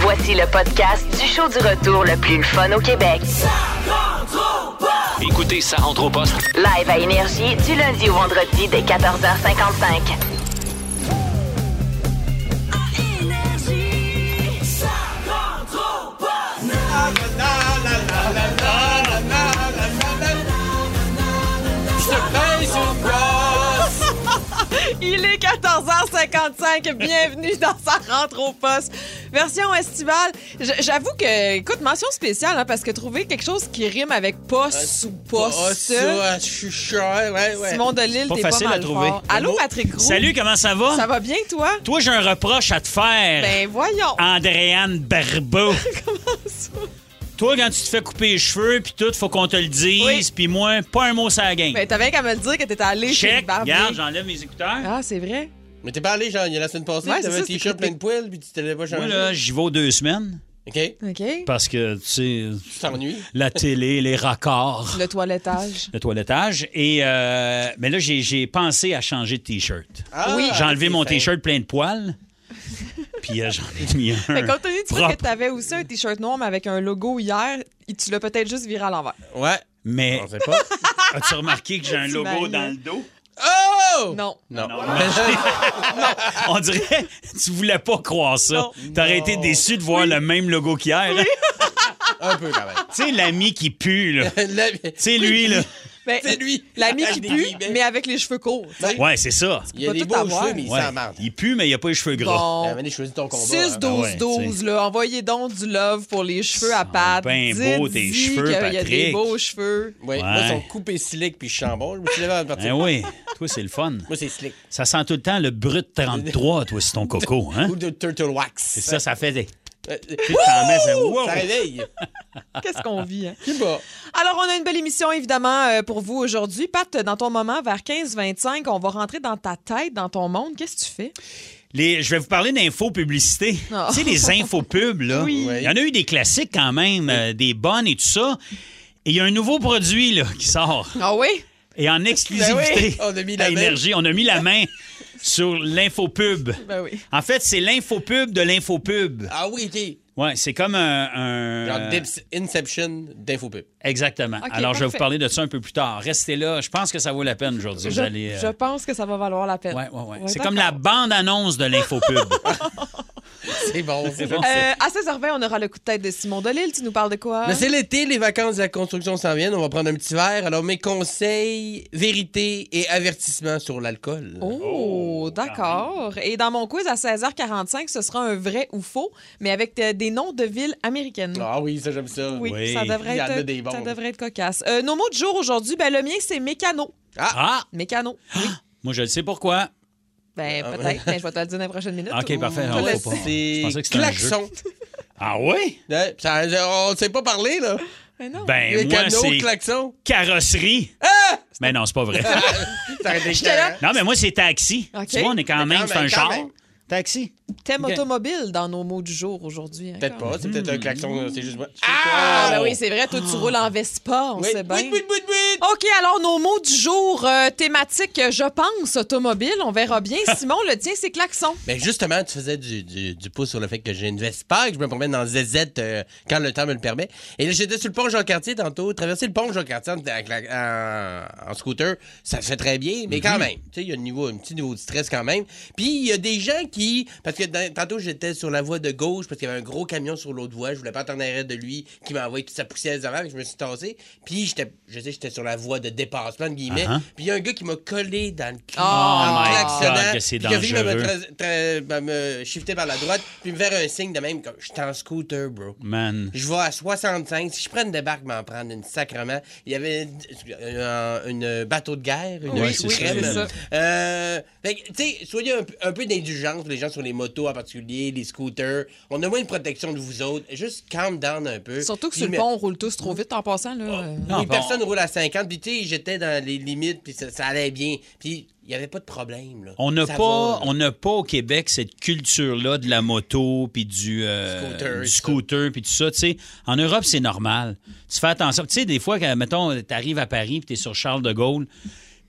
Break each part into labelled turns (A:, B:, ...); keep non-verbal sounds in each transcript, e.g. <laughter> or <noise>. A: Voici le podcast du show du retour le plus le fun au Québec.
B: Écoutez, ça rentre au poste.
A: Live à Énergie du lundi au vendredi dès 14h55.
C: <laughs> Il est 14h55. Bienvenue dans sa rentre au poste. Version estivale. J- J'avoue que, écoute, mention spéciale, hein, parce que trouver quelque chose qui rime avec
D: Euh,
C: poste ou
E: Oh,
C: poste.
E: ça, je suis cher, ouais, ouais.
C: Simon Delille,
D: Pas
C: t'es pas
D: facile
C: mal
D: à trouver.
C: fort. Allô, Patrick Roux.
D: Salut, comment ça va?
C: Ça va bien, toi?
D: Toi, j'ai un reproche à te faire,
C: Ben voyons.
D: Andréane
C: <laughs>
D: Barbeau. Toi, quand tu te fais couper les cheveux, puis tout, faut qu'on te le dise,
C: Oui.
D: puis moi, pas un mot ça la gang.
C: Ben t'avais qu'à me le dire que t'étais allé chez le
D: Check,
C: barbier.
D: regarde, j'enlève mes écouteurs.
C: Ah, c'est vrai.
E: Mais t'es pas allé, genre, il y a la semaine passée,
C: Ouais, c'est
E: t'avais
C: ça,
E: un
C: c'est
E: t-shirt
C: coupé.
E: plein de poils, puis tu t'allais pas changer.
D: Moi, là, j'y vais deux semaines,
E: OK?
C: OK.
D: parce que, tu sais,
E: Tu t'ennuies.
D: la télé, les raccords,
C: Le toilettage.
D: le toilettage. Et, euh, mais là, j'ai- j'ai pensé à changer de T-shirt.
E: Ah,
C: Oui.
D: J'ai enlevé
E: ok,
D: mon
E: fin.
D: T-shirt plein de
C: <laughs>
D: poils, puis euh, j'en ai mis <laughs> un
C: Mais Ben, compte tenu du fait
D: propre.
C: que t'avais aussi un t-shirt noir, mais avec un logo hier, et tu l'as peut-être juste viré à l'envers.
E: Ouais.
D: Mais
E: On sait pas.
D: <laughs> as-tu remarqué que j'ai un logo
C: T'imagines.
D: dans le dos?
E: Oh!
C: Non.
E: Non. <laughs>
D: On dirait tu voulais pas croire ça. T'aurais été déçu de voir le même logo qu'hier. hein?
E: un peu, quand même.
D: Tu sais, l'ami qui pue,
E: <laughs>
D: là. Tu
E: La-
D: sais, lui, là.
C: Ben,
E: C'est lui.
C: L'ami
E: Avec
C: qui
E: des
C: pue,
E: guillemets.
C: mais avec les cheveux courts.
E: Ben,
D: Ouais, c'est ça.
E: Il y a
C: peut
E: des
C: tout
E: beaux
C: avoir.
E: cheveux, mais il
D: Ouais.
E: s'en marre.
D: Il pue, mais il a pas les cheveux gras.
C: Bon.
E: Venez, choisis ton combat. hein.
D: ben
C: 6, 12, 12, là. Envoyez donc du love pour les cheveux à Pat.
D: ben beaux,
C: Dites-y
D: tes cheveux,
C: qu'il y a
D: Patrick.
C: des beaux cheveux.
E: Ouais,
D: Ouais.
E: Moi, ils sont coupés slick puis chambon. Je me suis levé avant de
D: Ben
E: partir.
D: oui, toi, c'est le fun.
E: Moi, c'est slick.
D: Ça sent tout le temps le brut 33, toi, c'est ton coco, hein?
E: Ou de turtle wax.
D: C'est ça, ça fait des...
E: Euh,
D: Tu t'en mets, ça... wow! <laughs>
E: Ça réveille.
C: Qu'est-ce qu'on vit, hein?
E: <laughs> Qui bat?
C: Alors, on a une belle émission, évidemment, euh, pour vous aujourd'hui. Pat, dans ton moment, vers 15-25, on va rentrer dans ta tête, dans ton monde. Qu'est-ce que tu fais?
D: Les- je vais vous parler d'info-publicité.
C: Oh.
D: Tu sais, les infopubs, là.
C: Oui.
D: Il y en a eu des classiques quand même, euh, des bonnes et tout ça. Et il y a un nouveau produit, là, qui sort.
C: Ah oui?
D: Et en exclusivité
E: Ben oui, on a mis la
D: à
E: main.
D: Énergie, on a mis la main sur l'infopub.
C: Ben oui.
D: En fait, c'est l'infopub de l'infopub.
E: Ah oui, OK.
D: Ouais, c'est comme un... un-
E: Genre d'Ips- Inception d'infopub.
D: Exactement.
C: Ok,
D: Alors, je vais vous
C: parfait.
D: parler de ça un peu plus tard. Restez là. Je pense que ça vaut la peine aujourd'hui.
C: Je,
D: Vous allez, euh,
C: je pense que ça va valoir la peine.
D: ouais, ouais, ouais.
C: Ouais,
D: c'est comme la bande-annonce de l'infopub.
E: <laughs> C'est bon, c'est bon.
C: Euh, à 16h20, on aura le coup de tête de Simon Delille. Tu nous parles de quoi?
E: Mais c'est l'été, les vacances de la construction s'en viennent, on va prendre un petit verre. Alors, mes conseils, vérité et avertissements sur l'alcool.
C: Oh, d'accord. Et dans mon quiz à 16h45, ce sera un vrai ou faux, mais avec euh, des noms de villes américaines.
E: Ah oui, ça, j'aime ça.
C: Oui,
D: Oui.
C: ça devrait
E: Il y en
C: être,
E: a des bons.
C: ça devrait être cocasse. Euh, nos mots de jour aujourd'hui, ben, le mien, c'est mécano.
D: ah!
C: Mécano.
D: Moi, je le sais pourquoi.
C: Ben, peut-être, mais je vais te le dire dans les prochaines minutes.
D: Ah, OK,
C: Ou-
D: parfait.
C: Je
D: Ah,
C: te
D: faut
C: laisse-
D: pas. Je
E: C'est
D: pensais que c'était un jeu.
E: klaxon.
D: Ah oui?
E: Ouais, ça- on ne s'est pas parlé, là.
C: Mais non.
D: Ben,
E: Les
D: moi,
E: canaux,
D: c'est
E: klaxon. Ah!
D: carrosserie. Mais non, c'est pas
E: <laughs>
D: vrai.
E: Ça aurait été
C: là.
E: écœurant.
D: non, mais moi, c'est taxi.
C: OK.
D: Tu vois, on est quand
E: hein? Mais
D: même...
E: quand
D: C'est un
E: même, quand
D: char.
E: même.
D: Taxi.
C: Thème
D: OK.
C: automobile dans nos mots du jour aujourd'hui. hein,
E: Peut-être
C: quand même.
E: pas, c'est peut-être un klaxon, c'est juste moi.
C: Ah, ben oui, c'est vrai, toi, tu roules en Vespa, on
E: Oh. Oui,
C: sait bien.
E: oui, oui, oui, oui.
C: OK, alors nos mots du jour, euh, thématique, euh, je pense, automobile, on verra
E: <laughs>
C: bien. Simon, le tien, c'est klaxon.
E: Mais Ben, justement, tu faisais du, du, du pouce sur le fait que j'ai une Vespa, que je me promène dans ZZ euh, quand le temps me le permet. Et là, j'étais sur le pont Jean-Cartier tantôt. Traverser le pont Jean-Cartier en, avec la- en- en scooter, ça se fait très bien, mais quand même. Tu sais, il y a un, niveau, un petit niveau de stress quand même. Puis, il y a des gens qui... Parce que dans- tantôt, j'étais sur la voie de gauche parce qu'il y avait un gros camion sur l'autre voie. Je voulais pas attendre l'arrêt de lui qui m'a envoyé toute sa poussière avant, mais je me suis tassé. Puis, j'étais, je sais, j'étais sur la voie de dépassement, de guillemets.
D: Uh-huh.
E: Puis, il y a un gars qui m'a collé dans le cul
C: Oh
E: en
C: my
E: klaxonnant,
D: God, que c'est
E: puis qui a fini par me
D: dangereux.
E: tra- tra- par me shifter par la droite, puis me faire un signe de même comme je suis en scooter, bro.
D: Man.
E: Je vais à 65. Si je prends une débarque, m'en prendre une sacrement. Il y avait euh, une, bateau de guerre, une
D: Ouais, c'est
E: crème.
D: ça, c'est ça.
E: Euh, fait que, tu sais, soyez un, p- un peu d'indulgence pour les gens sur les motos en particulier, les scooters. On a moins de protection de vous autres. Juste calm down un peu.
C: Surtout que
E: Puis
C: sur le
E: me-
C: pont, on roule tous trop vite en passant. Là. euh.
D: Non,
E: les
D: Ah, bon.
E: personnes roulent à 50, puis tu sais, j'étais dans les limites, puis ça, ça allait bien. Puis il n'y avait pas de problème. Là.
D: On n'a
E: Ça
D: pas,
E: va, là.
D: on n'a pas au Québec cette culture-là de la moto puis du, euh,
E: Scooter,
D: du
E: ça.
D: scooter puis tout ça. Tu sais, en Europe c'est normal. Tu fais attention. Tu sais, des fois, quand, mettons, t'arrives à Paris puis t'es sur Charles de Gaulle.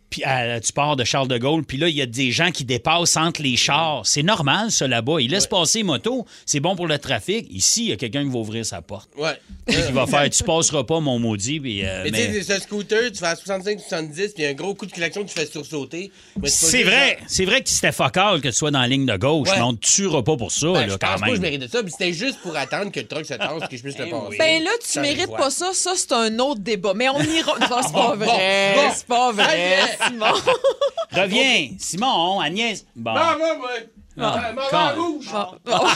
D: puis à- tu pars de Charles de Gaulle, puis là, il y a des gens qui dépassent entre les chars. C'est normal, ça, là-bas. Ils laissent passer les motos. C'est bon pour le trafic. Ici, il y a quelqu'un qui va ouvrir sa porte.
E: Ouais.
D: Qui
E: <laughs>
D: va faire Tu passeras pas, mon maudit. Puis, euh,
E: Mais,
D: mais-
E: tu sais, ce scooter, tu fais à 65-70, puis un gros coup de klaxon, tu fais sursauter. Mais pas
D: C'est
E: juste
D: vrai,
E: genre-
D: c'est vrai que c'était focal que tu sois dans la ligne de gauche,
E: Ouais.
D: mais on ne te tuera pas pour ça,
E: Ben,
D: là,
E: je
D: quand
E: pense pas que
D: même.
E: je méritais ça, puis c'était juste pour attendre que le truck se tasse, que je puisse le passer.
C: Ben là, tu
E: Dans les
C: mérites
E: voies.
C: pas ça. Ça, c'est un autre débat. Mais on
E: <laughs>
C: ira. Non, c'est pas vrai.
E: Ah, bon, bon.
C: C'est pas vrai,
E: Ah, <laughs>
C: Simon.
D: Reviens, Simon, Agnès. Bon.
E: Ah, moi, moi! Ah,
D: Bon.
E: maman
D: Con.
E: rouge!
C: Bon,
E: <laughs>
C: bon.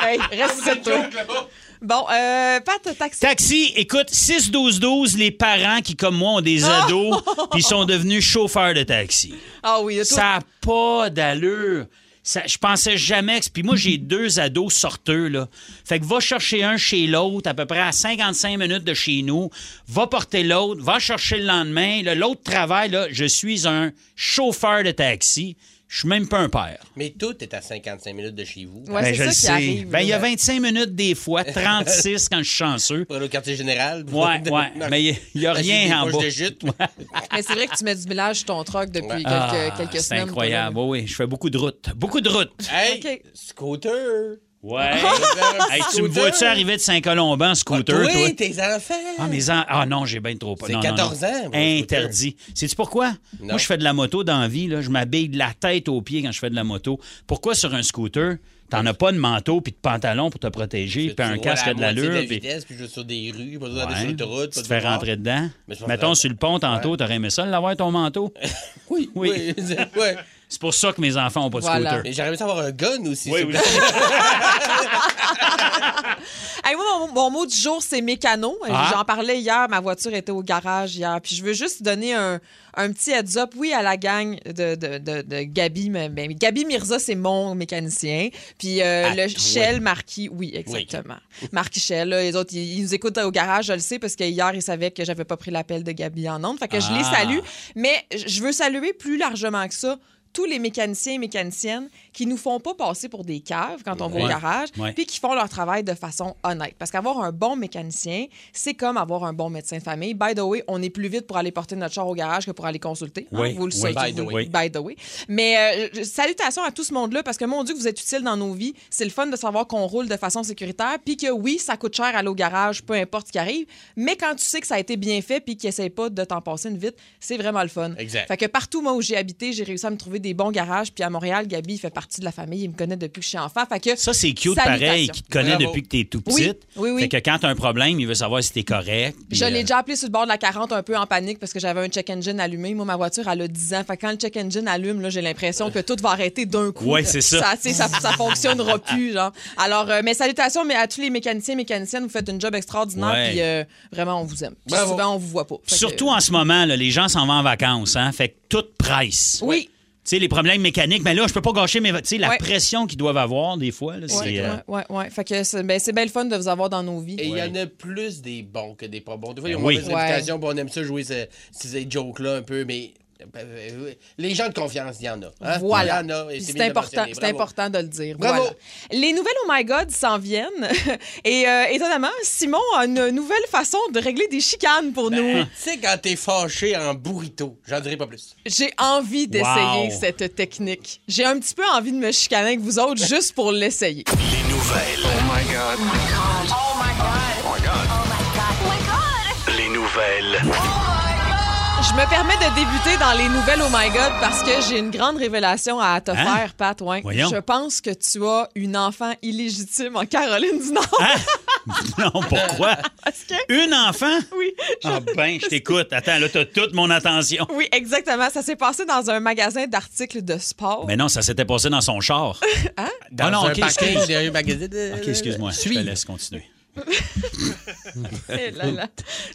C: Hey, reste
E: Vous êtes
C: sur toi.
E: joke, là-bas.
C: Bon, euh, Pat, taxi.
D: Taxi, écoute, 6-12-12, les parents qui, comme moi, ont des ados, puis sont devenus chauffeurs de taxi.
C: Ah oui, toi-
D: Ça n'a pas d'allure. Ça- je pensais jamais que. Puis moi, j'ai deux ados sorteux, là. Fait que va chercher un chez l'autre, à peu près à 55 minutes de chez nous. Va porter l'autre, va chercher le lendemain. Là, L'autre travaille, là. Je suis un chauffeur de taxi. Je suis même pas un père.
E: Mais tout est à 55 minutes de chez vous.
C: Ouais,
D: Ben,
C: c'est
D: je
C: ça
D: le
C: qui
D: sais.
C: arrive,
D: Ben, il y a
C: là.
D: 25 minutes des fois,
C: <laughs>
D: 36 quand je suis chanceux.
E: Pour aller au quartier général. pour-
D: Ouais, ouais.
E: <laughs> Non.
D: Mais il n'y a
E: Acheter
D: rien
E: des
D: en
E: poches
D: bas.
E: de jute.
C: Mais c'est vrai que tu mets du millage sur ton troc depuis quelques,
D: Ah,
C: quelques
D: c'est
C: semaines.
D: incroyable.
C: toi,
D: Oui, oui, je fais beaucoup de routes. Beaucoup de routes.
E: Hey,
C: Ok.
E: scooter!
D: Ouais. <laughs> Hey, tu me
E: Scooter. Ah,
D: vois-tu arriver de Saint-Colomban en scooter,
E: Toi,
D: toi?
E: tes enfants!
D: Ah, mes en- ah non, j'ai bien trop peur.
E: C'est
D: Non, non, non.
E: 14 ans, moi, le scooter.
D: Interdit. Sais-tu pourquoi?
E: Non.
D: Moi, je fais de la moto dans la vie. Là. Je m'habille de la tête aux pieds quand je fais de la moto. Pourquoi sur un scooter, t'en as pas de manteau puis de pantalon pour te protéger, puis un casque à de
E: l'allure.
D: l'allure?
E: De la
D: puis-
E: vitesse, puis je vais sur des rues, pas besoin
D: Ouais.
E: d'aller sur l'autoroute.
D: tu
E: pas
D: te
E: de
D: fais
E: pouvoir.
D: rentrer dedans.
E: Mais c'est pas
D: Mettons,
E: vrai.
D: sur le pont, tantôt, t'aurais aimé ça l'avoir, ton manteau?
E: Oui,
D: Oui.
E: oui. c'est- <laughs> ouais.
D: C'est pour ça que mes enfants ont pas de
C: Voilà.
D: scooter.
E: Mais j'aurais aimé ça avoir un euh, gun aussi.
D: Oui,
E: s'il
D: oui.
E: vous plaît.
C: là. Hey, moi, mon, mon mot du jour, c'est mécano. Euh,
D: Ah.
C: J'en parlais hier. Ma voiture était au garage hier. Puis je veux juste donner un, un petit heads up, oui, à la gang de, de, de, de Gabi. Mais, mais Gabi Mirza, c'est mon mécanicien. Puis euh,
D: Ah,
E: À
C: le
E: toi.
C: Shell Marquis, oui, exactement. Marquis Shell, là, les autres, ils, ils nous écoutent au garage, je le sais, parce que hier, ils savaient que j'avais pas pris l'appel de Gabi en ondes. Fait que je les
D: Ah.
C: salue. Mais je veux saluer plus largement que ça tous les mécaniciens et mécaniciennes qui nous font pas passer pour des caves quand on va
D: Ouais.
C: au garage,
D: Ouais.
C: puis qui font leur travail de façon honnête. Parce qu'avoir un bon mécanicien, c'est comme avoir un bon médecin de famille. By the way, on est plus vite pour aller porter notre char au garage que pour aller consulter. hein,
D: Oui,
C: vous le
D: oui,
C: savez.
D: by the
C: vous-
D: way.
C: by the way. Mais euh, je- salutations à tout ce monde-là, parce que mon Dieu, que vous êtes utile dans nos vies. C'est le fun de savoir qu'on roule de façon sécuritaire, puis que oui, ça coûte cher aller au garage, peu importe ce qui arrive. Mais quand tu sais que ça a été bien fait, puis qu'ils n'essayent pas de t'en passer une vite, c'est vraiment le fun.
E: Exact.
C: Fait que partout, moi, où j'ai habité, j'ai réussi à me trouver des bons garages. Puis à Montréal, Gabi, il fait partie de la famille. Il me connaît depuis que je suis enfant. Fait que.
D: Ça, c'est cute
C: Salutations.
D: pareil, qui te connaît
E: Bravo.
D: depuis que t'es tout
C: Oui,
D: petite.
C: oui, oui.
D: Fait que quand t'as un problème, il veut savoir si t'es correct. puis,
C: Je
D: euh,
C: l'ai déjà appelé sur le bord de la 40 un peu en panique parce que j'avais un check engine allumé. Moi, ma voiture, elle a 10 ans. Fait que quand le check engine allume, là, j'ai l'impression que tout va arrêter d'un coup.
D: Ouais, c'est ça.
C: Ça, tu sais, ça, ça
D: <laughs>
C: fonctionnera plus, genre. Alors, euh, mes salutations mais à tous les mécaniciens et mécaniciennes. Vous faites une job extraordinaire.
D: Ouais.
C: Puis euh, vraiment, on vous aime. Puis
E: Bravo.
C: souvent, on vous voit pas. Fait que-
D: Surtout en ce moment, là, les gens s'en vont en vacances, hein? Fait que tout presse.
C: Oui.
D: Tu sais, les problèmes mécaniques, mais là, je peux pas gâcher mes. Tu sais, la
C: Ouais.
D: pression qu'ils doivent avoir, des fois, là,
C: Ouais,
D: c'est. euh,
C: ouais, ouais, ouais. Fait que c'est ben, c'est bien le fun de vous avoir dans nos vies.
E: Et il y en a plus des bons que des pas bons. Des fois, ils ont
D: Oui.
E: mauvaise
C: Ouais.
E: réputation, puis on aime ça jouer ce- ces jokes-là un peu, mais euh, les gens de confiance, il y en a. hein?
C: Voilà.
E: Il y en a. et
C: C'est
E: bien de
C: important,
E: mentionner.
C: c'est
E: Bravo.
C: important de le dire.
E: Bravo.
C: Voilà. Les nouvelles Oh My God s'en viennent. <laughs> Et euh, étonnamment, Simon a une nouvelle façon de régler des chicanes pour nous.
E: Ben, Tu sais, quand t'es fâché en burrito, j'en dirai pas plus.
C: <laughs> J'ai envie d'essayer
D: Wow.
C: cette technique. J'ai un petit peu envie de me chicaner avec vous autres juste pour l'essayer.
B: Les nouvelles.
F: Oh
B: Oh Les nouvelles.
F: Oh.
C: Je me permets de débuter dans les nouvelles Oh My God parce que j'ai une grande révélation à te
D: Hein?
C: faire, Pat. Ouais.
D: Voyons.
C: Je pense que tu as une enfant illégitime en Caroline du Nord.
D: non, Oh, pourquoi?
C: <laughs> Parce que,
D: Une enfant?
C: <laughs> oui, <laughs> je-
D: Ah ben, je t'écoute. Attends, là, t'as toute mon attention.
C: Oui, exactement. Ça s'est passé dans un magasin d'articles de sport.
D: Mais non, ça s'était passé dans son
C: <laughs>
D: char.
C: Hein?
E: Dans
D: Ah non,
E: un
D: ok,
E: parking,
D: excuse.
E: j'ai un magazine. euh,
D: OK, excuse-moi. Je
E: Suis.
D: te laisse continuer.
C: <laughs> Eh là là.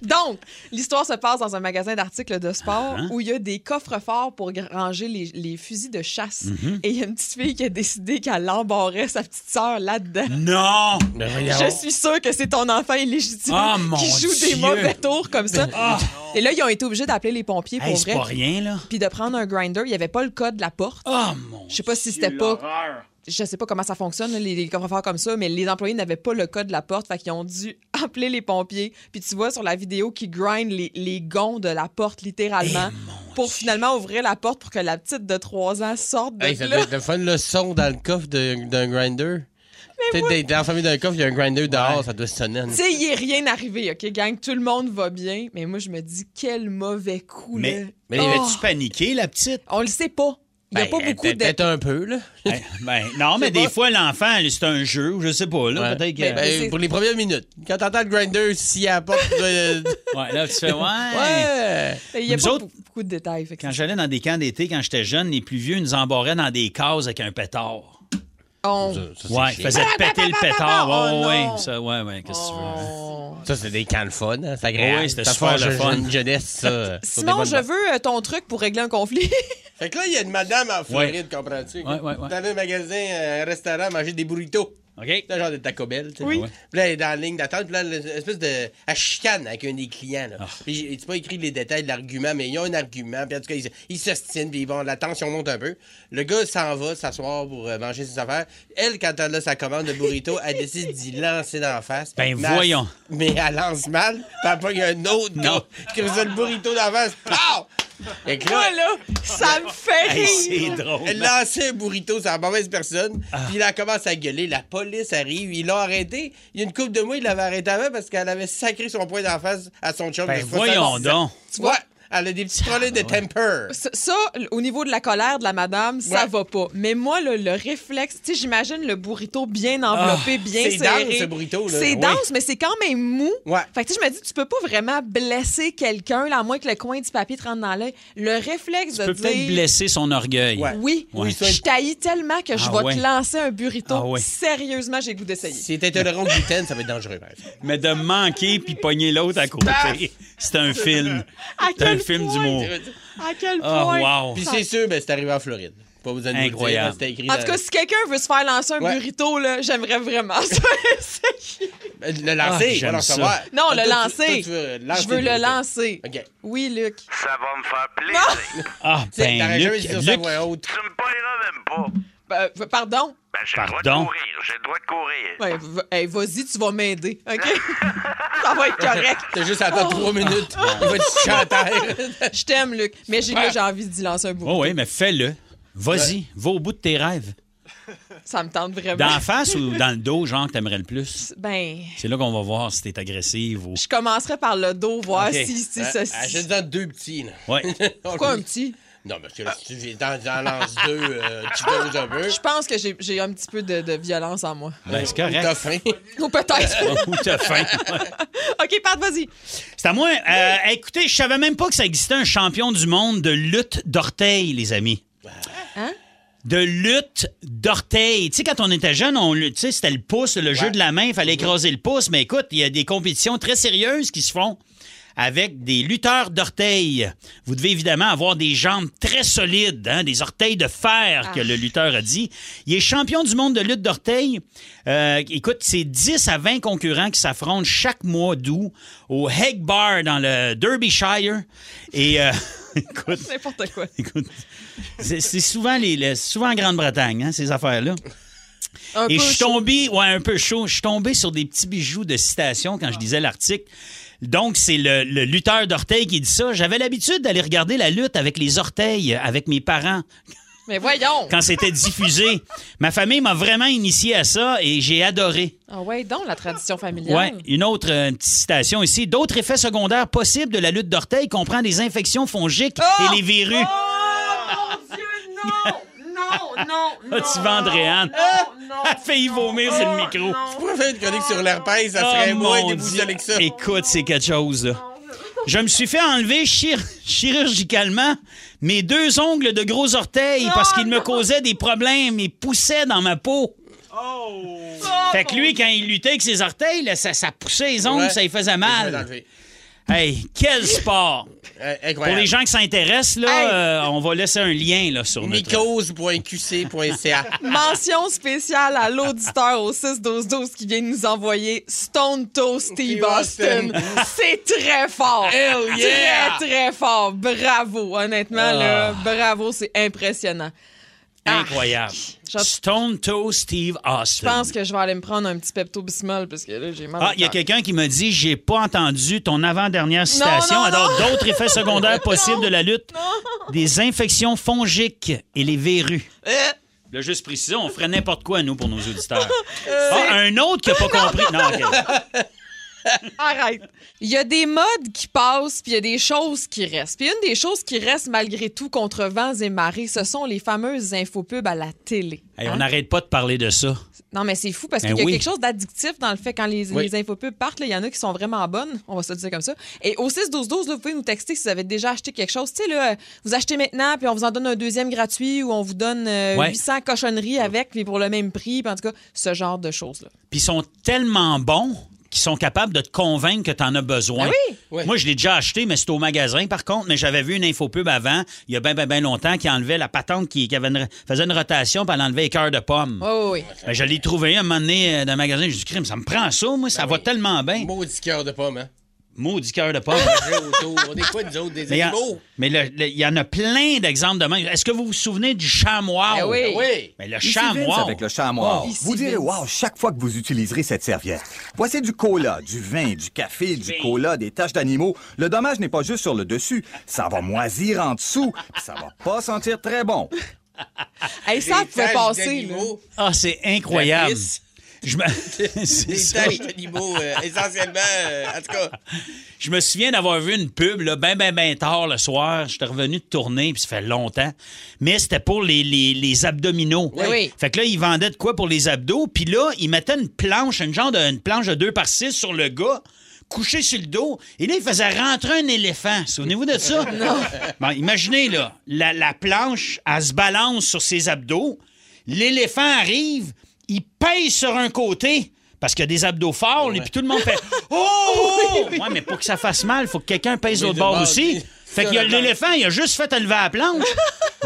C: Donc, l'histoire se passe dans un magasin d'articles de sport
D: Ah, hein?
C: où il y a des coffres forts pour gra- ranger les, les fusils de chasse.
D: Mm-hmm.
C: Et il y a une petite fille qui a décidé qu'elle embarrait sa petite sœur là-dedans.
D: Non!
E: Mais
C: Je
E: voyons.
C: suis sûre que c'est ton enfant illégitime
D: Ah, mon
C: qui joue
D: Dieu.
C: des mauvais tours comme ça.
D: Ah!
C: Et là, ils ont été obligés d'appeler les pompiers
D: <laughs> Hey,
C: pour
D: c'est
C: vrai.
D: pas rien, là.
C: Puis de prendre un grinder. Il n'y avait pas le code de la porte.
D: Ah, mon.
C: Je sais pas si c'était pas. je sais pas comment ça fonctionne, les, les coffres-forts comme ça, mais les employés n'avaient pas le code de la porte, fait qu'ils ont dû <laughs> appeler les pompiers. Puis tu vois sur la vidéo qui grind les, les gonds de la porte littéralement
D: Eh,
C: pour finalement ouvrir la porte pour que la petite de 3 ans sorte de
E: Hey, ça
C: là. <laughs>
E: doit être le fun, le son dans le coffre de- d'un grinder. Peut-être dans- dans la famille d'un coffre, il y a un grinder dehors, ça doit sonner.
C: Tu sais, il est rien arrivé, OK, gang? Tout le monde va bien. Mais moi, je me dis, quel mauvais coup, là.
D: Mais, mais
E: Oh.
D: avait-tu paniqué, la petite?
C: On le sait pas. Il n'y a
E: Ben,
C: pas beaucoup
E: peut-être-
C: de...
E: Peut-être un
D: <laughs>
E: peu, là.
D: Ben, ben, non, mais des
C: pas.
D: fois, l'enfant, c'est un jeu, ou je sais pas. Là,
E: Ouais.
D: peut-être que-
E: Ben,
C: Mais c'est-
E: pour les premières minutes. Quand t'entends le grinder, s'il y a la porte, tu
D: <laughs>
E: dois- euh,
D: Ouais, là, tu fais, ouais.
E: Ouais.
C: Il n'y a
D: Nous
C: pas
D: autres-
C: beaucoup de détails. fait que
D: Quand j'allais dans des camps d'été, quand j'étais jeune, les plus vieux nous embarraient dans des cases avec un pétard.
C: on-
E: Ça, ça, c'est
D: Ouais,
E: chiant.
D: ils faisaient péter le pétard.
C: <laughs> Oh,
D: Ouais, ouais,
C: non. Oh.
D: ça, ouais, ouais, qu'est-ce que tu veux?
C: on-
E: Ça, c'est des camps de fun. hein. C'est agréable.
D: Ouais, c'était
E: Ça
D: super
E: forge
D: le fun.
E: Une jeunesse,
C: <laughs>
E: ça. sur des
C: Simon,
E: bonnes
C: je veux euh, ton truc pour régler un conflit. <laughs>
E: Fait que là, il y a une madame en Floride, comprends-tu?
D: Ouais, ouais, ouais.
E: Dans un magasin, euh, un restaurant, manger des burritos.
D: OK?
E: C'est un genre de Taco Bell, tu sais.
D: Oui.
E: Puis là, elle est dans la ligne d'attente, puis là, elle- une espèce de. Elle chicane avec un des clients, là.
D: Ah.
E: Puis j'ai j'ai pas écrit les détails de l'argument, mais ils ont un argument, puis en tout cas, ils- ils s'ostinent, puis bon, la tension monte un peu. Le gars s'en va s'asseoir pour euh, manger ses affaires. Elle, quand elle a sa commande de burrito, elle décide d'y lancer dans la face.
D: Ben,
E: Mais elle-
D: voyons.
E: mais elle lance mal, puis après, il y a un autre gars qui faisait le burrito dans la face. Pow! Fait que là,
C: Moi, là, ça me fait
D: Ah! Hey,
C: rire.
D: c'est drôle. Ah.
E: elle lançait un burrito sur la mauvaise personne. Puis là, elle commence à gueuler. La police arrive. Ils l'ont arrêté. Il y a une couple de mois, il l'avait arrêté avant parce qu'elle avait sacré son poing d'en face à son chum.
D: Ben,
E: de
D: voyons
E: 70 ans.
D: donc. Ah,
E: Tu vois, elle a des petits problèmes de temper.
C: Ça, ça, au niveau de la colère de la madame, ça
E: Ouais.
C: va pas. Mais moi, le, le réflexe, tu sais, j'imagine le burrito bien
D: Ah,
C: enveloppé, bien
E: c'est
C: serré.
E: dense, ce burrito, là.
C: C'est
E: Oui.
C: dense, mais c'est quand même mou.
E: Ouais.
C: Fait que tu sais, je me dis, tu peux pas vraiment blesser quelqu'un, là, à moins que le coin du papier te rentre dans l'œil. Le réflexe
D: Tu
C: de
D: peux peut-être
C: dire...
D: blesser son orgueil.
E: Ouais.
C: Oui,
D: Ouais.
C: je t'haïs tellement que je
D: Ah
C: vais
D: ouais.
C: te lancer un burrito.
D: Ah ouais.
C: Sérieusement, j'ai le goût d'essayer.
E: Si t'es intolérant au gluten, ça va être dangereux. par exemple.
D: Mais de manquer puis pogner l'autre à côté, c'est
C: <laughs>
D: un film.
C: À
D: C'est un
C: quel
D: film
C: point?
D: d'humour.
C: À quel
D: Oh,
C: point?
D: wow.
E: Puis c'est sûr, ben, c'est arrivé en Floride. Pas besoin de vous le dire,
D: Incroyable.
E: hein, c'était écrit
C: En
E: dans-
C: tout cas, si quelqu'un veut se faire lancer un
E: Ouais.
C: burrito, là, j'aimerais vraiment ça. <laughs> essayer.
E: Le
D: Ah,
E: lancer,
D: j'aime
E: on va
D: ça.
E: savoir.
C: non,
E: Ah, Toi,
C: le
E: tu- toi,
C: lancer.
E: tu veux lancer
C: Je veux
E: des
C: le
E: burritos.
C: lancer.
E: OK.
C: Oui, Luc.
B: Ça va me faire plaisir.
D: Ah,
E: Tu sais,
D: ben,
E: t'aurais jamais
D: Luc,
E: dû dire ça à
D: Luc,
E: voix haute.
B: tu me paieras même pas.
C: Ben, euh, pardon.
B: Ben, j'ai le droit de
D: Pardon?
B: courir. J'ai le droit de courir.
C: Ouais, v- hey, vas-y, tu vas m'aider.
B: <laughs>
C: OK? ça va être correct. Oh.
E: T'as juste à attendre trois minutes. Il
C: <laughs>
E: va te chier à terre.
C: Je t'aime, Luc. Mais j'ai, là, j'ai envie d'y lancer un burrito.
D: oh oui, mais fais-le. Vas-y, va au bout de tes rêves.
C: Ça me tente vraiment.
D: Dans la face ou dans le dos, genre, que t'aimerais le
C: <laughs>
D: plus?
C: Ben,
D: C'est là qu'on va voir si t'es agressive ou...
C: je commencerai par le dos, voir
D: OK.
C: si, si,
E: Ah,
C: ceci.
E: ah, J'ai dans deux petits. Là.
D: Ouais.
C: Pourquoi un petit?
E: Non, parce
C: Ah.
E: que là, si tu t'en t'en lances deux, euh, tu doses un peu.
C: Je pense que j'ai, j'ai un petit peu de, de violence en moi.
D: Ben, c'est
E: T'as
D: correct.
E: faim.
C: Ou peut-être.
D: Ou t'as faim.
C: <laughs> OK, Pat, vas-y.
D: C'est à moi. Euh, Écoutez, je savais même pas que ça existait un champion du monde de lutte d'orteil, les amis.
C: Hein?
D: De lutte d'orteil. Tu sais, quand on était jeune, on, tu sais, c'était le pouce, le jeu de la main, il fallait écraser le pouce. Mais écoute, il y a des compétitions très sérieuses qui se font avec des lutteurs d'orteil. Vous devez évidemment avoir des jambes très solides, hein, des orteils de fer,
C: Ah.
D: que le lutteur a dit. Il est champion du monde de lutte d'orteil. Euh, écoute, c'est 10 à 20 concurrents qui s'affrontent chaque mois d'août au Hague Bar dans le Derbyshire. Et euh, <laughs> écoute,
C: N'importe quoi.
D: écoute, c'est c'est souvent, les, les- souvent en Grande-Bretagne, hein, ces affaires-là.
C: Un
D: Et
C: peu
D: je suis
C: chaud.
D: tombé, ouais, un peu chaud, je suis tombé sur des petits bijoux de citation quand je
C: Ah.
D: lisais l'article. Donc, c'est le, le lutteur d'orteil qui dit ça. J'avais l'habitude d'aller regarder la lutte avec les orteils, avec mes parents,
C: Mais voyons.
D: quand c'était diffusé. Ma famille m'a vraiment initié à ça et j'ai adoré.
C: Ah ouais, donc la tradition familiale.
D: Ouais, une autre euh, une petite citation ici. D'autres effets secondaires possibles de la lutte d'orteil comprend des infections fongiques et les virus.
C: Oh mon Dieu, non! Non, non, non!
D: <laughs> Ah, tu vendrais, Anne.
F: Oh,
C: Non, non, Ah,
D: Elle a failli vomir sur le micro.
E: Tu pourrais faire une chronique sur l'herpès, ça
D: Oh,
E: serait moins
D: mon Dieu.
E: déboussolé que ça.
D: Écoute, c'est quelque chose. là. Je me suis fait enlever chir- chirurgicalement mes deux ongles de gros orteils
C: Ah,
D: parce qu'ils me causaient des problèmes et poussaient dans ma peau.
C: Oh.
D: Fait que lui, quand il luttait avec ses orteils, là, ça, ça poussait les ongles,
E: Ouais.
D: ça lui faisait
E: Je vais
D: mal.
E: l'enlever.
D: Hey, quel sport!
E: Euh,
D: Pour
E: Incroyable.
D: les gens qui s'intéressent, là, euh, on va laisser un lien là, sur notre...
E: Mycose.qc.ca.
C: Mention spéciale à l'auditeur au 6-12-12 qui vient de nous envoyer Stone Toe Steve
E: Steve
C: Austin.
E: Austin.
C: C'est très fort.
E: Hell yeah!
D: Ah.
C: Très, très fort. Bravo. Honnêtement, là, bravo. C'est impressionnant.
D: Incroyable.
C: Ah, Je-
D: Stone Toe Steve Austin.
C: Je pense que je vais aller me prendre un petit pepto-bismol parce que là, j'ai mal.
D: Ah,
C: au
D: il y a
C: cœur.
D: quelqu'un qui me dit j'ai pas entendu ton avant-dernière citation.
C: non,
D: Alors,
C: <laughs> non.
D: d'autres effets secondaires possibles de la lutte des infections fongiques et les verrues.
C: Eh.
D: Là, juste préciser, on ferait n'importe quoi, nous, pour nos
C: <laughs>
D: auditeurs. Ah, un autre qui n'a pas compris. Non, OK.
C: Arrête. Il y a des modes qui passent, puis il y a des choses qui restent. Puis une des choses qui restent malgré tout contre vents et marées, ce sont les fameuses infopubs à la télé.
D: Hey,
C: Hein?
D: on n'arrête pas de parler de ça.
C: Non, mais c'est fou parce
D: Ben
C: qu'il y a
D: oui.
C: quelque chose d'addictif dans le fait quand les,
E: Oui.
C: les infopubs partent. là, Il y en a qui sont vraiment bonnes. On va se le dire comme ça. Et au 6-12-12, là, vous pouvez nous texter si vous avez déjà acheté quelque chose. Tu sais, là, euh, vous achetez maintenant, puis on vous en donne un deuxième gratuit ou on vous donne euh,
D: Ouais.
C: 800 cochonneries avec, puis pour le même prix. Puis en tout cas, ce genre de choses-là.
D: Puis ils sont tellement bons qu'ils sont capables de te convaincre que tu en as besoin.
C: Ah oui?
E: Ouais.
D: Moi, je l'ai déjà acheté, mais c'était au magasin, par contre. Mais j'avais vu une infopub avant, il y a bien, bien, bien longtemps, qui enlevait la patente, qui, qui avait une- faisait une rotation, puis elle enlevait les cœurs de pomme.
E: Ah.
C: Oh, oui.
D: Ben, je l'ai trouvé un moment donné euh, dans le magasin. J'ai dit, crime, ça me prend ça, moi, ça va tellement bien.
E: Ben Maudit cœur de pomme, hein?
D: Maudit cœur de pomme.
E: <laughs> J'ai autour. On est quoi, nous autres, des
D: Mais il y a-
E: animaux?
D: mais le- le- il y en a plein d'exemples de même. Est-ce que vous vous souvenez du chamois?
C: Eh oui.
E: Ah Oui!
D: Mais le
G: Ici Vince
D: chamois.
G: avec le chamois.
C: Ici
G: Vous direz
C: Vince.
G: wow chaque fois que vous utiliserez cette serviette. Voici du cola, du vin, du café, du cola, des taches d'animaux. Le dommage n'est pas juste sur le dessus. Ça va moisir en dessous. puis Ça va pas sentir très bon.
C: Hey, ça,
E: Hein, Des
C: pouvait
E: taches
C: passer. là.
E: d'animaux,
D: Ah, c'est incroyable.
E: Patrice,
D: Je me... <laughs> c'est
E: <laughs> Des
D: ça.
E: taches d'animaux, euh, essentiellement. euh, en tout cas,
D: Je me souviens d'avoir vu une pub, là, ben, ben, ben tard le soir. J'étais revenu de tourner, puis ça fait longtemps. Mais c'était pour les, les, les abdominaux.
C: Oui. Oui.
D: Fait que là, ils vendaient de quoi pour les abdos. Puis là, ils mettaient une planche, une genre de une planche de 2 par 6 sur le gars, couché sur le dos. Et là, ils faisaient rentrer un éléphant. Souvenez-vous de
C: <laughs>
D: ça? Bon, imaginez, là, la, la planche, elle se balance sur ses abdos. L'éléphant arrive, il pèse sur un côté. Parce qu'il y a des abdos forts, et puis tout le monde
C: <laughs>
D: fait « Oh! Ouais, mais pour que ça fasse mal, faut que quelqu'un pèse
E: Oui,
D: l'autre
E: de
D: bord
E: bord,
D: aussi.
E: oui.
D: Fait qu'il y a l'éléphant, il a juste fait élever la
E: <laughs>
D: planche.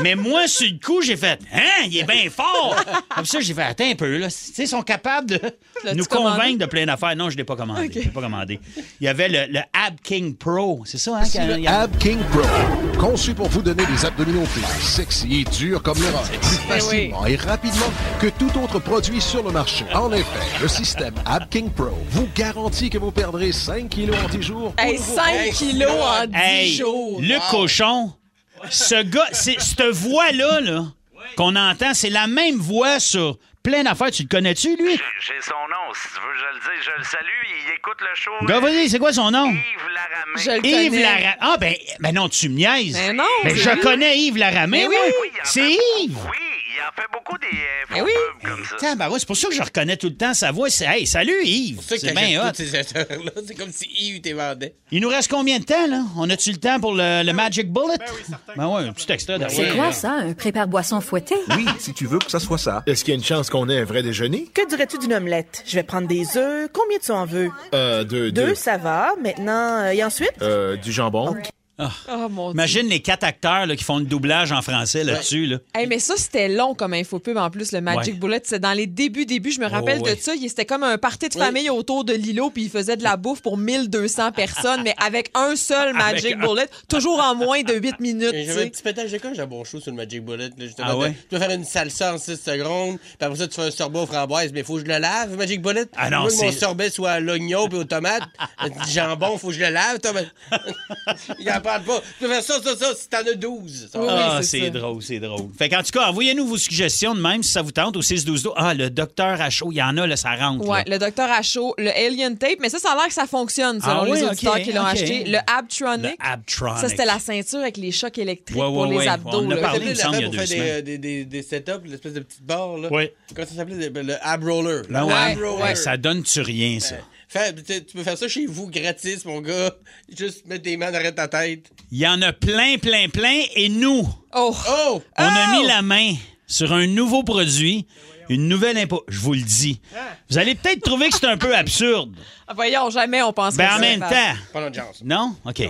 D: mais moi, sur le coup, j'ai fait « Hein? Il est bien fort! » <laughs> Comme ça, j'ai fait « Attends un peu, là. Tu sais, ils sont capables de
C: L'as-tu
D: nous
C: commandé?
D: convaincre de plein d'affaires. » Non, je ne l'ai pas commandé. Je l'ai pas commandé. Il y avait le, le Ab King Pro. C'est ça, hein? quand- il y a-
H: Ab King Pro, conçu pour vous donner des abdominaux plats, sexy et durs comme le rock, facilement et rapidement que tout autre produit sur le marché. En effet, le système Ab King Pro vous garantit que vous perdrez 5 kilos en 10 jours.
C: Hey, 5 kilos en 10
D: Hey,
C: jours.
D: le cochon, ce gars, c'est cette voix-là, là, qu'on entend, c'est la même voix sur plein d'affaires. Tu le connais-tu, lui?
B: J'ai son nom, si tu veux, je le dis. Je le salue, il écoute le show.
D: Gars, vas-y, c'est quoi son nom?
B: Yves Laramé.
C: Je le
D: Yves
C: connais.
D: Laramé. Ah, ben, ben non, tu me niaises.
C: Mais non,
D: Mais
C: c'est
D: je
C: lui.
D: connais Yves Laramé,
C: Mais
D: moi.
C: Ben oui.
B: Oui, il en
D: C'est
B: fait-
D: Yves. Ben,
B: Oui, il en fait beaucoup des euh,
C: Eh
B: faux
C: oui.
B: pubs comme ça.
D: Tabarouette, c'est pour ça que je reconnais tout le temps sa voix. C'est, hey, salut Yves.
E: c'est
D: C'est bien hot.
E: là C'est comme si Yves t'es vendait.
D: Il nous reste combien de temps, là? On a-tu le temps pour le, le Magic Bullet? Ben oui, Ben ouais, un petit extrait de
F: C'est quoi ça, un prépare-boisson fouetté?
G: Oui, si tu veux que ça soit ça.
H: Est-ce qu'il y a une chance qu'on ait un vrai déjeuner?
I: Que dirais-tu d'une omelette? Je vais prendre des œufs. Combien tu en veux?
H: Euh, de,
I: Deux, ça va. Maintenant, euh, et ensuite?
H: euh, du jambon.
C: Oh mon dieu.
D: Imagine les quatre acteurs là, qui font le doublage en français là-dessus. Là.
C: Hey, mais ça, c'était long comme infopub en plus, le Magic
D: Ouais.
C: Bullet. C'est dans les débuts, débuts. Je me rappelle
D: ouais.
C: de ça. Il- C'était comme un party de famille autour de l'îlot, puis il faisait de la bouffe pour 1200 personnes, mais avec
D: <laughs>
C: un seul Magic
D: un.
C: Bullet, toujours en moins de 8 minutes.
E: Et
C: tu
E: J'avais un
C: sais.
E: petit pétage de coche à bon chou sur le Magic Bullet. Là, justement,
D: Ah ouais?
E: Tu dois faire une salsa en 6 secondes, puis après ça, tu fais un sorbet aux framboises, mais faut que je le lave, Magic Bullet.
D: Ah non,
E: Moi, que
D: c'est-
E: mon sorbet soit à l'oignon puis aux tomates, <laughs> euh, du jambon, faut que je le lave, Thomas. <laughs> Il en parle pas. Tu dois faire ça, ça, ça, si t'en as 12. Ça va.
C: Oui,
D: Ah,
C: c'est
D: c'est
C: ça.
D: drôle, c'est drôle. Fait qu'en tout cas, envoyez-nous vos suggestions de même si ça vous tente au 6-12-12. Ah, le docteur Hachaud, il y en a, là, ça rentre.
C: Ouais,
D: là.
C: le docteur Acho, le Alien Tape, mais ça, ça a l'air que ça fonctionne selon
D: Ah oui,
C: les auditeurs
D: ok,
C: qui l'ont
D: ok.
C: acheté. Le Abtronic.
D: Le Abtronic.
C: Ça, c'était la ceinture avec les chocs électriques
D: Ouais, ouais,
C: pour
D: ouais.
C: les abdos.
D: On en a
C: là.
D: parlé.
E: T'appelais
D: il me semble, il
E: l'affaire
D: y a
E: pour
D: deux
E: faire des,
D: semaines.
E: euh, des, des, des setups, l'espèce de petite barre, là.
D: Oui.
E: Comment ça s'appelait? Le, le ab roller.
D: Ben ouais.
E: Ab
D: Ouais,
E: roller.
D: ça donne-tu rien, ça?
E: Fais- tu tu peux faire ça chez vous gratis, mon gars. Juste mettre tes mains derrière ta tête.
D: Il y en a plein, plein, plein. Et nous,
C: Oh!
E: Oh!
D: on a
C: Oh!
D: mis la main sur un nouveau produit, une nouvelle impôt. Je vous le dis. Vous allez peut-être trouver que c'est un peu absurde.
C: Ah, Voyons, jamais on pense
D: Ben en même temps.
E: Pas de chance.
D: Non? OK.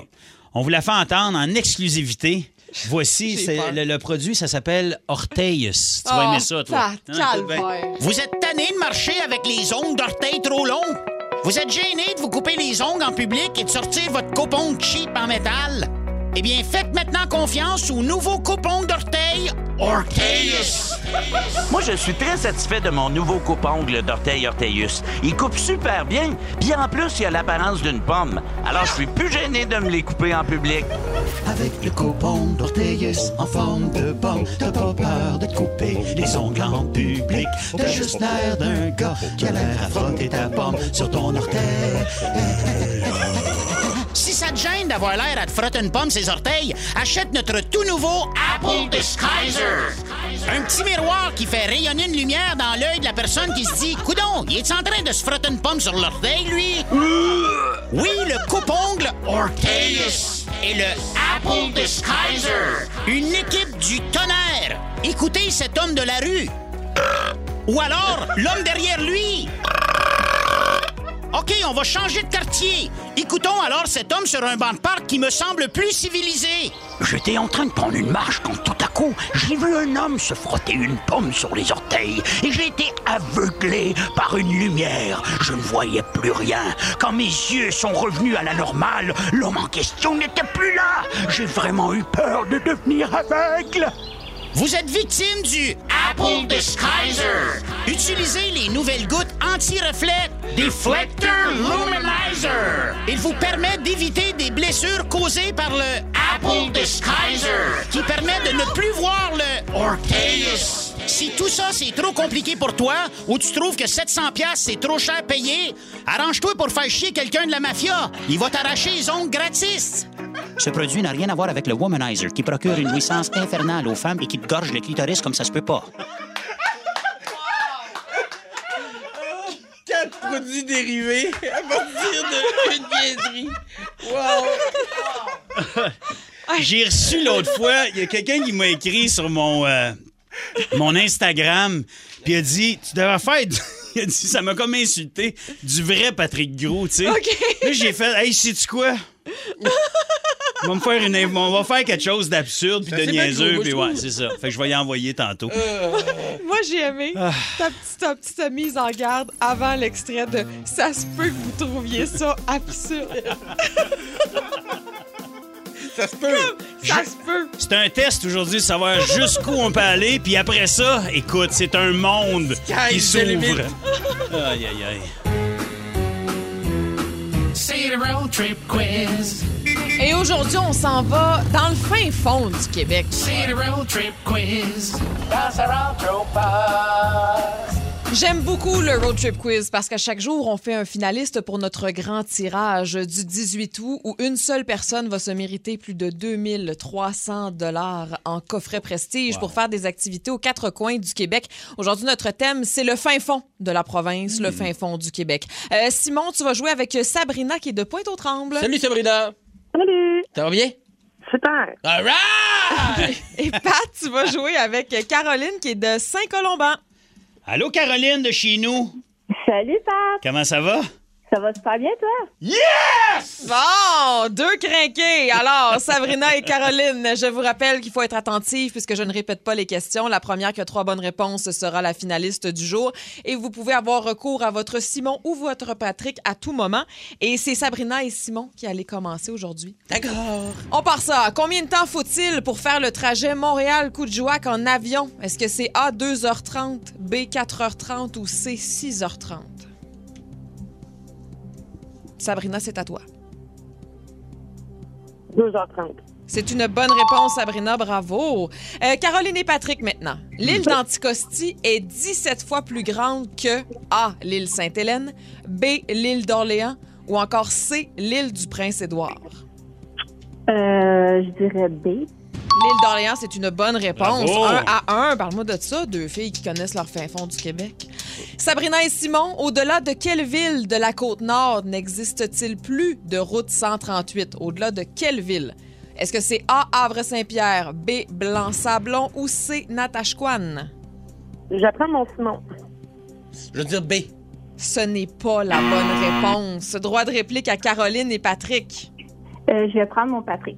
D: On vous la fait entendre en exclusivité. Voici
C: J'ai
D: c'est
C: peur.
D: le, le produit, ça s'appelle Orteils. Tu vas
C: Oh,
D: aimer ça, toi.
C: ta
D: Hein,
C: calvaire.
D: ben. Vous êtes tanné de marcher avec les ongles d'orteils trop longs? Vous êtes gêné de vous couper les ongles en public et de sortir votre copon de cheap en métal?
J: Eh bien, faites maintenant confiance au nouveau coupon d'orteil Orteillus.
B: Moi, je suis très satisfait de mon nouveau coupe-ongle d'orteil Orteillus. Il coupe super bien, puis en plus, il a l'apparence d'une pomme. Alors, je suis plus gêné de me les couper en public.
J: Avec le coupon d'Orteillus en forme de pomme, t'as pas peur de te couper les ongles en public. T'as juste l'air d'un gars qui a l'air à frotter ta pomme sur ton orteil. Si ça te gêne d'avoir l'air à te frotter une pomme ses orteils, achète notre tout nouveau Apple Disguiser. Un petit miroir qui fait rayonner une lumière dans l'œil de la personne qui se dit « Coudon, il est en train de se frotter une pomme sur l'orteil, lui? » Oui, le coupe-ongle
K: Oh,
J: Orteillus et le Apple Disguiser. Une équipe du tonnerre. Écoutez cet homme de la rue. Ou alors, l'homme derrière lui. OK, on va changer de quartier. Écoutons alors cet homme sur un banc de parc qui me semble plus civilisé.
K: J'étais en train de prendre une marche quand tout à coup, j'ai vu un homme se frotter une pomme sur les orteils et j'ai été aveuglé par une lumière. Je ne voyais plus rien. Quand mes yeux sont revenus à la normale, l'homme en question n'était plus là. J'ai vraiment eu peur de devenir aveugle.
J: Vous êtes victime du Apple Disguiser. Utilisez les nouvelles gouttes anti-reflet Deflector Luminizer. Il vous permet d'éviter des blessures causées par le Apple Disguiser, qui permet de ne plus voir le Orteillus. Si tout ça c'est trop compliqué pour toi ou tu trouves que 700 pièces c'est trop cher payé, arrange-toi pour faire chier quelqu'un de la mafia. Il va t'arracher les ongles gratis.
K: Ce produit n'a rien à voir avec le womanizer qui procure une jouissance infernale aux femmes et qui te gorge le clitoris comme ça se peut pas.
E: Quatre produits dérivés à partir d'une niaiserie. Wow!
D: J'ai reçu l'autre
C: <laughs>
D: fois, il y a quelqu'un qui m'a écrit sur mon, euh, mon Instagram, puis il a dit Tu devrais faire. du- <laughs> Il a dit Ça m'a comme insulté, du vrai Patrick Gros, tu sais.
C: OK.
D: Là, j'ai fait Hey, sais-tu quoi on va, me faire une, on va faire quelque chose d'absurde puis
E: Ça,
D: de
E: c'est bien
D: niaiseux.
E: gros,
D: Puis
E: je
D: ouais,
E: trouve. Euh,
D: c'est ça. Fait que je vais y envoyer tantôt.
C: Moi, j'ai aimé ta petite, ta petite mise en garde avant l'extrait de Ça se peut que vous trouviez ça absurde.
E: Ça se peut!
C: Ça se peut.
D: C'est un test aujourd'hui de savoir jusqu'où on peut aller. Puis après ça, écoute, c'est un monde
E: Sky
D: qui
E: is the limit.
D: s'ouvre. Aïe, aïe, aïe.
C: Et aujourd'hui, on s'en va dans le fin fond du Québec. J'aime beaucoup le road trip quiz parce qu'à chaque jour, on fait un finaliste pour notre grand tirage du 18 août où une seule personne va se mériter plus de 2300 dollars en coffret prestige pour faire des activités aux quatre coins du Québec. Aujourd'hui, notre thème, c'est le fin fond de la province,
E: Hmm.
C: le fin fond du Québec. Euh, Simon, tu vas jouer avec Sabrina qui est de Pointe-aux-Trembles.
E: Salut Sabrina! Salut! Ça va bien?
I: Super.
E: All right!
C: Et Pat, tu vas jouer avec Caroline qui est de Saint-Colomban.
D: Allô, Caroline de chez nous.
L: Salut, Pat!
D: Comment ça va?
L: Ça va super bien, toi?
C: Bon, deux crinqués. Alors, Sabrina et Caroline, je vous rappelle qu'il faut être attentif puisque je ne répète pas les questions. La première qui a trois bonnes réponses sera la finaliste du jour. Et vous pouvez avoir recours à votre Simon ou votre Patrick à tout moment. Et c'est Sabrina et Simon qui allaient commencer aujourd'hui.
E: D'accord!
C: On part ça. Combien de temps faut-il pour faire le trajet Montréal-Coudjouac en avion? Est-ce que c'est A, 2h30, B, 4h30 ou C, 6h30? Sabrina, c'est à toi.
L: 2h30.
C: C'est une bonne réponse, Sabrina. Bravo. Euh, Caroline et Patrick, maintenant. L'île d'Anticosti est 17 fois plus grande que A, l'île Sainte-Hélène, B, l'île d'Orléans ou encore C, l'île du Prince-Édouard.
L: Euh, je dirais B.
C: L'île d'Orléans, c'est une bonne réponse.
D: Bravo.
C: Un à un. Parle-moi de ça, deux filles qui connaissent leur fin fond du Québec. Sabrina et Simon, au-delà de quelle ville de la côte nord n'existe-t-il plus de route 138? Au-delà de quelle ville? Est-ce que c'est A, Havre-Saint-Pierre, B, Blanc-Sablon ou C, Natashquan?
L: J'apprends mon Simon.
E: Je veux dire B.
C: Ce n'est pas la bonne réponse. Droit de réplique à Caroline et Patrick.
L: Euh, je vais prendre mon Patrick.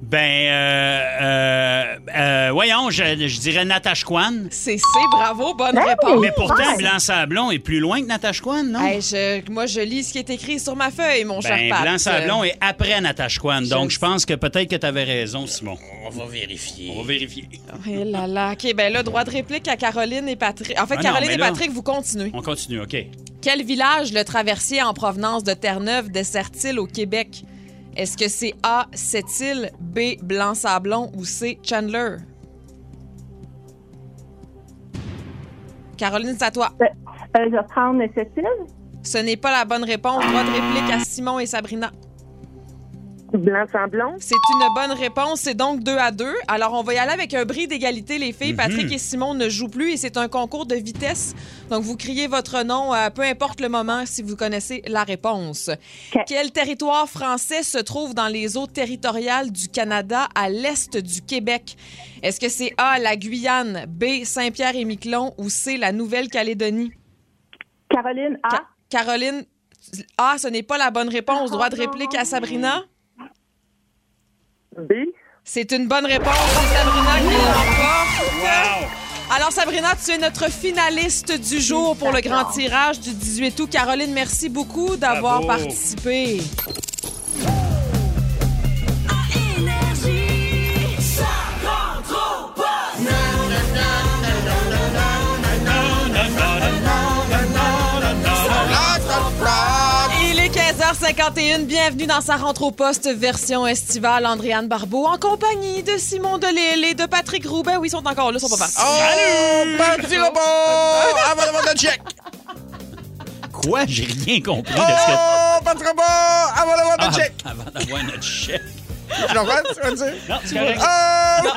D: Ben, euh, euh, euh, voyons, je, je dirais Natasha Kwan.
C: C'est C, bravo, bonne
L: Ben
C: réponse.
D: Mais pourtant, Blanc Sablon est plus loin que Natasha Kwan, non?
C: Hey, je- moi, je lis ce qui est écrit sur ma feuille, mon cher
D: ben,
C: Pat.
D: Blanc Sablon est après Natasha Kwan, donc
C: je
D: je pense que peut-être que tu avais raison, Simon.
E: On va vérifier.
D: On va vérifier.
C: Eh là là. OK, ben là, droit de réplique à Caroline et Patrick. En fait,
D: Ah non,
C: Caroline
D: mais
C: et
D: là-
C: Patrick, vous continuez.
D: On continue, OK.
C: Quel village le traversier en provenance de Terre-Neuve dessert-il au Québec? Est-ce que c'est A, Sept-Îles, B, Blanc-Sablon ou C, Chandler? Caroline, c'est à toi.
L: Euh, je vais prendre cette île.
C: Ce n'est pas la bonne réponse. Droit de réplique à Simon et Sabrina.
L: Blanc semblon.
C: C'est une bonne réponse. C'est donc 2 à 2. Alors, on va y aller avec un bris d'égalité, les filles.
D: Mhm.
C: Patrick et Simon ne jouent plus et c'est un concours de vitesse. Donc, vous criez votre nom, euh, peu importe le moment, si vous connaissez la réponse. Quel territoire français se trouve dans les eaux territoriales du Canada à l'est du Québec? Est-ce que c'est A, la Guyane, B, Saint-Pierre-et-Miquelon ou C, la Nouvelle-Calédonie?
L: Caroline A.
C: Ca- Caroline, A, Ah, ce n'est pas la bonne réponse. Droit de réplique à Sabrina?
L: B.
C: C'est une bonne réponse. C'est Sabrina qui l'emporte. Alors, Sabrina, tu es notre finaliste du jour pour le grand tirage du 18 août. Caroline, merci beaucoup d'avoir
D: Bravo.
C: participé. Il est 15h51. Bienvenue dans sa rentre au poste version estivale. Andréane Barbeau en compagnie de Simon Delille et de Patrick Roubaix. Oui, ils sont encore là, ils sont pas partis.
E: Oh, petit robot!
D: Ah.
E: Avant de vendre le chèque!
D: Quoi? J'ai rien compris de
E: Oh,
D: ce que...
E: petit robot! Avant
C: Oh,
E: de vendre
D: Ah,
E: le chèque!
D: avant d'avoir notre chèque.
E: Tu comprends ce que je veux dire?
D: Non, c'est correct.
E: Oh!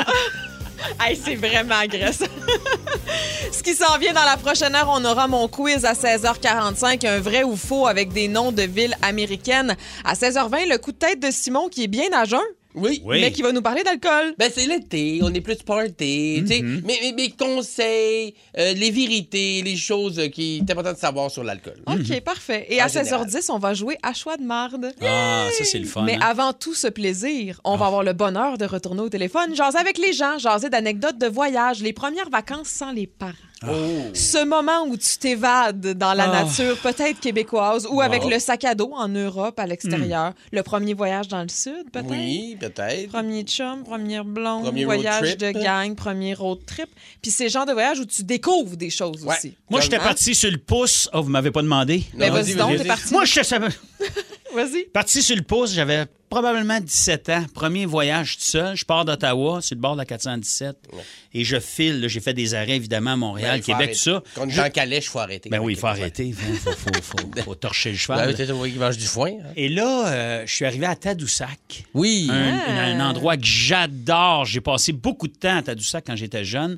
C: Hey, c'est vraiment agressant. <laughs> Ce qui s'en vient dans la prochaine heure, on aura mon quiz à 16h45, un vrai ou faux avec des noms de villes américaines. À 16h20, le coup de tête de Simon qui est bien à jeun,
E: Oui.
D: Oui.
C: mais qui va nous parler d'alcool.
E: Ben, c'est l'été, on est plus party. tu sais.
D: Mm-hmm.
E: Mais, mais, mais conseils, euh, les vérités, les choses euh, qui est important de savoir sur l'alcool.
D: Mhm.
C: OK, parfait. Et à
E: En général.
C: 16h10, on va jouer à choix de marde.
D: Ah, ça, c'est le fun.
C: Mais
D: hein? Ah.
C: avant tout ce plaisir, on va avoir le bonheur de retourner au téléphone, jaser avec les gens, jaser d'anecdotes de voyage, les premières vacances sans les parents.
E: Oh!
C: <laughs> Ce moment où tu t'évades dans la
D: Ah.
C: nature, peut-être québécoise, ou avec le sac à dos en Europe, à l'extérieur. Le premier voyage dans le sud, peut-être.
E: Hmm. Oui, peut-être.
C: Premier chum, première blonde,
E: Premier road
C: voyage
E: trip.
C: de gang, premier road trip. Puis c'est le genre de voyage où tu découvres des choses
E: Ouais.
C: aussi.
D: Moi, j'étais
C: Hein?
D: parti sur le pouce. Oh, vous m'avez pas demandé.
C: Mais
E: Non,
C: vas-y
E: vas-y,
C: donc,
E: vas-y,
C: t'es
E: vas-y.
C: parti.
D: Moi, je savais...
C: Vas-y.
D: Parti sur le pouce, j'avais probablement 17 ans. Premier voyage tout seul. Je pars d'Ottawa, sur le bord de la 417. Et je file. là. J'ai fait des arrêts, évidemment, à Montréal,
E: Ben, faut
D: Québec, tout ça.
E: arrêter. Quand on est
D: Je-
E: en calèche, il faut arrêter.
D: Ben oui, il faut arrêter. Il faut, faut,
E: <laughs>
D: faut- faut torcher le
E: Ah,
D: cheval.
E: oui, t'es un qui mange du foin. hein?
D: Et là, euh, je suis arrivé à Tadoussac.
E: Oui.
D: Un, un endroit que j'adore. J'ai passé beaucoup de temps à Tadoussac quand j'étais jeune.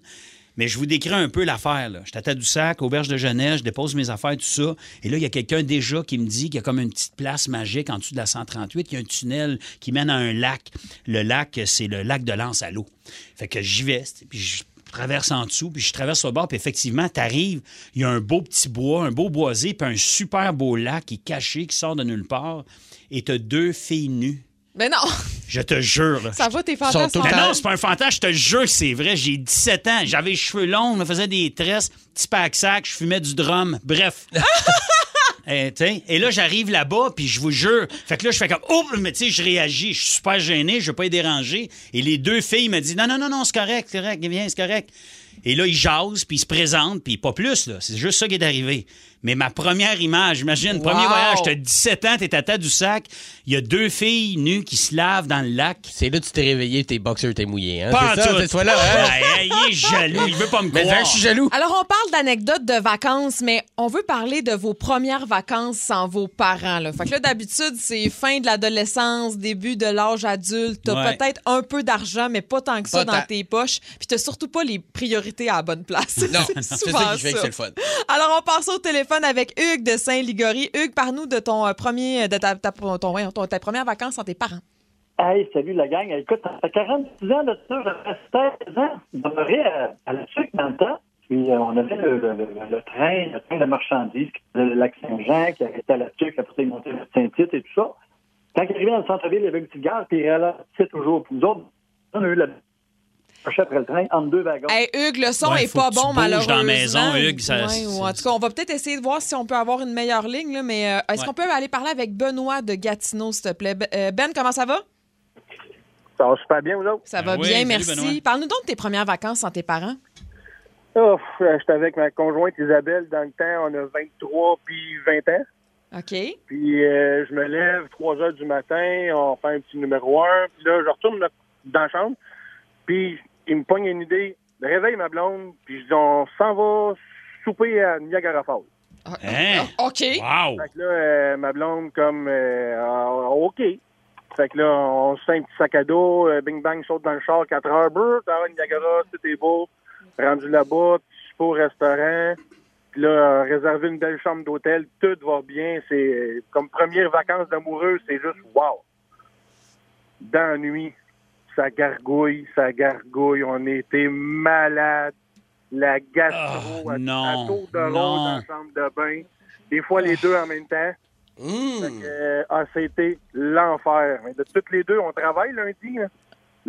D: Mais je vous décris un peu l'affaire. là. J'étais à Tadoussac, auberge de jeunesse, je dépose mes affaires, tout ça. Et là, il y a quelqu'un déjà qui me dit qu'il y a comme une petite place magique en dessous de la 138. Il y a un tunnel qui mène à un lac. Le lac, c'est le lac de Lance à l'eau. Fait que j'y vais, c'est- puis je traverse en dessous, puis je traverse le bord, puis effectivement, t'arrives, il y a un beau petit bois, un beau boisé, puis un super beau lac qui est caché, qui sort de nulle part. Et t'as deux filles nues.
C: Mais non, <laughs>
D: Je te jure. là.
C: ça va, t'es
E: sont tout
C: fantastique.
E: le
D: Mais
E: temps-
D: Ben non, c'est pas un fantasme, je te jure que c'est vrai. J'ai 17 ans, j'avais les cheveux longs, je me faisais des tresses, petit pack-sac, je fumais du drum, bref. Eh, tu sais, Et là, j'arrive là-bas, puis je vous jure. Fait que là, je fais comme, oh, mais tu sais, je réagis, je suis super gêné, je veux pas les déranger. Et les deux filles me disent, non, non, non, non, c'est correct, c'est correct, viens, c'est correct. Et là, ils jasent, puis ils se présentent, puis pas plus, là. C'est juste ça qui est arrivé. Mais ma première image, imagine, premier
C: Wow.
D: voyage, t'as 17 ans, t'es à Tadoussac, il y a deux filles nues qui se lavent dans le lac.
E: C'est là que tu t'es réveillé, tes boxeurs t'es mouillé. Hein?
D: Pas
E: c'est
D: en
E: ça,
D: tout.
E: cette fois-là. Hein?
D: Ah, hey, il est jaloux, il veut pas me
E: Mais
D: croire.
E: je suis jaloux.
C: Alors, on parle d'anecdotes de vacances, mais on veut parler de vos premières vacances sans vos parents. Là. Fait que là, d'habitude, c'est fin de l'adolescence, début de l'âge adulte. T'as
D: Ouais.
C: peut-être un peu d'argent, mais pas tant que ça
E: Pas
C: dans
E: tant.
C: tes poches. Puis t'as surtout pas les priorités à la bonne place. <laughs>
E: Non,
C: c'est
E: c'est
C: souvent
E: ça qui fait que c'est le fun.
C: Alors, on passe au téléphone avec Hugues de Saint-Ligory. Hugues, parle-nous de ton euh, premier, de ta, ta- ton, ouais, ton- ta première vacance sans tes parents.
M: Hey, salut la gang. Écoute, ça fait 46 ans de ça, j'avais 16 ans. On demeurait à, à la sucre dans le temps. Puis euh, on avait le, le- le- le train, le train de marchandises qui faisait le lac Saint-Jean, qui arrêtait à la sucre, après ça, il montait le Saint-Tite et tout ça. Quand il arrivait dans le centre-ville, il y avait une petite gare, puis il ralentissait toujours. Puis nous autres, on a eu la marche après le train entre deux wagons.
C: Hey, Hugues, le son
M: Ouais,
C: est
M: faut
C: pas
M: que tu
C: bon,
M: bouges dans la
C: malheureusement.
M: maison, Hugues, ça-
C: Ouais, ou en tout cas, on va peut-être essayer de voir si on peut avoir une meilleure ligne, là, mais euh, est-ce
M: Ouais.
C: qu'on peut aller parler avec Benoît de Gatineau, s'il te plaît? Ben, euh, Ben, comment ça va?
N: Ça va super bien, vous autres?
C: Ça
E: Ben
C: va bien, merci. Parle-nous donc de tes premières vacances sans tes parents.
N: Ouf, euh, j'étais avec ma conjointe Isabelle dans le temps, on a 23 puis 20 ans.
C: OK.
N: Puis euh, je me lève 3 heures du matin, on fait un petit numéro 1, puis là, je retourne là- dans la chambre, puis il me pogne une idée, Je réveille ma blonde, puis je dis, on s'en va souper à Niagara Falls.
C: OK.
D: Hein? Wow!
N: Fait que là, euh, ma blonde, comme, euh, ah, OK. Fait que là, on se fait un petit sac à dos, euh, bing bang, saute dans le char, 4 heures, brrr, t'as un Niagara, tout est beau. Rendu là-bas, petit souper au restaurant. Puis là, euh, réserver une belle chambre d'hôtel, tout va bien. C'est euh, comme première vacances d'amoureux, c'est juste wow. Dans la nuit, ça gargouille, ça gargouille. On était malade. La gastro à, à tour de rôle
D: non.
N: dans la chambre de bain. Des fois, les deux en même temps.
E: Hmm.
N: Fait que, euh, ah, c'était l'enfer. Mais de toutes les deux, on travaille lundi. là.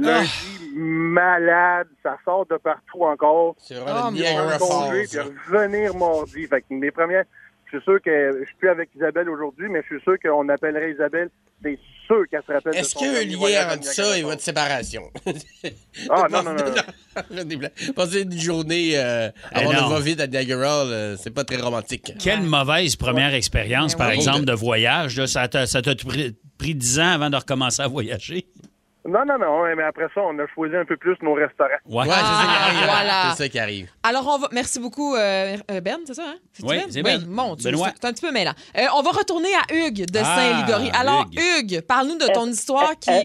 E: Ah.
N: Lundi, malade, ça sort de partout encore.
E: C'est
N: Ah,
E: vraiment une
N: mais on
E: Niagara
N: est congé,
E: Falls.
N: puis revenir mardi. Fait que mes premières, je suis sûr que je suis plus avec Isabelle aujourd'hui, mais je suis sûr qu'on appellerait Isabelle. C'est sûr qu'elle se rappelle.
E: Est-ce qu'il y a un lien entre ça et
O: <laughs>
E: votre séparation? <laughs>
N: Ah, non, non, non. non.
E: Je dis blague. Passer une journée euh,
D: Eh
E: avant
D: non.
E: de va-vite à Niagara, euh, c'est pas très romantique.
D: Quelle mauvaise première expérience, par
E: oui.
D: exemple, de voyage. là. Ça t'a ça t'a pris pris 10 ans avant de recommencer à voyager.
N: Non, non, non, hein, mais après ça, on a choisi un peu plus nos restaurants.
D: Ouais.
E: Ouais, c'est hein. ça qui arrive.
C: Ah, voilà.
E: C'est ça qui arrive.
C: Alors, on va. Merci beaucoup, euh, euh, Ben, c'est ça, hein? C'est-tu
E: Oui, c'est Ben.
C: Mon Dieu,
E: Benoît.
C: c'est un petit peu mêlant. Euh, on va retourner à Hugues de
M: Ah,
C: Saint-Ligorie. Alors,
M: Hugues.
C: Hugues, parle-nous de ton histoire qui.
M: Euh,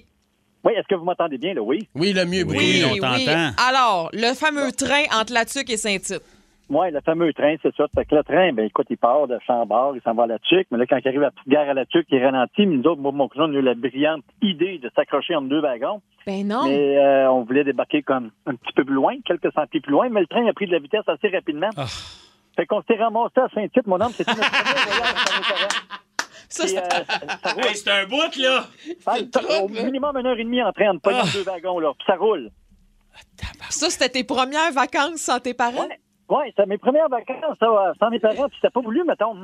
M: Oui, est-ce que vous m'entendez bien, là? Oui.
E: Oui, le mieux,
M: oui,
C: Alors, le fameux train entre Latuc et Saint-Tite.
M: Oui, le fameux train, c'est ça. Fait que le train, ben écoute, il part de Chambord, il s'en va à la Tuque, mais là, quand il arrive à la petite gare à la Tuque, il ralentit. Mais nous autres, moi, mon cousin, on a eu la brillante idée de s'accrocher entre deux wagons.
C: Ben non.
M: Mais euh, on voulait débarquer comme un petit peu plus loin, quelques centimes plus loin, mais le train a pris de la vitesse assez rapidement.
D: Ah.
M: Fait qu'on s'est ramassé à Saint-Tite, mon homme, c'était notre premier <laughs> voyage avec mes parents. Puis, euh, ça roule.
D: c'est un bout, là!
M: Ah, au minimum une heure et demie en train de pogner
C: Ah.
M: deux wagons, là. Puis ça roule.
C: Ça, c'était tes premières vacances sans tes parents?
M: Oui, c'était mes premières vacances, ça, euh, sans mes parents, puis c'était pas voulu, mettons.
D: <laughs>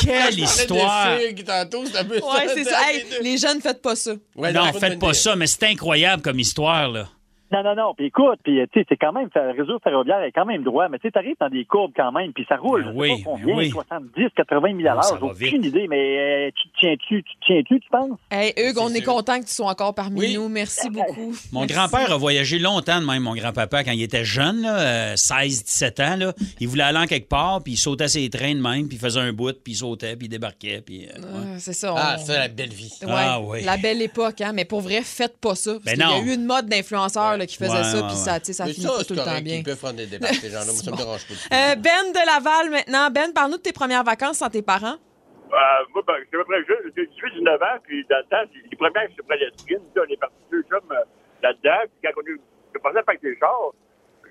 D: Quelle
E: Je parlais de fugue tantôt, c'est un peu
C: Ouais, c'est ça. Hey, les jeunes, faites pas ça.
D: non, faites pas ça, mais c'est incroyable comme histoire, là.
M: Non, non, non. Puis écoute, puis euh, tu sais, c'est quand même, le réseau ferroviaire est quand même droit, mais tu sais, t'arrives dans des courbes quand même, puis ça roule. je sais
D: Ben oui,
M: pas combien,
D: oui.
M: 70, 80 000 à
D: Non, ça
M: l'heure,
D: va
M: j'ai
D: vite.
M: aucune idée, mais euh, tu te tiens-tu, tu te tiens-tu, tu penses?
C: Hey, Hugues, on est content que tu sois encore parmi nous. Merci beaucoup.
D: Mon
C: Merci.
D: grand-père a voyagé longtemps de même, mon grand-papa, quand il était jeune, là, euh, 16, 17 ans. Là, il voulait aller en quelque part, puis il sautait ses trains de même, puis il faisait un bout, puis il sautait, puis il débarquait. Puis, euh, ouais.
C: Ah, c'est ça.
D: Ah,
C: on-
D: ça, la belle vie.
C: Ouais,
D: Ah, oui.
C: La belle époque, hein. Mais pour vrai, faites pas ça. Parce
D: Ben
C: qu'il y a
D: non.
C: eu une mode d'influenceurs là, qui faisaient
D: Ouais,
C: ça,
D: ouais,
C: puis
D: ouais.
C: ça, tu sais, ça
E: Mais
C: finit
E: ça,
C: pas
E: c'est
C: tout le temps
E: correct,
C: bien.
E: Ils peuvent prendre des débats, ces gens-là.
C: <laughs>
E: Moi, ça me dérange pas.
C: Euh, ben de Laval maintenant. Ben, parle-nous de tes premières vacances sans tes parents.
P: Euh, moi, ben, j'ai à peu près juste, j'ai 18, 19 ans, puis dans le temps, les premières, c'est près de la screen, puis là, on est partis deux chums euh, là-dedans, puis quand on est, je pensais faire des chars,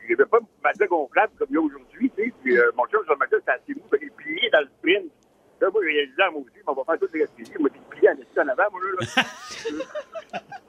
P: il n'y avait pas de matelas gonflable comme il y a aujourd'hui, tu sais, puis euh, mon chum, son matelas, c'était assez mou, ben, il est plié dans le sprint. Là, moi, j'ai dit à mon aussi, on va faire toutes les respirer, il m'a dit plié en esti en avant, moi, là. là.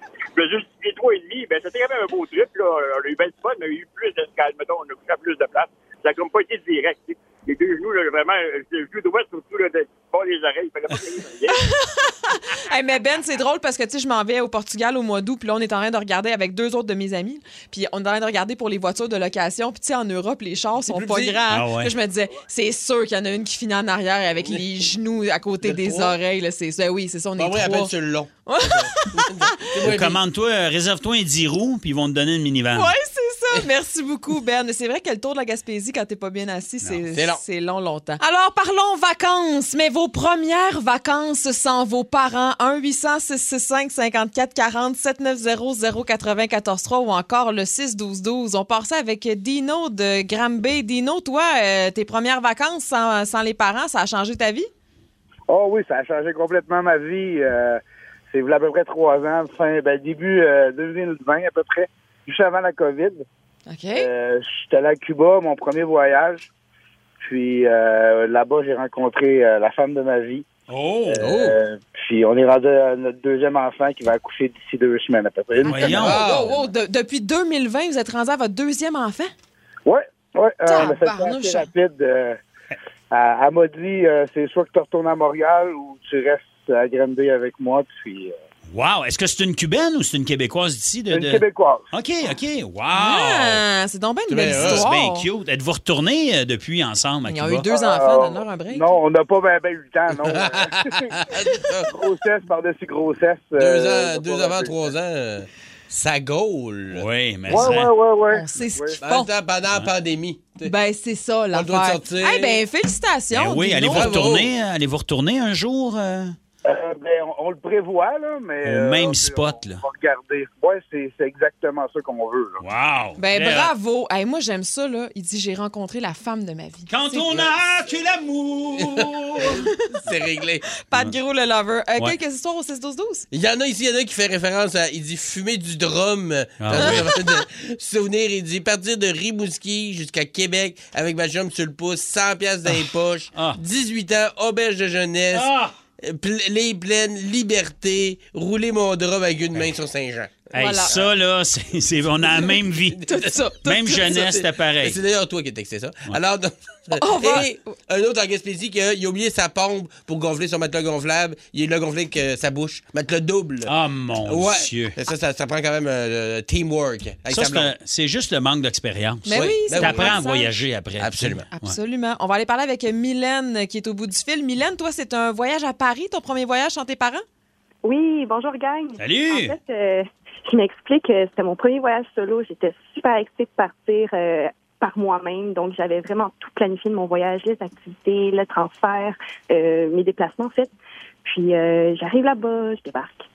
D: <laughs>
P: Je me suis dit, trois et demi, ben, c'était quand même un beau trip, là. On a eu belle fun, on a eu plus d'escale, mettons, on a pris plus de place. Ça n'a comme pas été direct, tu sais. Les deux genoux, là, vraiment, euh, le genou droit, surtout, là, de bord des oreilles, il fallait pas que ça aille.
C: Hey, mais Ben, c'est drôle parce que tu sais, je m'en vais au Portugal au mois d'août, puis là, on est en train de regarder avec deux autres de mes amis, puis on est en train de regarder pour les voitures de location, puis tu sais, en Europe, les chars sont
D: plus
C: pas
D: petit.
C: grands. hein.
D: Ah ouais.
C: Là, je me disais, c'est sûr qu'il y en a une qui finit en arrière avec les genoux à côté des
E: trois.
C: oreilles, là, c'est ça. Oui, c'est ça, on est
E: Ah oui,
C: trois.
E: appelle sur
C: <laughs>
E: le long.
D: <laughs> Ou Commande-toi, euh, réserve-toi un 10 roues, puis ils vont te donner une minivan.
C: Ouais, c'est ça. Merci beaucoup, Ben. C'est vrai que le tour de la Gaspésie, quand t'es pas bien assis, c'est
D: c'est long.
C: c'est long. longtemps. Alors, parlons vacances, mais vos premières vacances sans vos parents. 1-800-665-5440-790-094-3 ou encore le 6-12-12. On part ça avec Dino de Granby. Dino, toi, euh, tes premières vacances sans, sans les parents, ça a changé ta vie?
O: Oh oui, ça a changé complètement ma vie. Euh, c'est voilà à peu près trois ans, fin, ben, début euh, 2020 à peu près, juste avant la COVID.
C: OK.
O: Euh, je suis allé à Cuba, mon premier voyage. Puis euh, là-bas, j'ai rencontré euh, la femme de ma vie.
D: Oh!
O: Euh, Puis on est rendu à notre deuxième enfant qui va accoucher d'ici deux semaines à peu près. Une
D: Voyons.
O: semaine.
C: Wow, wow, Oh, de- depuis 2020, vous êtes rendu à votre deuxième enfant?
O: Ouais, ouais. euh, on a fait ça
C: Tabarnouche.
O: assez rapide. euh, elle elle m'a dit, euh, c'est soit que tu retournes à Montréal ou tu restes à Granby avec moi. Puis euh,
D: Wow! Est-ce que c'est une Cubaine ou c'est une Québécoise d'ici? de-
O: Une
D: de-
O: Québécoise.
D: OK, OK. Wow!
C: Ah, c'est donc bien une belle
D: C'est
C: histoire.
D: bien cute. Êtes-vous retournés euh, depuis ensemble à
C: Ils ont
D: Cuba? Ah.
C: eu deux enfants, dans leur un break.
O: euh, non, on n'a pas bien eu le temps, non.
C: <laughs>
O: <laughs> grossesse par-dessus grossesse. euh,
E: Deux
O: on
E: ans,
O: a
E: deux
O: pas
E: avant,
O: eu.
E: trois ans, euh, ça gaule.
D: Oui, mais
O: Ouais, ouais, ouais, ouais.
C: On sait ce
O: Ouais.
C: qu'ils
E: Pendant
C: font.
E: la pandémie.
C: Ben, c'est ça,
E: le droit de
C: l'affaire. Eh
E: sortir.
C: ben,
D: Ben
C: félicitations.
D: oui,
C: Dino.
D: allez-vous
E: Bravo.
D: retourner, euh, allez-vous retourner un jour euh,
O: Euh, ben, on, on le prévoit, là, mais.
D: au
O: euh,
D: même
O: on-
D: spot? Là?
O: On va regarder. Ouais, c'est c'est exactement ça qu'on veut. là.
D: Wow!
C: Ben,
D: Très-
C: bravo. Eh, moi, j'aime ça, là. Il dit, j'ai rencontré la femme de ma vie.
D: Quand
C: C'est-
D: on a que l'amour!
E: C'est réglé.
C: Pat Giro, le lover. <laughs> Euh,
E: Ouais.
C: Quelques histoires au 6-12-12?
E: Il y en a ici, il y en a qui fait référence à. Il dit fumer du drum.
D: Ah
E: Dans
D: ouais.
E: un
D: <laughs>
E: de souvenir, il dit partir de Rimouski jusqu'à Québec avec ma chum sur le pouce, 100 piastres dans les poches, 18 ans, auberge de jeunesse,
D: Ah!
E: euh, pl- les plaines, liberté, rouler mon drum avec une main sur Saint-Jean.
D: Hey,
E: Voilà.
D: Ça, là, <laughs> c'est- c'est- on a la même
C: <laughs>
D: vie. même jeunesse,
E: c'est-
D: c'était pareil.
E: C'est d'ailleurs toi qui as texté ça. Alors, donc-
C: <laughs> On va-
E: et un autre en Gaspésie qui a, il a oublié sa pompe pour gonfler son matelas gonflable. Il l'a gonflé avec euh, sa bouche. Matelas double.
D: Ah, mon
E: Ouais.
D: Dieu!
E: Ça, ça, ça prend quand même euh, le teamwork. Avec
D: Ça,
E: sa
D: c'est
E: blonde.
D: un- c'est juste le manque d'expérience.
C: Mais oui, c'est
D: T'apprends à
C: intéressant.
D: voyager après.
E: Ben Absolument.
D: Ouais.
C: Absolument. On va aller parler avec Mylène euh, qui est au bout du fil. Mylène, toi, c'est un voyage à Paris, ton premier voyage sans tes parents?
L: Oui, bonjour gang.
D: Salut.
L: En fait, euh, je m'explique, euh, c'était mon premier voyage solo. J'étais super excitée de partir euh, par moi-même. Donc, j'avais vraiment tout planifié de mon voyage, les activités, le transfert, euh, mes déplacements, en fait. Puis, euh, j'arrive là-bas, je débarque.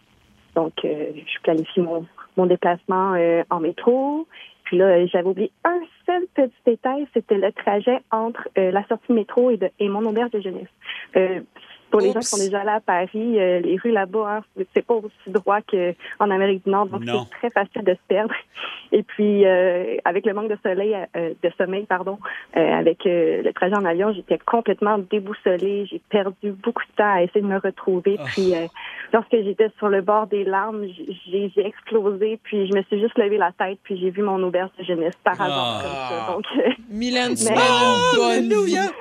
L: Donc, euh, je planifie mon, mon déplacement euh, en métro. Puis là, euh, j'avais oublié un seul petit détail, c'était le trajet entre euh, la sortie de métro et, de, et mon auberge de jeunesse. Euh, pour les gens qui sont déjà allés à Paris, euh, les rues là-bas, hein, c'est pas aussi droit qu'en Amérique du Nord, donc
D: Non.
L: c'est très facile de se perdre. Et puis, euh, avec le manque de soleil, euh, de sommeil, pardon, euh, avec euh, le trajet en avion, j'étais complètement déboussolée. J'ai perdu beaucoup de temps à essayer de me retrouver.
D: Ah.
L: Puis, euh, lorsque j'étais sur le bord des larmes, j- j'ai j'ai explosé. Puis, je me suis juste levé la tête. Puis, j'ai vu mon auberge de jeunesse par hasard.
D: Ah.
L: comme ça. Donc, euh,
C: <laughs> Mylène, tu
L: Mais- Ah,
C: m'as bonne vie.
E: Alléluia!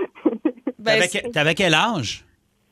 C: Ben,
D: T'avais
C: c'est-
D: que- T'avais quel âge?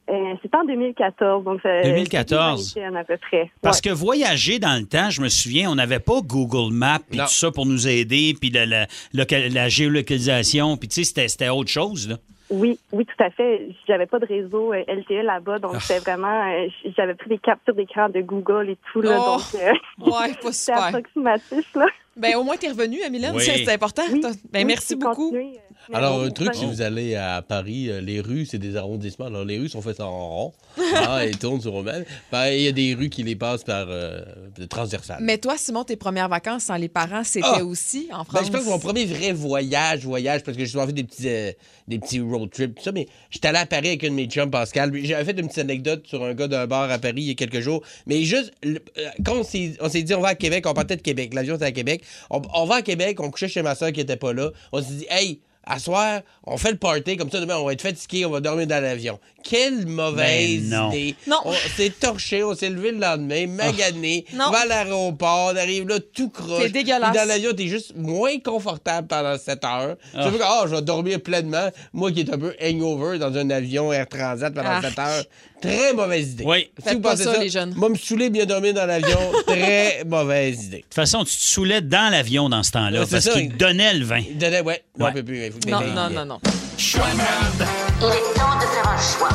L: euh, c'est en 2014. Donc, ça-
D: 2014.
L: c'est une à peu près.
D: Parce
L: Ouais.
D: que voyager dans le temps, je me souviens, on n'avait pas Google Maps puis tout ça pour nous aider, puis la, la- loca- la géolocalisation, puis tu sais, c'était- c'était autre chose. Là.
L: Oui, oui, tout à fait. J'avais pas de réseau euh, LTE là-bas, donc
C: Ah.
L: c'était vraiment. euh, j- J'avais pris des captures d'écran de Google et tout là,
C: Oh.
L: donc euh,
C: <laughs>
L: <laughs>
C: Ouais, pas
L: c'était
C: super.
L: approximatif là.
C: Ben, au moins, t'es revenue, hein, Mylène.
E: Oui.
C: C'est c'est important. T'as- Ben,
L: Oui,
C: merci
L: j'ai
C: beaucoup.
L: continué, euh, mais
E: Alors,
L: bon,
E: un truc,
L: ça-
E: si vous allez à Paris, euh, les rues, c'est des arrondissements. Alors, les rues sont faites en rond. Ah, elles tournent sur eux-mêmes. Ben, Il y a des rues qui les passent par euh, le transversal.
C: Mais toi, Simon, tes premières vacances sans les parents, c'était
E: Ah!
C: aussi en
E: Ben,
C: France.
E: je pense que mon premier vrai voyage, voyage, parce que j'ai souvent fait des petits, euh, des petits road trips, tout ça, mais j'étais allé à Paris avec un de mes chums, Pascal. Puis J'avais fait une petite anecdote sur un gars d'un bar à Paris il y a quelques jours, mais juste, le- euh, quand on s'est on s'est dit, on va à Québec, on partait de Québec, l'avion était à Québec, on, on va à Québec, on couchait chez ma soeur qui était pas là, on s'est dit, hey, à soir, on fait le party, comme ça, demain, on va être fatigué, on va dormir dans l'avion. Quelle mauvaise
D: Mais non.
E: idée.
C: Non.
E: On s'est torché, on s'est levé le lendemain, magané,
C: Non.
E: va à l'aéroport, on arrive là tout croche.
C: C'est dégueulasse.
E: Puis dans l'avion, t'es juste moins confortable pendant 7 heures.
D: Ah.
E: Ça fait que, ah, je vais dormir pleinement. Moi qui est un peu hangover dans un avion Air Transat pendant
C: Ah.
E: 7 heures. Très mauvaise idée.
D: Oui.
E: Si
C: Faites
E: vous
C: pas
E: pensez
C: ça, les jeunes.
E: Moi, me saouler, bien dormir dans <laughs> l'avion, très mauvaise idée.
D: De toute façon, tu te saoulais dans l'avion dans ce temps-là,
E: Ouais, c'est
D: parce
E: ça.
D: qu'il te donnait le vin.
E: Il donnait- ouais, non,
D: Ouais.
E: on peut plus. il faut que
C: Non,
E: les-
C: non, non, non.
A: Il est temps de faire un choix.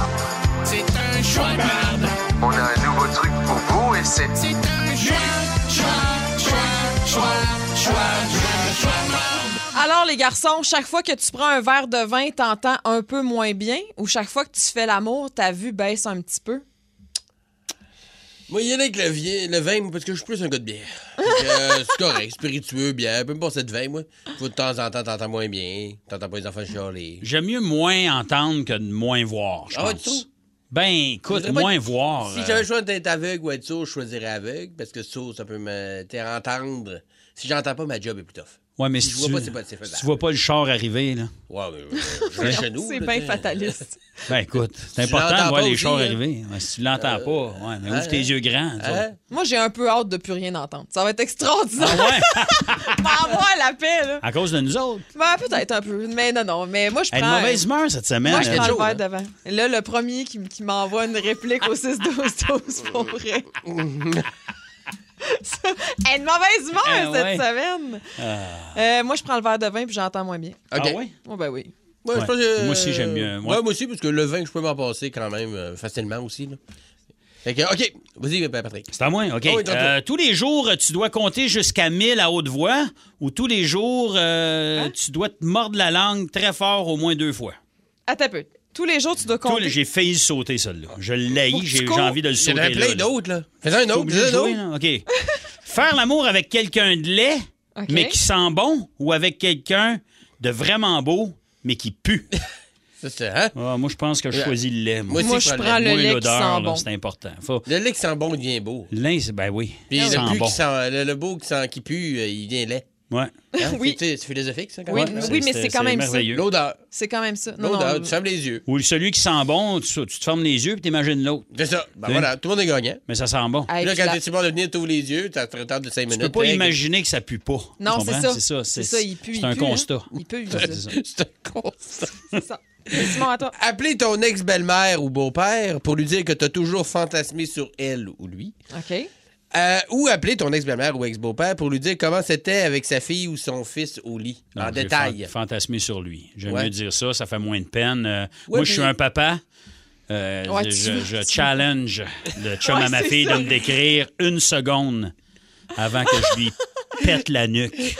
J: C'est un choix merde.
Q: On a un nouveau truc pour vous et c'est
J: C'est un choix, choix, choix, choix, choix, choix, choix merde.
C: Alors, les garçons, chaque fois que tu prends un verre de vin, t'entends un peu moins bien ou chaque fois que tu fais l'amour, ta vue baisse un petit peu?
E: Moi, il y en a avec le, vie- le vin, moi, parce que je suis plus un gars de bière. Fait que, euh, c'est correct, spiritueux, bière. Peu me passer de vin, moi. Faut de temps en temps, t'entends moins bien. T'entends pas les enfants chialer.
D: J'aime mieux moins entendre que de moins voir, je
E: Ah ouais, tu
D: pense.
E: trouves?
D: Ben, écoute,
E: voudrais pas
D: moins
E: être-
D: voir.
E: Si
D: euh,
E: j'avais le choix d'être aveugle ou être sourd, je choisirais aveugle parce que sourd, ça peut me t'sais, entendre. Si j'entends pas, ma job est plus tough.
D: Ouais, mais
E: Si
D: si
E: je vois
D: tu,
E: pas, c'est pas- c'est faisable.
D: tu vois pas le char arriver, là.
E: Ouais, mais,
D: <laughs>
E: euh, j'ai le genou,
C: C'est
E: là,
C: bien
E: t'sais.
C: fataliste.
D: Ben écoute, c'est
E: Tu l'entends
D: important de
E: pas
D: voir les
E: aussi,
D: chars
E: hein?
D: arriver. Ouais, si tu l'entends pas, ouais, mais ouvre
E: hein?
D: tes yeux grands. tu vois.
C: Moi, j'ai un peu hâte de plus rien entendre. Ça va être extraordinaire.
E: Ah
C: <laughs> Par moi, la paix, là.
D: À cause de nous autres.
C: Ben, peut-être un peu. Mais non, non. Mais moi, je prends.
D: Hey, une mauvaise
C: euh,
D: humeur cette semaine.
C: Moi, je
D: hein.
C: prends le verre devant. Là, le premier qui, qui m'envoie une réplique au 6-12-12, pour
E: <laughs>
C: vrai. Ça- hey, une mauvaise humeur
D: Eh,
C: cette
D: ouais.
C: semaine.
D: Ah.
C: Euh, moi, je prends le verre de vin puis j'entends moins bien.
E: OK. Ah ouais?
C: Oh, ben oui.
E: Ouais, je pense que-
D: Moi aussi, j'aime mieux. Moi-
E: Ouais, moi aussi, parce que le vin, je peux m'en passer quand même euh, facilement aussi. Là. Fait que, OK, vas-y, Patrick.
D: C'est à moi,
E: Ah
D: OK. Euh, tous les jours, tous les jours, tu dois compter jusqu'à 1000 à haute voix ou tous les jours, euh, tu dois te mordre la langue très fort au moins deux fois.
C: Attends un peu. Tous les jours, tu dois
D: Tous les-
C: compter.
D: J'ai failli sauter celle-là. Je l'ai,
C: Faut que tu
D: j'ai j'ai
C: cours.
D: envie de le
E: Il y en
D: sauter.
E: a plein
D: là, là.
E: d'autres, là. Fais-en une
D: T'es
E: autre,
D: obligé
E: fais-en
D: de jouer,
E: une
D: là? OK. Faire l'amour avec quelqu'un de laid,
C: OK.
D: mais qui sent bon, ou avec quelqu'un de vraiment beau, mais qui pue.
E: Ça, <laughs> c'est, hein?
D: Ah, moi, je pense que je
E: Ouais.
D: choisis le lait.
E: Moi aussi, Moi, je je prends prends le
D: Moi,
E: lait qui
D: l'odeur, là,
E: sent bon.
D: C'est important.
E: Le lait qui sent bon devient beau.
D: Lin, c'est- ben oui.
E: Puis
D: il
E: le,
D: sent
E: plus
D: bon.
E: qui sent- le, le beau qui, sent, qui pue, euh, il devient laid.
D: Ouais.
E: oui. C'est c'est philosophique, ça, quand
C: Oui,
E: même.
C: oui, mais c'est quand même ça.
D: merveilleux.
E: L'odeur.
C: C'est quand même ça. Non,
E: L'odeur,
C: non.
E: tu fermes les yeux.
D: Ou celui qui sent bon, tu, tu te fermes les yeux puis t'imagines l'autre.
E: C'est ça. Ben
D: Oui.
E: voilà, tout le monde est gagnant.
D: Mais ça sent bon.
C: Hey,
E: Puis là,
C: puis
E: quand
C: la-
E: t'es sur le bord de venir, t'ouvres les yeux, t'as t'as de 5 minutes.
D: Tu peux pas
E: Fait que-
D: imaginer que ça pue pas.
C: <laughs> Non,
D: Tu
C: c'est
D: comprends?
C: ça.
D: C'est ça.
C: C'est ça, il pue,
D: C'est
C: il
D: un
C: pue, hein.
D: constat. <laughs>
C: Il pue, il pue.
D: C'est ça.
E: C'est un constat.
C: C'est ça. Simon, à toi.
E: Appeler ton ex-belle-mère ou beau-père pour lui dire que t'as toujours fantasmé sur elle ou lui.
C: OK.
E: Euh, ou appeler ton ex-belle-mère ou ex-beau-père pour lui dire comment c'était avec sa fille ou son fils au lit, en
D: Non, Ah, j'ai
E: détail.
D: fan- Fantasmer sur lui. J'aime
E: Ouais.
D: mieux dire ça, ça fait moins de peine. Euh,
E: Ouais,
D: moi, je suis
E: mais-
D: un papa. Euh,
E: Ouais,
D: je,
E: tu-
D: je <laughs>
E: tu-
D: challenge le chum
E: Ouais,
D: à ma
E: c'est
D: fille
E: ça.
D: de me décrire une seconde avant que je lui pète la nuque.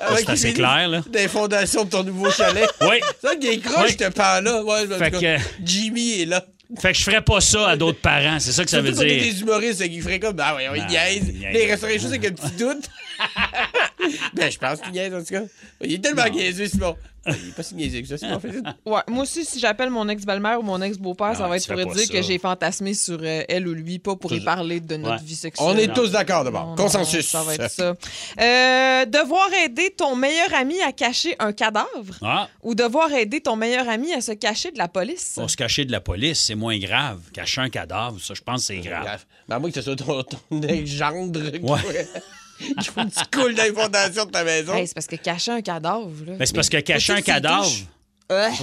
D: Ah,
E: Avec
D: C'est assez
E: les-
D: clair, là.
E: Des fondations de ton nouveau chalet.
D: Oui.
E: Ça, Ah, des croches,
D: Oui.
E: te parle là. Ouais, en
D: Fait
E: tout
D: que-
E: cas, Jimmy est là.
D: Fait que je ferais pas ça à d'autres parents, c'est ça que ça veut
E: Surtout qu'on est
D: dire.
E: des humoristes, qui feraient comme, ah ouais, ouais,
D: Ben,
E: il niaise.
D: il
E: Là,
D: niaise.
E: il resterait juste avec un petit doute.
D: <laughs>
E: ben, je pense qu'il niaise, en tout cas. Il est tellement niaiseux, Simon. Il est pas si niaiseux que ça, Simon. fais ça.
C: Ouais, moi aussi, si j'appelle mon ex-belle-mère ou mon ex-beau-père, ça
E: Ah,
C: va
E: tu
C: être pour
E: fais
C: lui
E: pas
C: dire
E: ça.
C: que j'ai fantasmé sur euh, elle ou lui, pas pour y
E: Toujours.
C: parler de notre
E: Ouais.
C: vie sexuelle.
E: On est
C: Non.
E: tous d'accord, d'abord.
C: Non, non,
E: Consensus.
C: Ça va être ça. Euh, devoir aider ton meilleur ami à cacher un cadavre
D: Ah.
C: ou devoir aider ton meilleur ami à se cacher de la police.
D: Pour se cacher de la police, c'est moins grave. Cacher un cadavre, ça, je pense que c'est grave.
E: Mais à moins que ce soit ton, <laughs> ton ex-gendre qui-
D: Ouais.
E: qui fout une petite coule dans les fondations de ta maison.
C: Hey, c'est parce que cacher un cadavre. Là.
D: Mais Ben, c'est parce que cacher un cadavre.
C: Euh,
D: Ouf.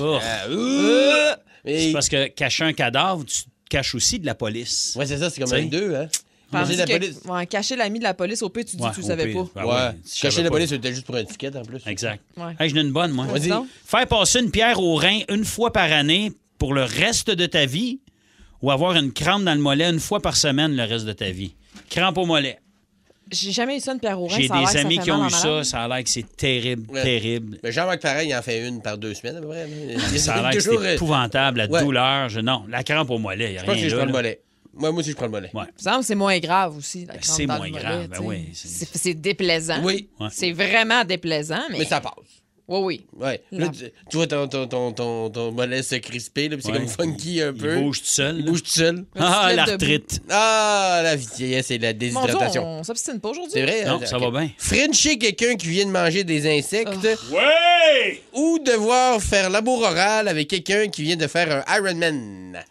E: euh,
D: C'est parce que cacher un cadavre, tu te caches aussi de la police.
E: Oui, c'est ça, c'est comme
D: T'sais?
E: même deux, hein.
C: tandis
E: Cacher la
C: que-
E: police.
C: ouais, cacher l'ami de la police, au pire, tu dis
D: Ouais,
C: que tu
D: au
C: le savais
D: pire.
C: pas.
D: Ah
E: ouais.
D: ouais, tu
E: Cacher
D: savais
E: la
D: pas.
E: police, c'était juste pour un ticket, en plus.
D: Exact.
C: Ouais.
D: Hey, j'en ai une bonne, moi.
E: Vas-y. donc.
D: Faire passer une pierre au rein une fois par année pour le reste de ta vie ou avoir une crampe dans le mollet une fois par semaine le reste de ta vie. Crampe au mollet.
C: J'ai jamais eu ça, une pierre au rein.
D: J'ai
C: ça a l'air que
D: des
C: ça
D: amis
C: fait
D: qui ont
C: mal
D: eu
C: en
D: ça.
C: malade.
D: Ça a l'air que c'est terrible,
E: Ouais.
D: terrible. Ah,
E: Mais Jean-Marc Parrain, il en fait une par deux semaines, à peu près. hein. Il-
D: Ça
E: il-
D: a l'air que
E: toujours,
D: c'est
E: euh,
D: épouvantable, la
E: ouais.
D: douleur. Je- non, la crampe au mollet, il n'y a
E: Je pense
D: rien
E: que je
D: là,
E: prends le
D: là.
E: mollet. Moi, moi aussi, je prends le mollet.
D: Ouais.
C: Il me semble que c'est moins grave aussi. la crampe
D: c'est
C: dans le
D: moins
C: mollet,
D: grave, ben
C: tu sais.
D: oui,
C: C'est c'est déplaisant.
E: Oui.
D: Ouais.
C: C'est vraiment déplaisant, mais.
E: Mais ça passe.
C: Oui, oui.
E: Ouais.
C: La-
E: Là, tu, tu vois ton, ton, ton, ton, ton mollet se crisper, là, puis c'est
D: Ouais.
E: comme funky un peu.
D: bouge tout seul,
E: Il
D: là.
E: bouge tout seul.
D: Ah, l'arthrite.
E: Ah, la vieillesse et la
C: Mon Dieu,
E: déshydratation.
C: on s'obstine pas aujourd'hui.
E: C'est vrai?
D: Non,
E: hein,
D: ça
E: ok.
D: va bien.
E: Frencher quelqu'un qui vient de manger des insectes.
C: Oh.
D: Ouais!
E: Ou devoir faire l'amour oral avec quelqu'un qui vient de faire un Ironman.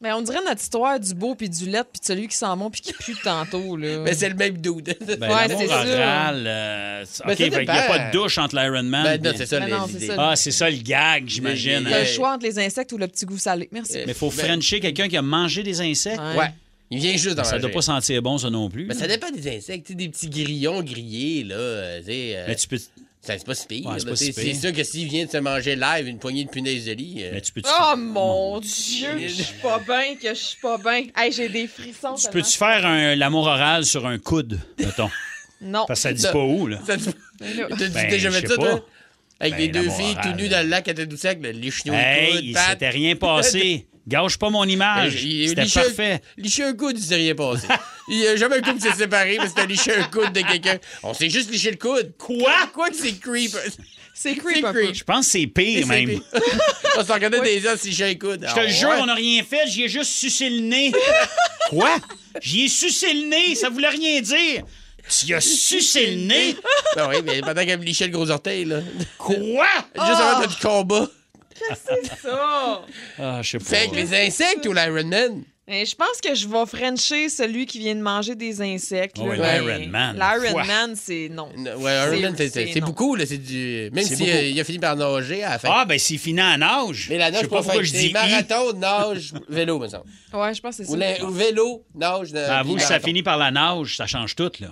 C: Mais on dirait notre histoire du beau puis du lettre puis de celui qui s'en monte puis qui pue tantôt, là.
E: Mais c'est le même dude. <laughs>
D: Ben,
C: Ouais,
D: l'amour
C: c'est ça.
D: oral, euh, c'est-
E: Ben,
D: OK,
E: ça
D: fait qu'il n'y a
E: dépend.
D: pas de douche entre l'Ironman.
E: Ben, non, c'est ça,
C: Ben
E: les
C: non, c'est
E: idées.
C: ça.
D: Ah, c'est ça le gag, <laughs> j'imagine.
C: T'as
D: hein.
C: le choix entre les insectes ou le petit goût salé. Merci.
D: Mais
E: Ben,
D: faut frencher quelqu'un qui a mangé des insectes. Ben,
C: Ouais.
E: Ouais. Il vient juste dans
D: Ça doit pas sentir bon, ça non plus.
E: Mais Ben, ça dépend des insectes. tu sais, Des petits grillons grillés, là. euh, tu sais, euh,
D: Mais tu peux,
E: ça, C'est pas si pire.
D: Ouais,
E: là,
D: c'est pas
E: tu sais,
D: si
E: c'est
D: pire.
E: sûr que s'il vient de se manger live une poignée de punaises de lit. euh,
D: mais tu peux,
C: Oh mon Dieu, je suis pas bien, que je suis pas bien. Hey, j'ai des frissons.
D: tu
C: tellement.
E: hein.
D: peux-tu faire un- l'amour oral sur un coude, mettons?
C: <laughs> Non.
D: Parce que ça dit
E: Non.
D: pas où, là.
C: <laughs>
E: Ça, tu-
C: Là.
E: T'as-tu
D: Ben,
E: déjà
D: je
E: fait
D: sais
E: ça,
D: pas.
E: toi? Avec
D: Ben,
E: les deux
D: l'amour
E: filles tout
D: oral,
E: nues dans le lac à Tadoussac, le lichenot et tout,
D: Hey, il
E: patte.
D: s'était rien
E: <laughs>
D: passé. Gâche pas mon image.
E: Ben, Il- il-
D: C'était
E: licher-
D: parfait.
E: Licher un coude, il s'est
D: <laughs>
E: rien passé. Il n'y a jamais un couple qui s'est séparé, mais c'était licher un coude de quelqu'un. On s'est juste liché le coude. Quoi? Quoi que c'est creep?
C: C'est creep un peu.
E: creep.
D: Je pense que c'est pire, même.
E: <laughs> <laughs> On s'en regardait des heures se licher le coude. Ah,
D: Je te le jure, on n'a rien fait. J'y ai
E: <laughs>
D: juste sucé le nez. Quoi? J'y ai sucé le nez. Ça voulait rien dire. Tu as sucé le nez?
E: Ben oui, mais pendant qu'elle me lichait le gros orteil, là.
D: Quoi?
E: <laughs> Juste avant notre combat.
C: C'est ça!
D: Ah, je sais pas.
E: Fait que les insectes ou l'Iron Man?
C: Et Ben, je pense que je vais frencher celui qui vient de manger des insectes.
D: Oh,
C: là,
D: oui,
C: mais
D: l'Iron Man.
C: L'Iron
D: Ouah.
C: Man, c'est non.
E: Ouais, Iron Man, c'est- c'est c'est
C: non.
E: beaucoup, là. C'est du. Même
D: C'est
E: s'il
D: beaucoup.
E: a fini par nager à la fin.
D: Ah, ben, s'il finit en nage.
E: Mais la
D: Je
E: nage,
D: sais
E: pas
D: pas pourquoi
E: fait.
D: je
E: C'est
D: dis
E: marathon,
D: <laughs>
E: nage, vélo, me semble.
C: Ouais, je pense que c'est ça.
E: Ou, la- ou vélo, nage. de-
D: Ben, Avoue,
E: puis
D: si ça
E: marathon.
D: finit par la nage, ça change tout, là.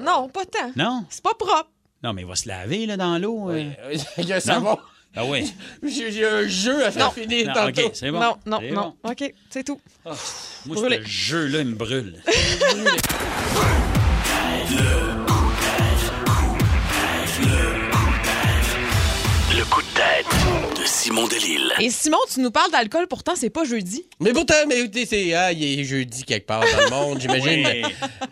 C: Non, pas tant.
D: Non?
C: C'est pas propre.
D: Non, mais il va se laver, là, dans l'eau. euh.
E: <laughs> Il y a un
D: Non?
E: savon.
D: Ah
E: <laughs>
D: oui.
E: J'ai j'ai un jeu à faire finir
D: Non,
E: tantôt. Ah,
D: OK, c'est bon.
C: Non, non,
D: C'est
C: non. OK, c'est tout.
D: Moi, ce jeu-là, il me brûle.
E: Ben
K: Le coup de tête de Simon Delille.
C: <laughs> Et Simon, tu nous parles d'alcool, pourtant, c'est pas jeudi.
E: Mais pourtant, mais écoutez, c'est ah, il est jeudi quelque part dans le monde, j'imagine.
D: <laughs> Oui.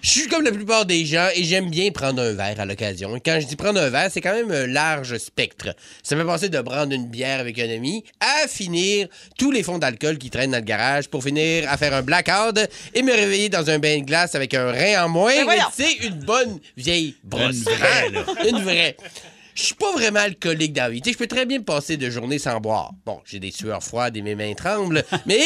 E: Je suis comme la plupart des gens et j'aime bien prendre un verre à l'occasion. Et Quand je dis prendre un verre, c'est quand même un large spectre. Ça peut passer de prendre une bière avec un ami à finir tous les fonds d'alcool qui traînent dans le garage pour finir à faire un blackout et me réveiller dans un bain de glace avec un rein en moins.
C: Mais
E: Mais
C: voyons.
E: tu sais, une bonne vieille brosse.
D: Une vraie, là.
E: Une vraie. Je suis pas vraiment alcoolique dans la vie. Tu sais, Je peux très bien me passer de journée sans boire. Bon, j'ai des sueurs froides et mes
D: <laughs>
E: mains tremblent. Mais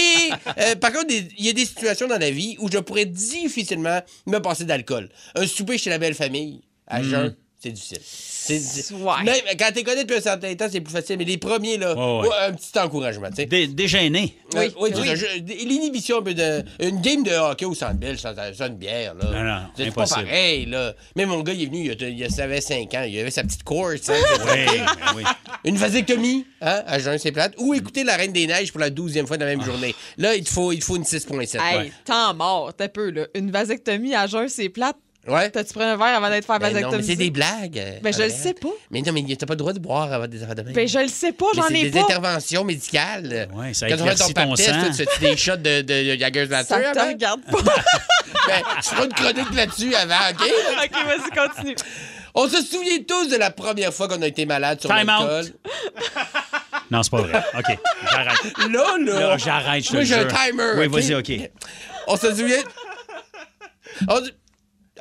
E: euh, par contre, des- il y a des situations dans la vie où je pourrais difficilement me passer d'alcool. Un souper chez la belle famille, à
D: Hmm.
E: jeun, c'est difficile. C'est difficile.
C: Ouais.
E: Même quand t'es connu depuis un certain temps, c'est plus facile. Mais les premiers, là,
D: Ouais, ouais.
E: ouais, un petit encouragement. tu sais.
D: Dé- Dégêné.
E: Euh, oui, c'est ça. Je- L'inhibition, un peu de- une game de hockey au centre belle sans, sans une bière, là.
D: Non, non,
E: c'est pas
D: impossible.
E: pareil, là. Mais mon gars, il est venu, il, a- il a- ça avait 5 ans, il avait sa petite course.
D: <laughs>
E: hein,
D: Oui, ben oui.
E: une vasectomie, hein, à jeun, c'est plate. Ou écouter La Reine des Neiges pour la douzième fois dans la même journée.
D: Ah.
E: Là, il te faut, il te faut une 6.7.
C: Hey, tant mort, t'as peu, là. Une vasectomie à jeun, c'est plate.
E: Ouais.
C: T'as-tu pris un verre avant d'être faire
E: Ben non, mais
C: vasectomie?
E: c'est des blagues. euh,
C: Ben, je le
E: Andréa.
C: sais pas.
E: Mais non, mais t'as pas le droit de boire avant des affaires de même.
C: Ben, je le sais pas,
E: Mais
C: j'en
E: c'est
C: ai
E: des
C: pas.
E: interventions médicales.
D: Ouais, ça
E: Quand tu vas
D: éclaircit
E: ton
D: ton
E: pap-test,
D: sang.
E: toi, tu fais des shots de, de Jaggers
C: Ça
E: Latter
C: te
E: avant?
C: regarde pas.
E: <laughs>
C: Ah,
E: Ben, je ferai une chronique là-dessus avant, OK?
C: OK, vas-y, continue.
E: On se souvient tous de la première fois qu'on a été malade sur
D: Time
E: l'alcool.
D: Non, c'est pas vrai. OK, j'arrête.
E: Là, là.
D: Là, j'arrête, je te
E: Moi, j'ai un
D: jure.
E: timer.
D: Oui,
E: OK?
D: vas-y, OK.
E: On se souvient. On... se-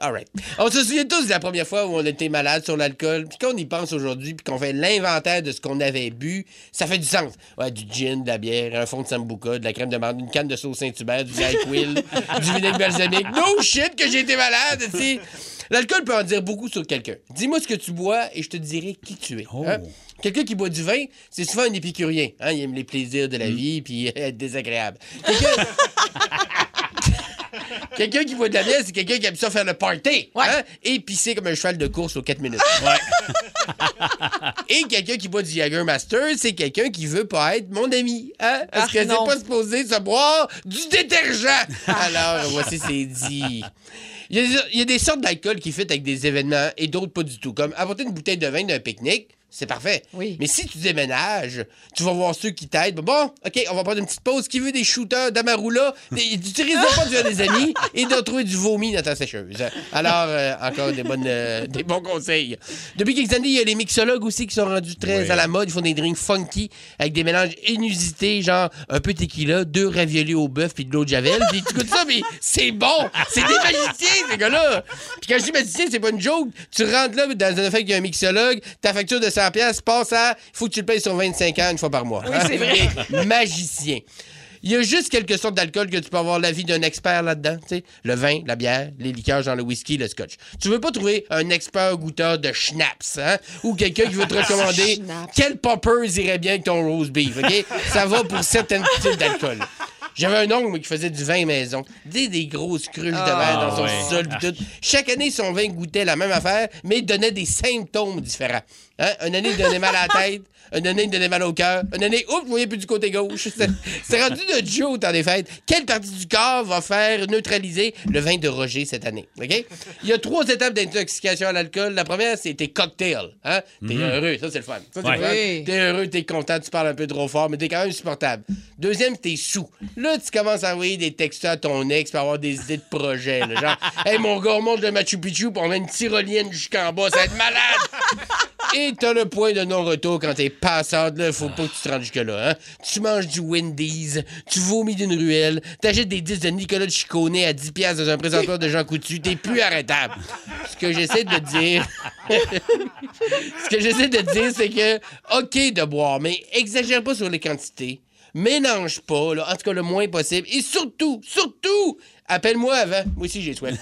E: All right. On se souvient tous de la première fois où on était malade sur l'alcool. Puis qu'on y pense aujourd'hui, puis qu'on fait l'inventaire de ce qu'on avait bu, ça fait du sens. Ouais, du gin, de la bière, un fond de sambuca, de la crème de menthe, une canne de sauce Saint-Hubert, du NyQuil, du vinaigre balsamique. No shit que j'ai été malade, tu sais. L'alcool peut en dire beaucoup sur quelqu'un. Dis-moi ce que tu bois et je te dirai qui tu es. hein.
D: Oh.
E: Quelqu'un qui boit du vin, c'est souvent un épicurien. Hein? Il aime les plaisirs de la vie puis <laughs> être désagréable. Quelqu'un <laughs> Quelqu'un qui boit de la bière, c'est quelqu'un qui aime ça faire le party. Hein? Épicé comme un cheval de course aux 4 minutes.
C: Ah!
E: <laughs> Et quelqu'un qui boit du Jagger Master, c'est quelqu'un qui veut pas être mon ami. Hein?
C: Ah,
E: Parce que c'est
C: non. Ah,
E: pas supposé se boire du détergent. <laughs> Alors, voici, c'est dit. Il y, a, il y a des sortes d'alcool qui fit avec des événements et d'autres pas du tout. Comme apporter une bouteille de vin d'un pique-nique, c'est parfait.
C: Oui.
E: Mais si tu déménages, tu vas voir ceux qui t'aident. Bon, OK, on va prendre une petite pause. Qui veut des shooters, d'Amarula? Des- Tu risques de pas de faire des amis et de trouver du vomi dans ta sécheuse. Alors, euh, encore des, bonnes, euh, des bons conseils. Depuis quelques années, il y a les mixologues aussi qui sont rendus très
D: Oui.
E: à la mode. Ils font des drinks funky avec des mélanges inusités, genre un peu tequila, deux raviolis au bœuf puis de l'eau de javel. Puis tu goûtes ça, mais c'est bon! C'est des magiciens, ces gars-là! Puis quand je dis magicien, c'est pas une joke. Tu rentres là dans un affaire avec un mixologue, ta facture de 100$ piastres passe à... Il faut que tu le payes sur 25 ans une fois par mois.
C: Oui, c'est vrai.
E: <laughs> Des magiciens. Il y a juste quelques sortes d'alcool que tu peux avoir l'avis d'un expert là-dedans. tu sais. Le vin, la bière, les liqueurs, genre le whisky, le scotch. Tu veux pas trouver un expert goûteur de schnapps, hein? Ou quelqu'un qui
C: <laughs>
E: veut te recommander
C: Schnapps.
E: quel poppers irait bien avec ton roast beef, OK? Ça va pour certains types d'alcool. J'avais un oncle moi, qui faisait du vin maison. Des, des grosses cruches de verre dans son
D: ouais.
E: sol pis tout. Chaque année, son vin goûtait la même affaire, mais donnait des symptômes différents. Hein? Une année, il donnait mal à la tête. Une année, il donnait mal au cœur. Une année, oups, vous voyez plus du côté gauche. C'est- C'est rendu de Joe au temps des fêtes. Quelle partie du corps va faire neutraliser le vin de Roger cette année? OK? Il y a trois étapes d'intoxication à l'alcool. La première, c'est tes cocktails. Hein? T'es heureux, ça, c'est le fun. Ça, c'est
D: Ouais.
E: le fun.
C: Oui.
E: T'es heureux, t'es content, tu parles un peu trop fort, mais t'es quand même supportable. Deuxième, t'es sous. Là, tu commences à envoyer des textos à ton ex pour avoir des idées de projet. là, genre, hey, mon gars, on monte le Machu Picchu pour on met une tyrolienne jusqu'en bas, ça va être malade. Et t'as le point de non-retour quand t'es passante, là. Faut pas que tu te rendes jusque-là, hein. Tu manges du Wendy's, tu vomis d'une ruelle, t'achètes des disques de Nicolas Chiconet à 10 piastres dans un présentoir de Jean Coutu, t'es plus arrêtable. Ce que j'essaie de dire... <laughs> Ce que j'essaie de dire, c'est que, OK de boire, mais exagère pas sur les quantités. Mélange pas, là, en tout cas le moins possible. Et surtout, surtout, appelle-moi avant. Moi aussi, j'ai soif.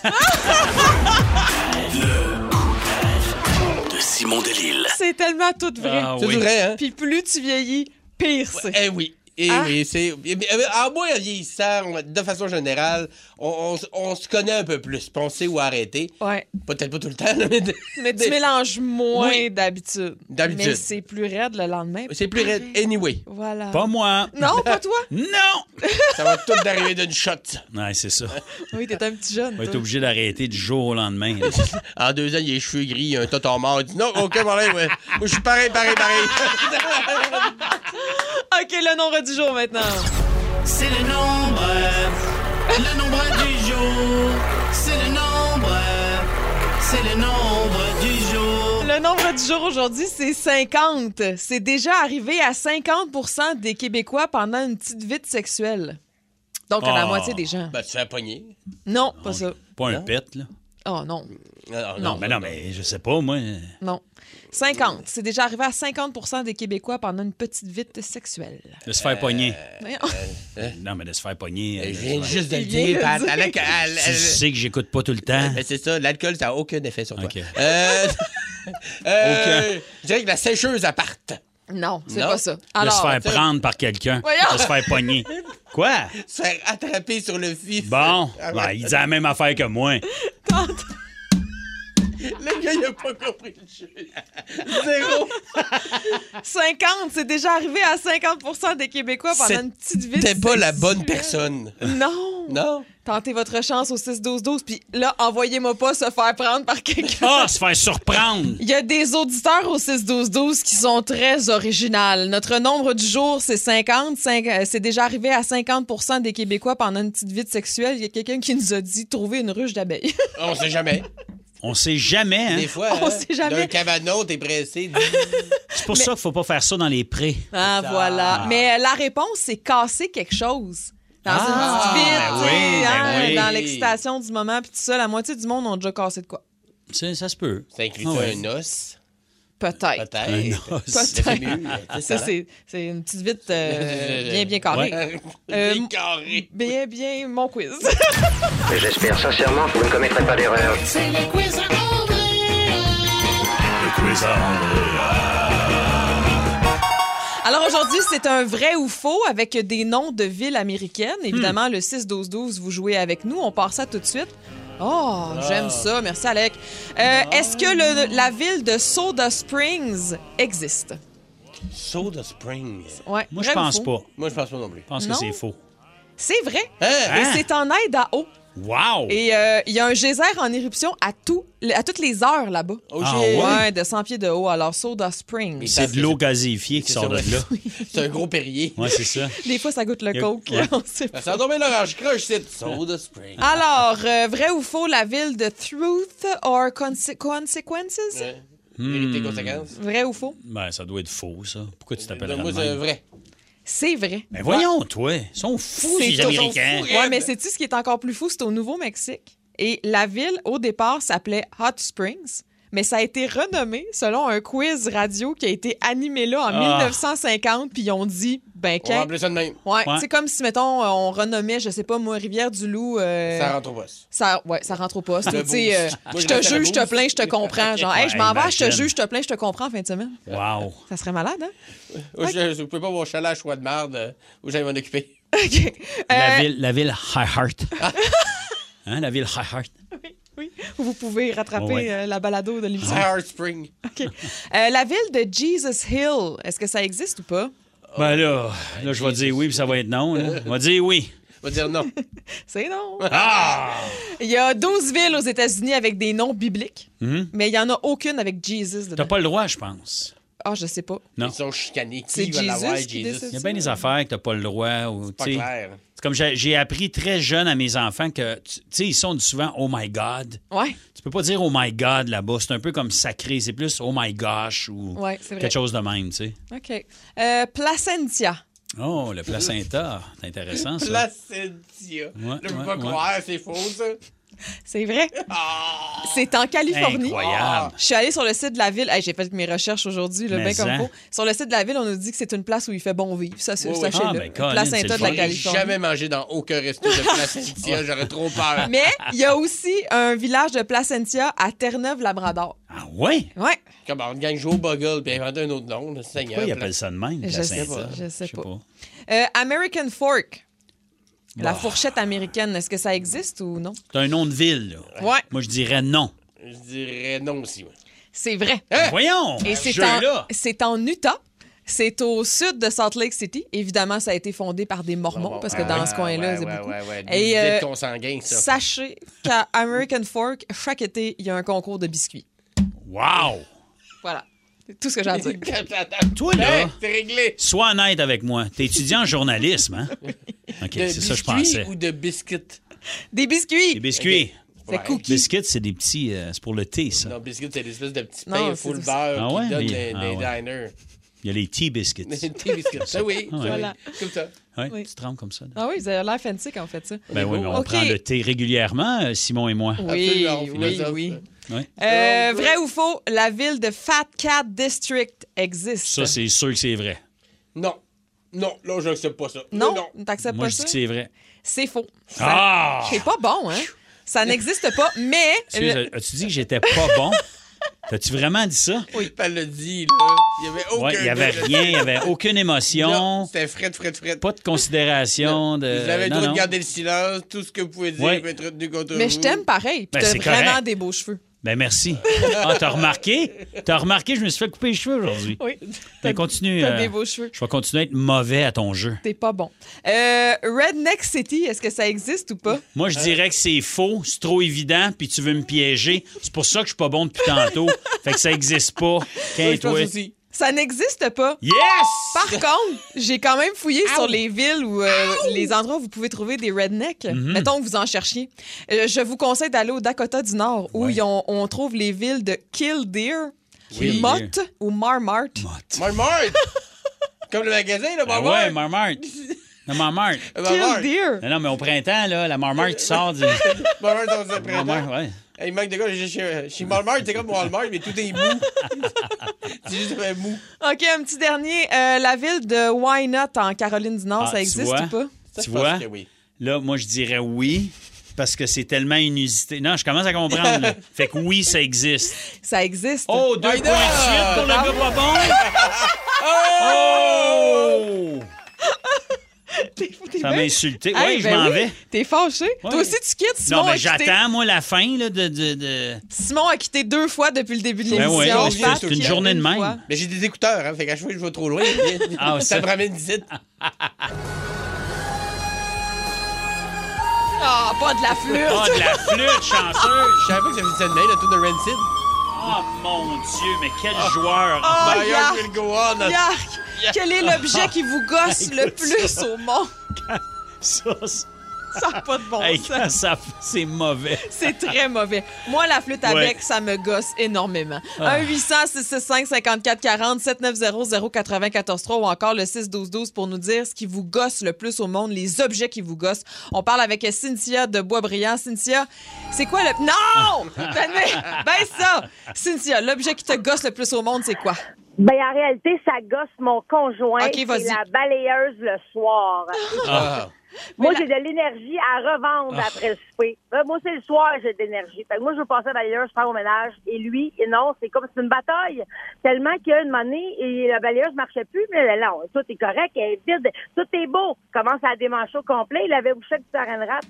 K: De Simon Delille.
C: C'est tellement tout vrai.
E: Ah C'est oui. tout vrai, hein?
C: Puis plus tu vieillis, pire c'est.
E: Eh oui. Eh
C: Ah.
E: oui, c'est. eh bien, En moins en vieillissant, on- de façon générale, on, on s- on se connaît un peu plus, puis on sait où arrêter.
C: Ouais.
E: Peut-être pas tout le temps, là, mais. de-
C: <laughs> Mais tu
E: de-
C: mélanges moins
E: Oui.
C: d'habitude.
E: D'habitude.
C: Mais c'est plus raide le lendemain.
E: C'est plus raide. Anyway.
C: Voilà.
D: Pas moi.
C: Non, pas toi.
D: Non!
E: <laughs> Ça va tout d'arriver d'une shot.
D: Ouais, c'est
C: <laughs>
D: ça.
C: Oui, t'es un petit jeune.
D: On va être
C: toi.
D: obligé d'arrêter du jour au lendemain.
E: <laughs> En deux ans, il a les cheveux gris, il a un toton mort. Il dit non, aucun problème. ouais. Moi, je suis pareil, pareil, pareil.
C: <laughs> OK, le nombre du jour maintenant.
J: C'est le nombre, le nombre du jour. C'est le nombre, c'est le nombre du jour.
C: Le nombre du jour aujourd'hui, c'est 50. C'est déjà arrivé à 50 des Québécois pendant une petite vite sexuelle. Donc, à la
E: Ah.
C: moitié des gens.
E: Ben, tu fais pogner.
C: Non, pas ça.
D: Pas un pet, là.
C: Oh non,
E: Ah,
D: non, mais non, mais je sais pas, moi.
C: non. 50. C'est déjà arrivé à 50 des Québécois pendant une petite vite sexuelle. Euh,
D: De se faire pogner.
E: <laughs>
C: Voyons.
D: Non, mais de se faire pogner.
E: Euh, Je viens juste de le
C: Il vient
E: dire,
C: de
E: Pat.
C: dire.
E: à la- à la-
D: Tu sais que j'écoute pas tout le temps.
E: Mais Ben, c'est ça, l'alcool, ça n'a aucun effet sur toi.
D: OK. <laughs>
E: Euh, euh, Je dirais que la sécheuse à part.
C: Non, c'est
E: Non.
C: pas ça.
D: De se
C: Alors, euh,
D: faire prendre par quelqu'un.
C: Voyons.
D: De se faire
C: <laughs>
D: pogner. Quoi?
E: Se faire attraper sur le fif.
D: Bon,
E: Ah ouais.
D: ben, il dit la même affaire que moi.
E: Le gars, <laughs> il a pas compris le jeu. Zéro.
C: 50, c'est déjà arrivé à 50 des Québécois pendant une petite vite
E: T'es
C: sexuelle.
E: pas la bonne personne.
C: Non.
E: Non.
C: Tentez votre chance au 6-12-12, puis là, envoyez-moi pas se faire prendre par quelqu'un.
D: Ah, se faire surprendre.
C: Il y a des auditeurs au 6-12-12 qui sont très originales. Notre nombre du jour, c'est 50. Cinq- euh, C'est déjà arrivé à 50 des Québécois pendant une petite vite sexuelle. Il y a quelqu'un qui nous a dit trouver une ruche <laughs> d'abeilles.
E: On sait jamais.
D: On sait jamais, hein?
E: Des fois,
C: On
E: hein,
C: sait jamais.
E: d'un cabanon, t'es pressé.
D: C'est pour ça qu'il faut pas faire ça dans les prés.
C: Ah, voilà. Mais euh, la réponse, c'est casser quelque chose. Dans
D: Ah,
C: une petite vite,
D: ben
C: tu sais,
D: oui, ben
C: hein,
D: oui.
C: dans l'excitation du moment, puis tout ça, la moitié du monde ont déjà cassé de quoi.
D: Ça, ça se peut.
E: Ça inclut
D: Ah ouais.
E: un os,
C: Peut-être.
E: peut-être.
D: Un os.
E: Le fémur, tu sais,
C: Ça,
E: va.
C: c'est c'est une petite vite
D: <laughs>
C: euh, bien, bien carrée.
E: Ouais.
C: Euh,
E: Bien carré.
C: Bien, bien, mon quiz.
Q: J'espère sincèrement que vous ne commettrez pas d'erreur.
J: C'est le quiz à André.
C: Alors aujourd'hui, c'est un vrai ou faux avec des noms de villes américaines. Évidemment,
D: Hmm.
C: le 6-12-12, vous jouez avec nous. On part ça tout de suite. Oh,
D: Ah.
C: j'aime ça. Merci, Alec. Euh, Est-ce que le- la ville de Soda Springs existe?
E: Soda Spring.
C: Ouais,
D: Moi, je
C: vrai ou
D: pense
C: faux?
D: pas.
E: Moi, je pense pas non plus.
D: Je pense
C: Non.
D: que c'est
E: <laughs>
D: faux.
C: C'est vrai.
E: Hein?
C: Et c'est en Idaho.
D: Wow!
C: Et euh, il y a un geyser en éruption à, tout, à toutes les heures là-bas.
E: Oh,
D: Ah,
E: shit.
C: Ouais, de 100 pieds de haut. Alors, Soda Springs.
D: C'est de l'eau gazifiée qui
E: C'est
D: sort de
E: ça,
D: là. <laughs>
E: C'est un gros Perrier.
D: Ouais, c'est ça.
C: Des fois, ça goûte le
D: Il y a-
C: coke.
D: Ouais.
C: on sait pas.
E: Ça a tombé l'orange crush, c'est Soda Spring.
C: Alors, euh, vrai ou faux, la ville de Truth or Conse- Consequences?
E: Ouais. Vérité, conséquence.
C: Vrai ou faux?
D: Hmm. Ben, ça doit être faux, ça. Pourquoi tu t'appelles
E: Donc, moi, c'est
D: Mais
E: vrai.
C: C'est vrai.
D: ben voyons, toi. Ils sont fous,
E: C'est
D: les
E: tous-
D: Américains.
E: sont fous,
C: Ouais, mais sais-tu ce qui est encore plus fou? C'est au Nouveau-Mexique. Et la ville, au départ, s'appelait Hot Springs. Mais ça a été renommé selon un quiz radio qui a été animé là en
D: Ah.
C: 1950. Puis ils ont dit, ben,
E: On va
C: quand.
E: appeler ça de même.
C: Ouais,
D: Ouais.
C: c'est comme si, mettons, euh, on renommait, je sais pas, moi, Rivière-du-Loup. euh,
E: Ça rentre au boss.
C: Ça, ouais, ça rentre au poste.
E: Le
C: Tu sais, euh,
E: boost. Moi,
C: je
E: je
C: te
E: reste à la
C: juge, je te
E: boost.
C: plains, je te comprends. Genre, hey, je m'en
D: Ouais,
C: vais, je te
D: imagine.
C: juge, je te plains, je te comprends en fin de semaine.
D: Wow.
C: Ça serait malade, hein?
E: Moi, Je, je peux pas voir chalet à choix de marde euh, où j'allais m'en occuper.
C: OK.
D: La
C: Euh,
D: ville, <laughs> la ville High
E: <laughs>
D: Heart. Hein, la ville High Heart.
C: oui, vous pouvez rattraper
D: Ouais.
C: euh, la balado de l'émission.
E: Hard Spring.
C: OK. Euh, la ville de Jesus Hill, est-ce que ça existe ou pas?
E: Oh.
D: Ben là, là, je vais dire oui, puis ça va être non.
E: <laughs>
D: là. Je vais dire oui.
E: Ah, On va dire non.
C: C'est non.
D: Ah!
E: <laughs>
C: Il y a 12 villes aux États-Unis avec des noms bibliques, mais il n'y en a aucune avec Jesus
D: Hmm? T'as
C: dedans.
D: pas le droit, je pense.
C: Ah, je sais pas.
D: Non.
E: Ils sont chicanés.
C: C'est
E: Qui va l'avoir,
C: Jesus qui
E: Jesus?
C: décide.
D: Il y a bien des affaires que t'as pas le droit. Ou,
E: Pas
D: tu sais.
E: clair.
D: Tu Comme j'ai j'ai appris très jeune à mes enfants que, tu tu sais, ils sont souvent Oh my God.
C: Ouais.
D: Tu peux pas dire Oh my God là-bas. C'est un peu comme sacré. C'est plus Oh my gosh ou
C: Ouais, c'est vrai.
D: quelque chose de même, tu sais.
C: OK. Euh, placentia.
D: Oh, le placenta. C'est intéressant, ça.
E: Placentia.
D: Ouais,
E: je peux
D: ouais,
E: pas
D: ouais.
E: croire, c'est faux, ça.
C: C'est vrai. C'est en Californie.
D: Incroyable.
C: Je suis allée sur le site de la ville. Hey, J'ai fait mes recherches aujourd'hui, là,
D: Mais
C: bien comme
D: hein.
C: faut. Sur le site de la ville, on nous dit que c'est une place où il fait bon vivre. Ça, c'est-
E: Oui, oui.
C: sachez-le.
E: Ah, ben, Colin,
D: c'est
C: Placenta
D: le
C: de la
D: fun.
E: J'ai
C: Californie.
E: jamais mangé dans aucun resto de
D: <laughs>
E: placentia, j'aurais trop peur.
C: <laughs> Mais il y a aussi un village de Placentia à Terre-Neuve-Labrador.
E: Ah,
D: Oui?
C: Oui.
E: Comme on gagne joue au Buggle puis inventer un autre nom, le Seigneur.
D: Pourquoi ils appellent ça de même,
C: Je
D: placenta?
C: sais pas, je sais pas.
D: pas.
C: Euh, American Fork. La
D: Bah.
C: fourchette américaine, est-ce que ça existe ou non?
D: C'est un nom de ville, là.
C: Ouais.
D: Moi, je dirais non.
E: Je dirais non aussi. moi.
C: C'est vrai.
E: Ben
D: Voyons!
C: Eh, Et c'est en, c'est en Utah. C'est au sud de Salt Lake City. Évidemment, ça a été fondé par des Mormons, parce que
E: Ah,
C: dans
E: ouais.
C: ce coin-là,
E: Ouais,
C: c'est
E: ouais,
C: beaucoup.
E: ouais, ouais.
C: Et,
E: Des
C: euh,
E: idées de consanguins, ça. <laughs>
C: Sachez qu'à American Fork, chaque été, il y a un concours de biscuits.
D: Wow!
C: Voilà. C'est tout ce que j'ai à
E: <laughs>
C: dire.
D: Toi, là,
E: Hey, c'est réglé.
D: sois honnête avec moi. T'es étudiant en journalisme,
C: <laughs>
D: hein? OK,
E: De
D: c'est ça que je
E: biscuits
D: pensais.
E: ou de biscuits?
C: Des biscuits!
D: Les biscuits.
E: C'est Ouais. cookies.
D: Biscuits, c'est des petits. euh, c'est pour le thé, ça.
E: Non, biscuits, c'est l'espèce de petit
C: Non,
E: pain
C: c'est
E: full
C: ça.
E: beurre
D: Ah
E: qui
D: ouais?
E: donne
D: Mais-
E: les,
D: ah
E: les
D: ouais.
E: diners.
D: Il y a les tea biscuits.
E: Des petits biscuits. Ah oui,
D: Ah ouais.
C: Voilà.
E: comme ça.
D: Ouais,
C: Oui.
D: Tu trempes comme ça. là.
C: Ah oui, vous avez l'air fancy quand vous faites ça.
D: Ben oui, mais on
C: OK. euh,
D: prend le thé régulièrement, euh, Simon et moi.
C: Oui,
E: Absolument,
C: oui,
E: philosophe.
C: oui.
D: Ouais.
C: Euh,
E: Oh,
C: vrai ou faux, la ville de Fat Cat District existe.
D: Ça, c'est sûr que c'est vrai.
E: Non. Non, là, je n'accepte pas ça.
C: Non,
E: non.
C: t'acceptes
D: Moi,
C: pas
D: je dis
C: ça?
D: que c'est vrai.
C: C'est faux. Ça-
D: Ah!
C: C'est pas bon, hein? Ça n'existe pas, mais...
D: Excuse, As-tu dit que j'étais pas bon? T'as-tu vraiment dit ça?
E: Elle le dit, là. Il n'y avait aucun.
D: Ouais, il n'y avait
E: doute.
D: rien, il n'y avait aucune émotion,
E: Non, C'était Fred, Fred, Fred.
D: pas de considération. De...
E: Vous avez
D: non,
E: le droit
D: non.
E: de garder le silence. Tout ce que vous pouvez dire
D: Ouais.
E: peut être retenu contre
C: Mais
E: vous.
C: je t'aime pareil.
D: Ben,
C: puis t'as
D: c'est
C: vraiment
D: correct.
C: des beaux cheveux.
D: Ben merci. Ah, t'as remarqué? T'as remarqué, je me suis fait couper les cheveux aujourd'hui. <laughs>
C: Oui.
D: Ben continue.
C: T'as
D: euh,
C: des beaux cheveux.
D: je vais continuer à être mauvais à ton jeu.
C: T'es pas bon. Euh, Redneck City, est-ce que ça existe ou pas?
D: Moi,
E: Euh.
D: je dirais que c'est faux, c'est trop évident, puis tu veux me piéger. C'est pour ça que je suis pas bon depuis
E: <laughs>
D: tantôt. fait que ça existe pas.
E: Oui, je pense
D: Quinte-toi.
E: aussi.
C: Ça n'existe pas.
D: Yes!
C: Par contre, j'ai quand même fouillé sur les villes ou euh, les endroits où vous pouvez trouver des rednecks.
D: Mm-hmm.
C: Mettons que vous en cherchiez. Euh, je vous conseille d'aller au Dakota du Nord où ils ont- on trouve les villes de Killdeer,
D: Oui.
C: Mott ou Marmart. <laughs>
E: Marmart! Comme le magasin, là,
D: Ah
E: Marmart.
D: ouais, Marmart. La Marmart.
E: Marmart.
C: Killdeer.
D: Non, non, mais au printemps, là, la Marmart qui
E: <laughs>
D: sort du.
E: Marmart, on se prête.
D: Marmart, ouais.
E: Hey, Il manque de gars, j'ai- chez, chez Walmart, c'est comme Walmart, mais tout est
D: Ben
E: mou. c'est juste un mou.
C: OK, un petit dernier. Euh, la ville de Wynot en Caroline du Nord,
D: Ah,
C: ça
D: tu
C: existe
D: vois?
C: ou pas?
E: Ça,
D: Tu
E: je pense
D: vois?
E: que oui.
D: Là, moi, je dirais oui, parce que c'est tellement inusité. Non, je commence à comprendre.
E: <laughs>
D: là. Fait que oui, ça existe.
C: Ça existe.
D: Oh, deux points de
E: Maïda!
D: suite pour le gars pas bon.
E: <laughs>
C: <laughs>
D: Oh!
C: T'es fou, t'es
D: Ça m'a
C: bien-
D: insulté. oui,
C: Hey,
D: je
C: ben
D: m'en
C: oui,
D: vais.
C: T'es fâché. Toi
D: Ouais.
C: aussi, tu quittes. Simon,
D: Non, mais
C: a quitté-
D: j'attends, moi, la fin là, de, de, de-
C: Simon a quitté deux fois depuis le début de
D: Ben
C: l'émission.
D: ouais,
E: c'est-
C: Pat,
E: c'est une
C: qui a
D: journée de
C: une
D: même.
C: fois.
E: Mais j'ai des écouteurs, hein, fait qu'à chaque fois que je vais trop loin,
D: Ah,
E: ça
D: ça.
E: me ramène visite. <laughs>
C: Ah, pas de la flûte.
D: Ah, de la flûte, chanceuse!
E: Je savais pas que ça faisait ça de même, le tour de Rancid.
D: Oh, mon Dieu, mais quel joueur!
C: Ah,
E: My
C: yeah.
E: heart will go on.
C: Yark, quel est l'objet qui vous gosse le plus au
F: <laughs>
C: monde?
D: Ah, Ça, c'est-
C: Ça n'a pas de bon
D: hey, quand
C: sens.
D: ça- c'est mauvais.
C: <laughs> C'est très mauvais. Moi, la flûte avec,
D: Ouais. Ah.
C: ça me gosse énormément. 1-800-665-5440, 790-094-3 ou encore le 612-12 pour nous dire ce qui vous gosse le plus au monde, les objets qui vous gossent. On parle avec Cynthia de Boisbriand. Cynthia, c'est quoi le...
D: <laughs>
C: Non! Tenez, ben ça! Cynthia, l'objet qui te gosse le plus au monde, c'est quoi?
R: Ben, en réalité, ça gosse mon conjoint.
C: Ok,
R: C'est
C: vas-y.
R: la balayeuse le soir.
E: Ah.
R: moi, j'ai de l'énergie à revendre après le souper. Ben, moi, c'est le soir, j'ai de l'énergie. Fait que moi, je veux passer à la balayeuse, faire au ménage. Et lui, et non, c'est comme c'est une bataille. Tellement qu'il y a une monnaie et la balayeuse marchait plus. Mais là, non, tout est correct, elle est vide. Tout est beau. Commence à démancher au complet. Il avait bouché du saran wrap.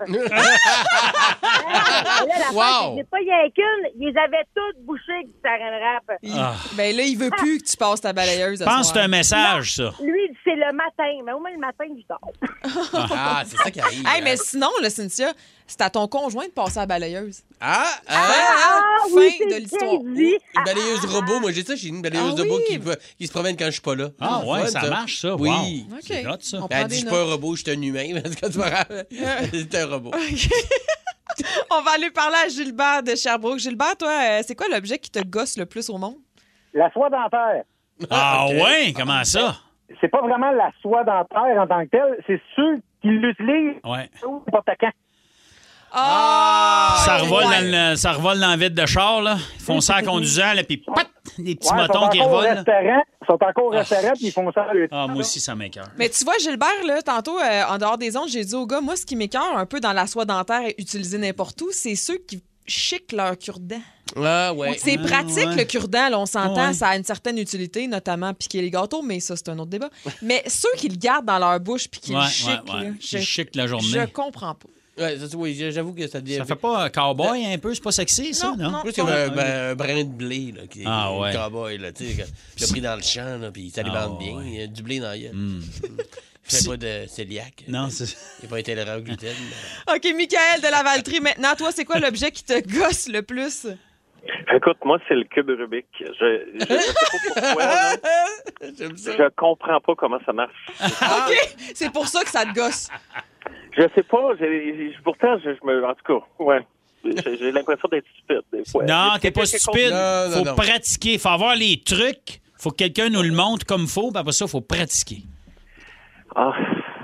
R: Ah! là, la
E: Wow!
R: wow. pas rien qu'une. Ils avaient toutes bouchées du saran wrap. Ah.
C: Il- Ben là, il veut plus que tu passes ta balayeuse. à
D: Je pense que
C: soir. <laughs>
E: Ah,
D: c'est un message, ça.
R: Lui, il dit, c'est le matin. Mais au moins, le matin, du dors.
E: Ah, Ah, c'est ça qui arrive.
C: Hey, mais sinon, le Cynthia, c'est à ton conjoint de passer à la balayeuse.
E: Ah, ah,
C: ah,
E: oui,
C: fin de l'histoire.
E: Une balayeuse robot, moi j'ai ça j'ai une balayeuse
C: Ah
E: robot
C: oui.
E: qui, peut- qui se promène quand je suis pas là.
D: Ah
E: C'est
D: ouais,
E: fun,
D: ça marche, ça.
E: Oui.
D: Wow.
C: C'est Ok. hot, ça. On
E: Ben,
C: prend
E: Elle
C: des
E: dit, je suis
C: notes.
E: pas un robot, je suis un humain. <laughs> Parce que tu me rappelles, c'est un robot.
C: <laughs> On va aller parler à Gilbert de Sherbrooke. Gilbert, toi, euh, c'est quoi l'objet qui te gosse le plus au monde?
S: La soie dentaire.
D: Ah ouais, comment ça?
S: <laughs> C'est pas vraiment la soie dentaire en tant que telle, c'est ceux qui l'utilisent
D: Ouais.
S: n'importe quand.
D: ça,
S: ok.
D: revole
S: Ouais.
D: dans le, ça revole dans la vitre de char, là. Ils font ça en conduisant, là, puis pat, des petits
S: Ouais, ils sont
D: motons qui
S: encore au
D: revolent. là.
S: restaurant, ils sont encore au restaurant, puis ils font ça. à leur-
D: Ah, moi aussi, ça m'écoeure.
C: Mais tu vois, Gilbert, là, tantôt, euh, en dehors des ondes, j'ai dit au gars, moi, ce qui m'écœure un peu dans la soie dentaire et utilisée n'importe où, c'est ceux qui chiquent leur cure-dent.
E: Ah ouais.
C: C'est pratique, le cure-dent, là, on s'entend,
E: Ouais.
C: ça a une certaine utilité, notamment piquer les gâteaux, mais ça, c'est un autre débat. mais ceux qui le gardent dans leur bouche puis qui
D: Ouais,
C: le chiquent,
D: ouais, ouais.
C: là,
D: Qui
C: je-
D: chiquent la journée.
C: Je comprends pas.
E: Ouais, ça, c'est- oui, j'avoue que ça devient.
D: Ça fait pas euh, cowboy un peu, c'est pas sexy, ça, non?
E: Plus comme un, ben, un brin de blé, là, qui est
D: Ah
E: un
D: ouais. Ah,
E: cowboy, là, tu sais, quand il l'a pris dans le champ, là, puis ça alimente bien, il y a du blé dans la gueule. <laughs> Il fait pas de celiac.
D: Hmm. Non, c'est
E: Il n'est pas intolérant au gluten.
C: OK, Michael de la Valtrie, maintenant, toi, c'est quoi l'objet qui te gosse le plus?
T: Écoute, moi, c'est le cube Rubik. Je, je, je sais pas pourquoi, là. Je comprends pas comment ça marche.
D: Ah.
C: OK, c'est pour ça que ça te gosse.
T: Je sais pas. j'ai- j'ai- pourtant, je, je me. En tout cas, ouais. J'ai j'ai l'impression d'être stupide, des
M: Ben,
T: fois.
D: Non,
T: Mais
D: t'es pas
T: quelqu'un qui
D: stupide.
T: comprend-
D: faut pratiquer. Faut avoir les trucs. Faut que quelqu'un nous le montre comme faut. Puis après ça, faut pratiquer.
T: Ah.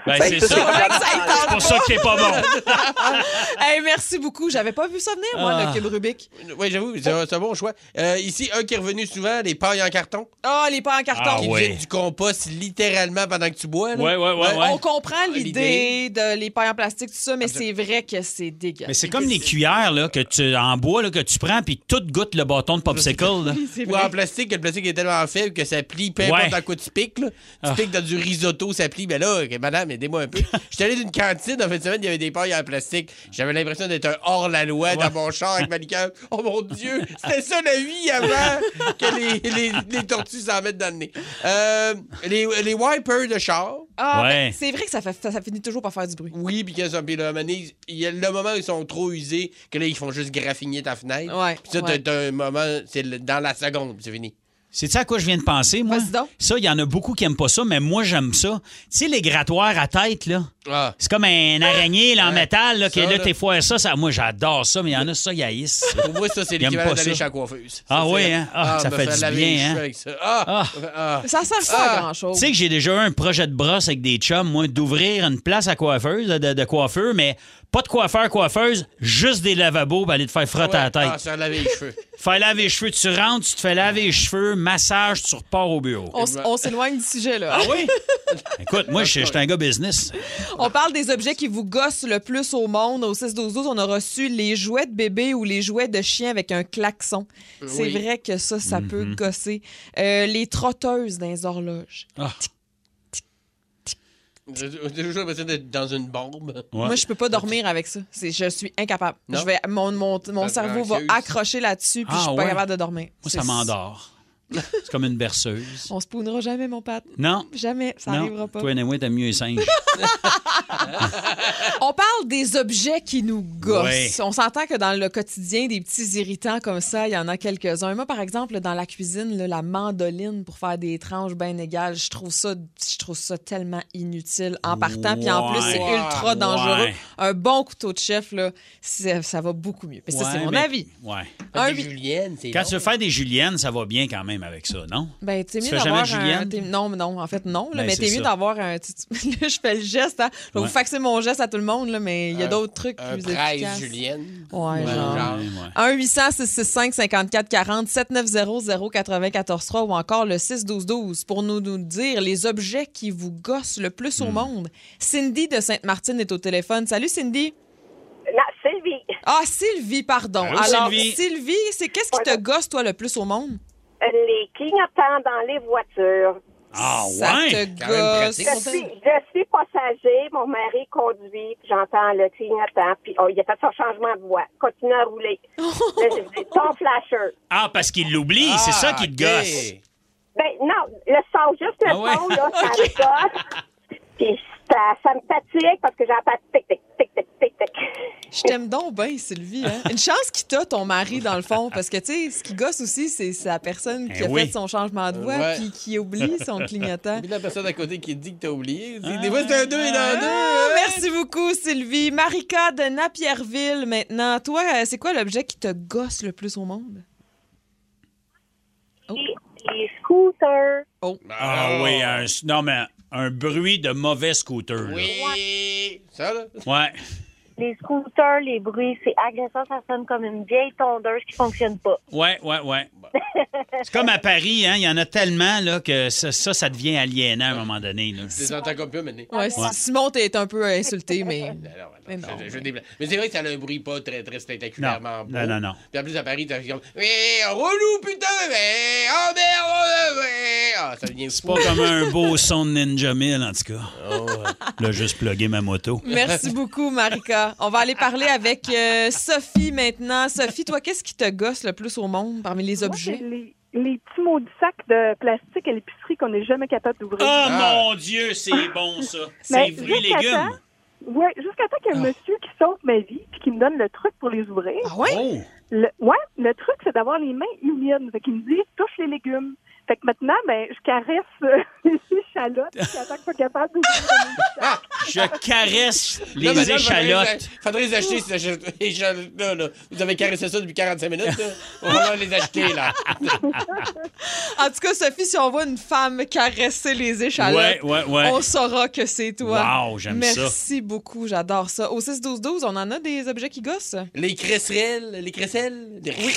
D: Ben,
T: Ben,
D: c'est
T: c'est
D: ça.
T: vrai que ça
C: y tente
D: C'est pour ça que t'es pas bon.
C: <laughs> hey, merci beaucoup. J'avais pas vu ça venir, <laughs> moi,
E: Ah.
C: le cube Rubik.
E: Oui, j'avoue, c'est un, c'est un bon choix. Euh, ici, un qui est revenu souvent, les pailles en carton.
C: Ah, les pailles en carton.
E: qui viennent du compost littéralement pendant que tu bois. là. Euh,
D: Ouais, ouais, ouais, ouais.
C: On comprend l'idée
E: Ah, l'idée.
C: de les pailles en plastique, tout ça, mais c'est vrai que c'est dégueulasse.
D: Mais c'est comme les cuillères là, que tu, en bois là, que tu prends, puis tout goûte le bâton de popsicle. là.
E: Ou en plastique, que le plastique est tellement faible que ça plie, peu importe
D: Ouais.
E: à quoi tu piques. Là. Tu piques dans du risotto, ça plie. Mais là, ok, madame, aidez-moi un peu. J'étais allé d'une cantine en fin de semaine, il y avait des pailles en plastique. J'avais l'impression d'être un hors-la-loi dans mon char avec ma liqueur. Oh mon Dieu, c'était ça la vie avant que les, les, les tortues s'en mettent dans le nez. Euh, les, les wipers de char.
C: Ah, ben, c'est vrai que ça, fait, ça, ça finit toujours par faire du bruit.
E: Oui, puis que ça, puis là, à un moment donné, il y a le moment où ils sont trop usés, que là, ils font juste graffiner ta fenêtre.
C: Ouais,
E: Puis ça, t'as-
C: ouais.
E: t'as un moment, c'est le- dans la seconde, c'est fini.
D: C'est ça à quoi je viens de penser, moi. Ça, il y en a beaucoup qui aiment pas ça, mais moi, j'aime ça. Tu sais, les grattoirs à tête, là. C'est comme un araignée là, en métal, là, qui
E: Ça,
D: est là,
E: là.
D: t'es foiré ça, ça. Moi, j'adore ça, mais il y en a, ça, ils haïssent.
E: Pour moi, ça,
D: Ils
E: c'est
D: aiment
E: l'équivalent
D: pas
E: d'aller
D: ça.
E: chez la coiffeuse.
D: Ah
E: c'est-
D: oui, hein? Ah, ça
E: me
D: fait
E: faire
D: du
E: laver
D: bien,
E: les cheveux
D: hein?
E: avec ça. Ah, ah.
C: Ça sert pas à
D: Tu
C: grand-chose.
D: sais que j'ai déjà eu un projet de brosse avec des chums, moi, d'ouvrir une place à coiffeuse, de, de coiffeur, mais pas de coiffeur-coiffeuse, juste des lavabos pour aller te faire frotter à la tête.
E: Ah, ça laver les cheveux.
D: Faire laver les cheveux, tu rentres, tu te fais laver les cheveux, massage, tu repars au bureau.
C: On, s- on s'éloigne du sujet, là.
D: Ah oui? Écoute, moi, je je suis un gars business.
C: <laughs> On parle des objets qui vous gossent le plus au monde. Au 6-12-12, on a reçu les jouets de bébé ou les jouets de chien avec un klaxon. C'est
E: Oui.
C: vrai que ça,
D: Mm-hmm.
C: ça peut gosser. Euh, les trotteuses dans les horloges.
D: Ah.
E: J'ai j'ai toujours l'impression d'être dans une bombe.
C: Moi, je peux pas dormir avec ça. C'est- je suis incapable.
E: Non?
C: Je vais, mon mon, mon
E: Ça te rend
C: cerveau va
E: anxieuse.
C: accrocher là-dessus, puis je suis
D: Ah
C: pas
D: ouais?
C: capable de dormir.
D: Moi,
C: C'est-
D: ça m'endort. C'est comme une berceuse.
C: On se poudrera jamais, mon pat.
D: Non.
C: Jamais, ça
D: non.
C: n'arrivera pas.
D: Toi, anyway, t'as mieux les singes.
C: On parle des objets qui nous gossent.
D: Ouais.
C: On s'entend que dans le quotidien, des petits irritants comme ça, il y en a quelques-uns. Moi, par exemple, dans la cuisine, là, la mandoline pour faire des tranches bien égales, je trouve ça, je trouve ça tellement inutile en partant. Puis en plus, c'est
D: Ouais.
C: ultra dangereux.
D: Ouais.
C: Un bon couteau de chef, là, c'est- ça va beaucoup mieux. <laughs> Mais ça, c'est
D: Ouais,
C: mon
D: mais-
C: avis.
D: Ouais.
C: Un bi-
E: Julienne, c'est
D: Quand
E: long.
D: tu veux faire des juliennes, ça va bien quand même avec ça, non?
C: Ben, t'es
D: Tu
C: mieux
D: fais jamais
C: d'avoir
D: de
C: un...
D: julienne?
C: t'es- Non, mais non, en fait, non. Là,
D: Ben,
C: mais
D: c'est
C: t'es mieux
D: ça.
C: d'avoir un... tu- tu- <laughs> Là, je fais le geste. hein. Je vais
D: Ouais.
C: vous faxer mon geste à tout le monde, là, mais il y a
E: Un-
C: d'autres trucs
E: un
C: plus
E: presse
C: efficaces.
E: Julienne.
C: Ouais,
E: Ouais,
C: genre.
E: genre.
C: 1 800 665 54 40 7900 94 3 ou encore le 6 12 12 pour nous, nous dire les objets qui vous gossent le plus
E: Hmm.
C: au monde. Cindy de Sainte-Martine est au téléphone. Salut Cindy.
R: Non, Sylvie.
C: Ah Sylvie, pardon.
R: Allô,
C: Alors
R: Sylvie.
C: Sylvie, c'est qu'est-ce qui te gosse toi le plus au monde
R: Les clignotants dans les voitures.
D: Ah
C: Ça te gosse.
R: Je suis, je suis passager, mon mari conduit, puis j'entends le clignotant, puis oh, il a fait son changement de voie. Continue à rouler. Là, j'ai dit, ton flasher.
D: Ah, parce qu'il l'oublie, c'est ça qui te gosse.
R: Ben non, le son, juste le
D: Ah ouais?
R: son, là, ça me gosse.
L: Puis ça, ça me fatigue parce que j'entends tic, tic, tic, tic, tic, tic.
C: Je t'aime donc bien, Sylvie. hein. Une chance qu'il t'a, ton mari, dans le fond, parce que, tu sais, ce qui gosse aussi, c'est c'est la personne qui
E: Eh
C: a
E: oui.
C: fait son changement de voix
E: Ouais.
C: puis qui oublie son clignotant.
E: Puis la personne à côté qui dit que t'as oublié, dit,
D: Hein?
E: des fois c'est un deux et
C: Ah,
E: dans deux.
C: Merci beaucoup, Sylvie. Marika de Napierville, maintenant. Toi, euh, c'est quoi l'objet qui te gosse le plus au monde?
L: Les scooters.
D: Ah oui, un, non, mais un bruit de mauvais scooter. là.
E: Oui. Ça, là?
D: Ouais.
R: Les scooters, les bruits, c'est agressant, ça sonne comme une vieille tondeuse qui fonctionne pas.
D: Ouais, ouais, ouais. C'est comme à Paris, hein, il y en a tellement là, que ça, ça, ça devient aliénant à un moment donné. là.
E: Les entends comme peu maintenant.
C: Ouais, si- Simon, t'es un peu <laughs> insulté, mais. Mais non.
E: Je- je- je débla- Mais c'est vrai que ça a un bruit pas très, très spectaculairement beau.
D: Non, non, non.
E: Puis en plus, à Paris, t'as comme. Eh, relou, putain! Eh, oh merde! oh, eh, ah, ça devient
D: C'est pas comme un beau son de Ninja Mill, en tout cas. Là, juste plugué ma moto.
C: Merci beaucoup, Marika. On va aller parler avec euh, Sophie maintenant. Sophie, toi, qu'est-ce qui te gosse le plus au monde parmi les objets?
L: Les, les petits mots du sac de plastique à l'épicerie qu'on n'est jamais capable d'ouvrir.
C: Oh,
D: Ah, mon Dieu, c'est bon, ça.
L: Mais
D: C'est fruits et
L: jusqu'à
D: légumes.
L: temps- ouais, jusqu'à temps qu'il y ait un monsieur qui sauve ma vie puis qui me donne le truc pour les ouvrir.
C: Ah ouais?
L: Le, ouais, le truc, c'est d'avoir les mains humides. Fait qu'il me dit, touche les légumes. Fait que maintenant, ben, je caresse <laughs> euh, les échalotes jusqu'à temps que je sois capable d'ouvrir.
D: Je caresse
E: Là,
D: les
E: madame,
D: échalotes.
E: Faudrait, faudrait les acheter, ces échal- échalotes-là. là. Vous avez caressé ça depuis 45 minutes. Là. On va les acheter, là.
C: En tout cas, Sophie, si on voit une femme caresser les
D: Ouais,
C: échalotes,
D: ouais, ouais.
C: on saura que c'est toi.
D: Wow, j'aime
C: Merci
D: ça.
C: beaucoup, j'adore ça. Au 6-12-12, on en a des objets qui gossent?
E: Les cresserelles. Les cresserelles. des- Oui,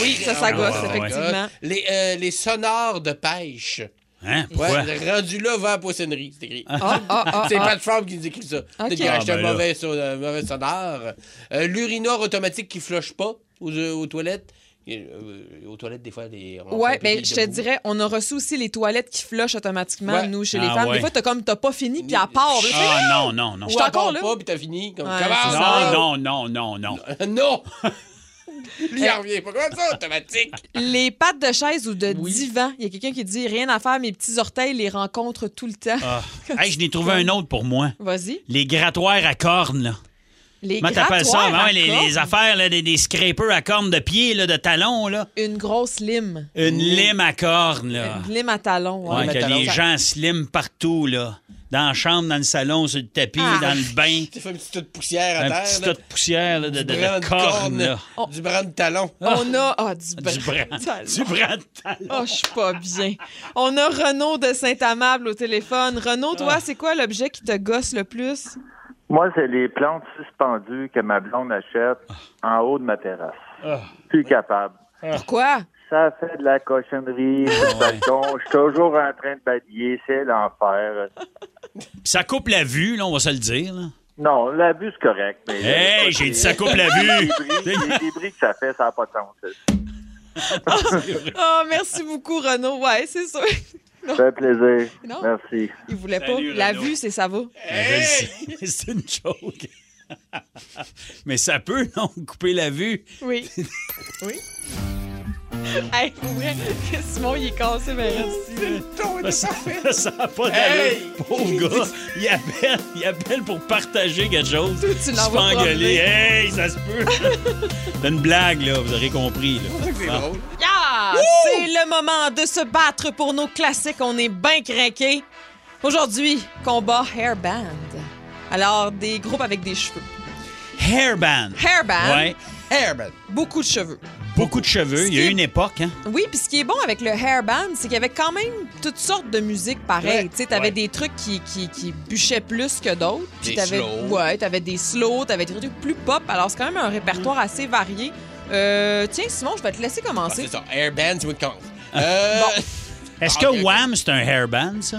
E: oui.
C: Ça, ça gosse,
E: ouais, ouais.
C: effectivement.
E: Les, euh, les sonores de pêche.
D: Hein?
E: Ouais,
D: Pourquoi?
E: rendu là, va à la poissonnerie, c'est écrit.
D: Ah, ah, ah,
E: c'est
D: ah.
E: plateforme qui nous écrit ça. Peut-être qu'il a
D: Ah,
E: acheté
D: ben
E: un
D: là.
E: mauvais, son- un mauvais sonore. Euh, L'urinoir automatique qui flush pas aux, aux toilettes. Euh, aux toilettes, des fois, les. on fait
C: Ouais,
E: un
C: mais
E: pipi
C: je te
E: debout.
C: dirais, on a reçu aussi les toilettes qui flushent automatiquement,
E: Ouais.
C: nous, chez
D: Ah
C: les femmes.
D: ouais.
C: Des fois, t'as comme, t'as pas fini, puis à part. là, tu fais,
D: Ah non, non, non.
C: Je suis encore
E: Ou
C: là.
E: elle part pas, puis t'as fini. Comme,
C: Ouais,
E: comment
C: c'est
E: ça?
C: ça.
D: Non, non, non, non.
E: hein? Non! Lui, il en revient pas. Comment ça, automatique?
C: Euh, Les pattes de chaise ou de divan. Il y a quelqu'un qui dit rien à faire, mes petits orteils les rencontrent tout le temps. <laughs>
D: Ah. Hey, je n'ai trouvé un autre pour moi.
C: Vas-y.
D: Les grattoirs à cornes, là.
C: Les
D: Comment t'appelles ça? Ah
C: grattoirs
D: Ouais,
C: à
D: les,
C: cornes.
D: les affaires, là, des, des scrapers à cornes de pied, là, de talons, là.
C: Une grosse lime.
D: Une lime à cornes, là.
C: Une lime à talons.
D: Ouais, que les gens se liment partout, là. Dans la chambre, dans le salon, sur le tapis,
C: Ah.
D: dans le bain.
E: Tu fais une petite toute poussière à
D: Un
E: <laughs> terre.
D: petit
E: là.
D: tas de poussière là, de, de,
E: Du
D: de
E: brin de
D: cornes,
E: corne,
D: là.
E: Du brin de talon.
C: Oh. On a. Ah, du
D: Du brin,
C: talon.
D: du brin de talon.
C: Oh, je suis pas bien. On a Renaud de Saint-Amable au téléphone. Renaud,
D: Ah.
C: toi, c'est quoi l'objet qui te gosse le plus?
U: Moi, c'est les plantes suspendues que ma blonde achète en haut de ma terrasse.
D: Ah.
U: Plus capable.
C: Pourquoi?
U: Ça fait de la cochonnerie, c'est balcon. Je suis toujours en train de balayer, c'est l'enfer.
D: Ça coupe la vue, là, on va se le dire. là.
U: Non, l'abus, c'est correct. Mais
D: Hey, j'ai dit ça coupe la vue.
U: Les débris, les débris que ça fait, ça n'a pas de sens.
C: <laughs> Oh, merci beaucoup, Renaud. Ouais, c'est sûr.
U: Ça fait plaisir.
C: Non.
U: Merci.
C: Il voulait pas.
D: Salut,
C: La
D: Renaud.
C: vue, c'est ça va.
D: Ben, je le sais, <laughs> C'est une joke. <laughs> Mais ça peut, non, couper la vue.
F: <laughs>
C: Oui. oui. <laughs> Hey, pour vrai, Simon, il est cassé, mais merci.
D: <laughs> Ça ça a pas d'allure.
C: Hey!
D: Pauvre gars, il appelle, il appelle pour partager quelque chose.
C: Toi, tu
D: Il se
C: l'envoies
D: fait engueuler.
C: promener.
D: Hey, ça se peut.
C: <laughs>
D: C'est une blague, là, vous aurez compris. là. Ah.
C: Yeah! C'est le moment de se battre pour nos classiques. On est bien craqués. Aujourd'hui, combat hairband. Alors, des groupes avec des cheveux.
D: Hairband.
C: Hairband.
D: Ouais.
E: Hairband.
C: Beaucoup de cheveux.
D: Beaucoup de cheveux. Il y a eu une époque, hein?
C: Oui, puis ce qui est bon avec le hairband, c'est qu'il y avait quand même toutes sortes de musiques pareilles.
D: Ouais.
C: Tu sais, t'avais
D: Ouais.
C: des trucs qui, qui, qui bûchaient plus que d'autres. Puis
D: Des
C: t'avais,
D: slows.
C: ouais, t'avais des slows, t'avais des trucs plus pop. Alors c'est quand même un
D: Mm.
C: répertoire assez varié. Euh, tiens, Simon, je vais te laisser
E: Ah,
C: commencer.
E: c'est ça. Airband, tu me comptes. Euh...
D: Ah. Est-ce
C: Ah,
D: que Wham, c'est un hairband, ça?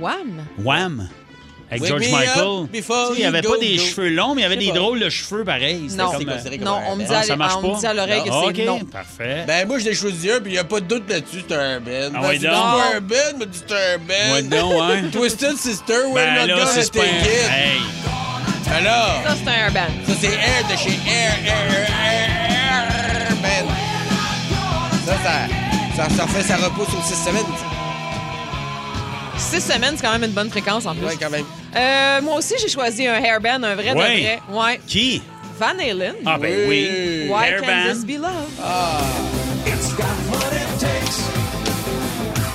C: Wham!
D: Wham. Avec
E: Wake
D: George
E: me
D: Michael.
E: up before
D: Tu sais, Il n'y
E: you
D: avait pas
E: go,
D: des
E: go.
D: cheveux longs, mais il y avait
E: Je
D: des
E: sais pas.
D: drôles de cheveux pareils. C'était
C: Non.
D: comme,
E: C'est
D: euh,
E: considéré comme
C: Non,
E: un
C: on me
E: hairband.
C: dit à,
D: ça marche
C: on me
D: pas?
C: dit à l'oreille que
D: Non,
C: c'est
D: ok.
C: non.
D: Parfait.
E: Ben, moi, je l'ai choisi un, puis il n'y a pas de doute là-dessus, c'est un Ben.
D: Ah,
E: Ben,
D: ouais,
E: c'est
D: donc.
E: pas un Ben, mais c'est un Ben.
D: Ouais, donc, hein.
E: Twisted Sister, We're
D: Ben,
E: Not
D: là,
E: Gonna
D: c'est
E: Take
D: pas un-
E: It. Ben
D: Hey. Ben.
E: Alors,
C: Ça, c'est un hairband.
E: ça, c'est Air de chez Air, Air, Air, Air, Ben. Ça, ça, ça, ça fait sa repousse aux six semaines. ça.
C: Six semaines, c'est quand même une bonne fréquence en plus.
E: Ouais, quand même.
C: Euh, moi aussi, j'ai choisi un hairband, un vrai
D: Ouais.
C: de vrai. Ouais.
D: Qui?
C: Van Halen.
D: Ah, ben oui.
C: Why
D: Hairband.
C: can this be love?
E: Ah.
F: It's got what it takes.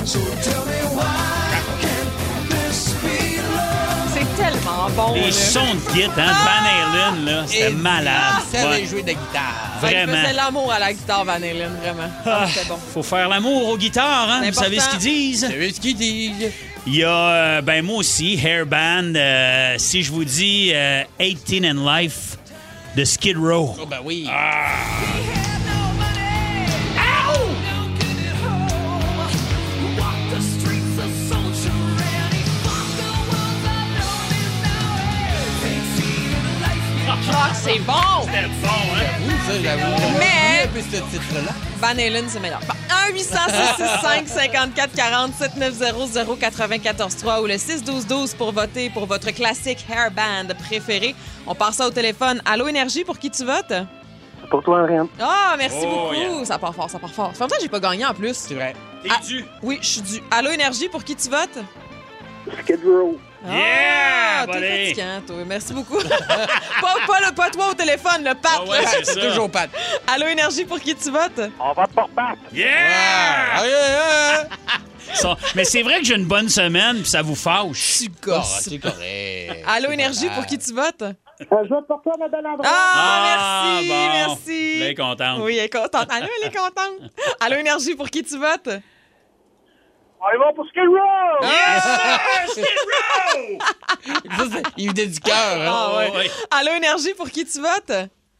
F: So tell me why can't this be love?
C: C'est tellement bon.
D: Les
C: là.
D: sons de guitare, hein? Van Halen, là, c'était malade.
C: ça avait
D: Ouais.
C: joué
E: de la guitare.
C: Fait qu'il
D: Vraiment.
C: faisait l'amour à la guitare, Van Halen, vraiment. Ah,
D: Ah,
C: C'était bon.
D: Faut faire l'amour aux guitares, hein?
C: C'est
D: Vous savez ce
C: important.
D: qu'ils disent? Vous
E: savez ce qu'ils disent.
D: Il y a, euh, ben moi aussi, Hairband, euh, si je vous dis euh, 18 and Life de Skid Row. Ah.
E: Oh, ben oui.
C: Ah,
F: <laughs>
C: c'est bon! C'était
D: bon, hein?
E: Oui, ça, j'avoue.
C: Mais-
E: Oui, un peu ce titre-là.
C: Van Halen, c'est meilleur. Bon, 1 800 665 54 40 7900 94 3 ou le 6 12 12 pour voter pour votre classique hairband préféré. On part ça au téléphone. Allô Énergie, pour qui tu votes?
V: Pour toi, Ariane.
C: Ah, merci
V: Oh,
C: beaucoup.
V: yeah.
C: Ça part fort, ça part fort. Ça fait longtemps que j'ai pas gagné en plus. C'est
E: vrai.
C: T'es dû. Oui, je suis dû. Allô Énergie, pour qui tu votes?
V: Skid Row.
C: Yeah! T'es
D: buddy.
C: fatiguant, toi. Merci beaucoup. <laughs> pas, pas, le, pas toi au téléphone, le Pat.
E: ouais,
C: là.
E: c'est ça. Toujours Pat.
C: Allô Énergie, pour qui tu votes?
V: On va pour Pat.
D: Yeah!
E: yeah,
D: <laughs> Ça- Mais c'est vrai que j'ai une bonne semaine, puis ça vous fâche.
C: correct, c'est
E: correct.
C: Allô Eh, Énergie, pour qui tu votes?
V: Je vote pour toi, ma belle André.
C: Ah, merci,
D: bon.
C: merci.
D: Elle est contente.
C: Oui, elle est contente. Allô, elle est contente. Allô, Énergie, pour qui tu votes? Ah!
N: On va pour Skid Row!
E: Ça, c'est- Il venait du cœur. hein?
C: Ah, ouais. Allô, Énergie, pour qui tu votes?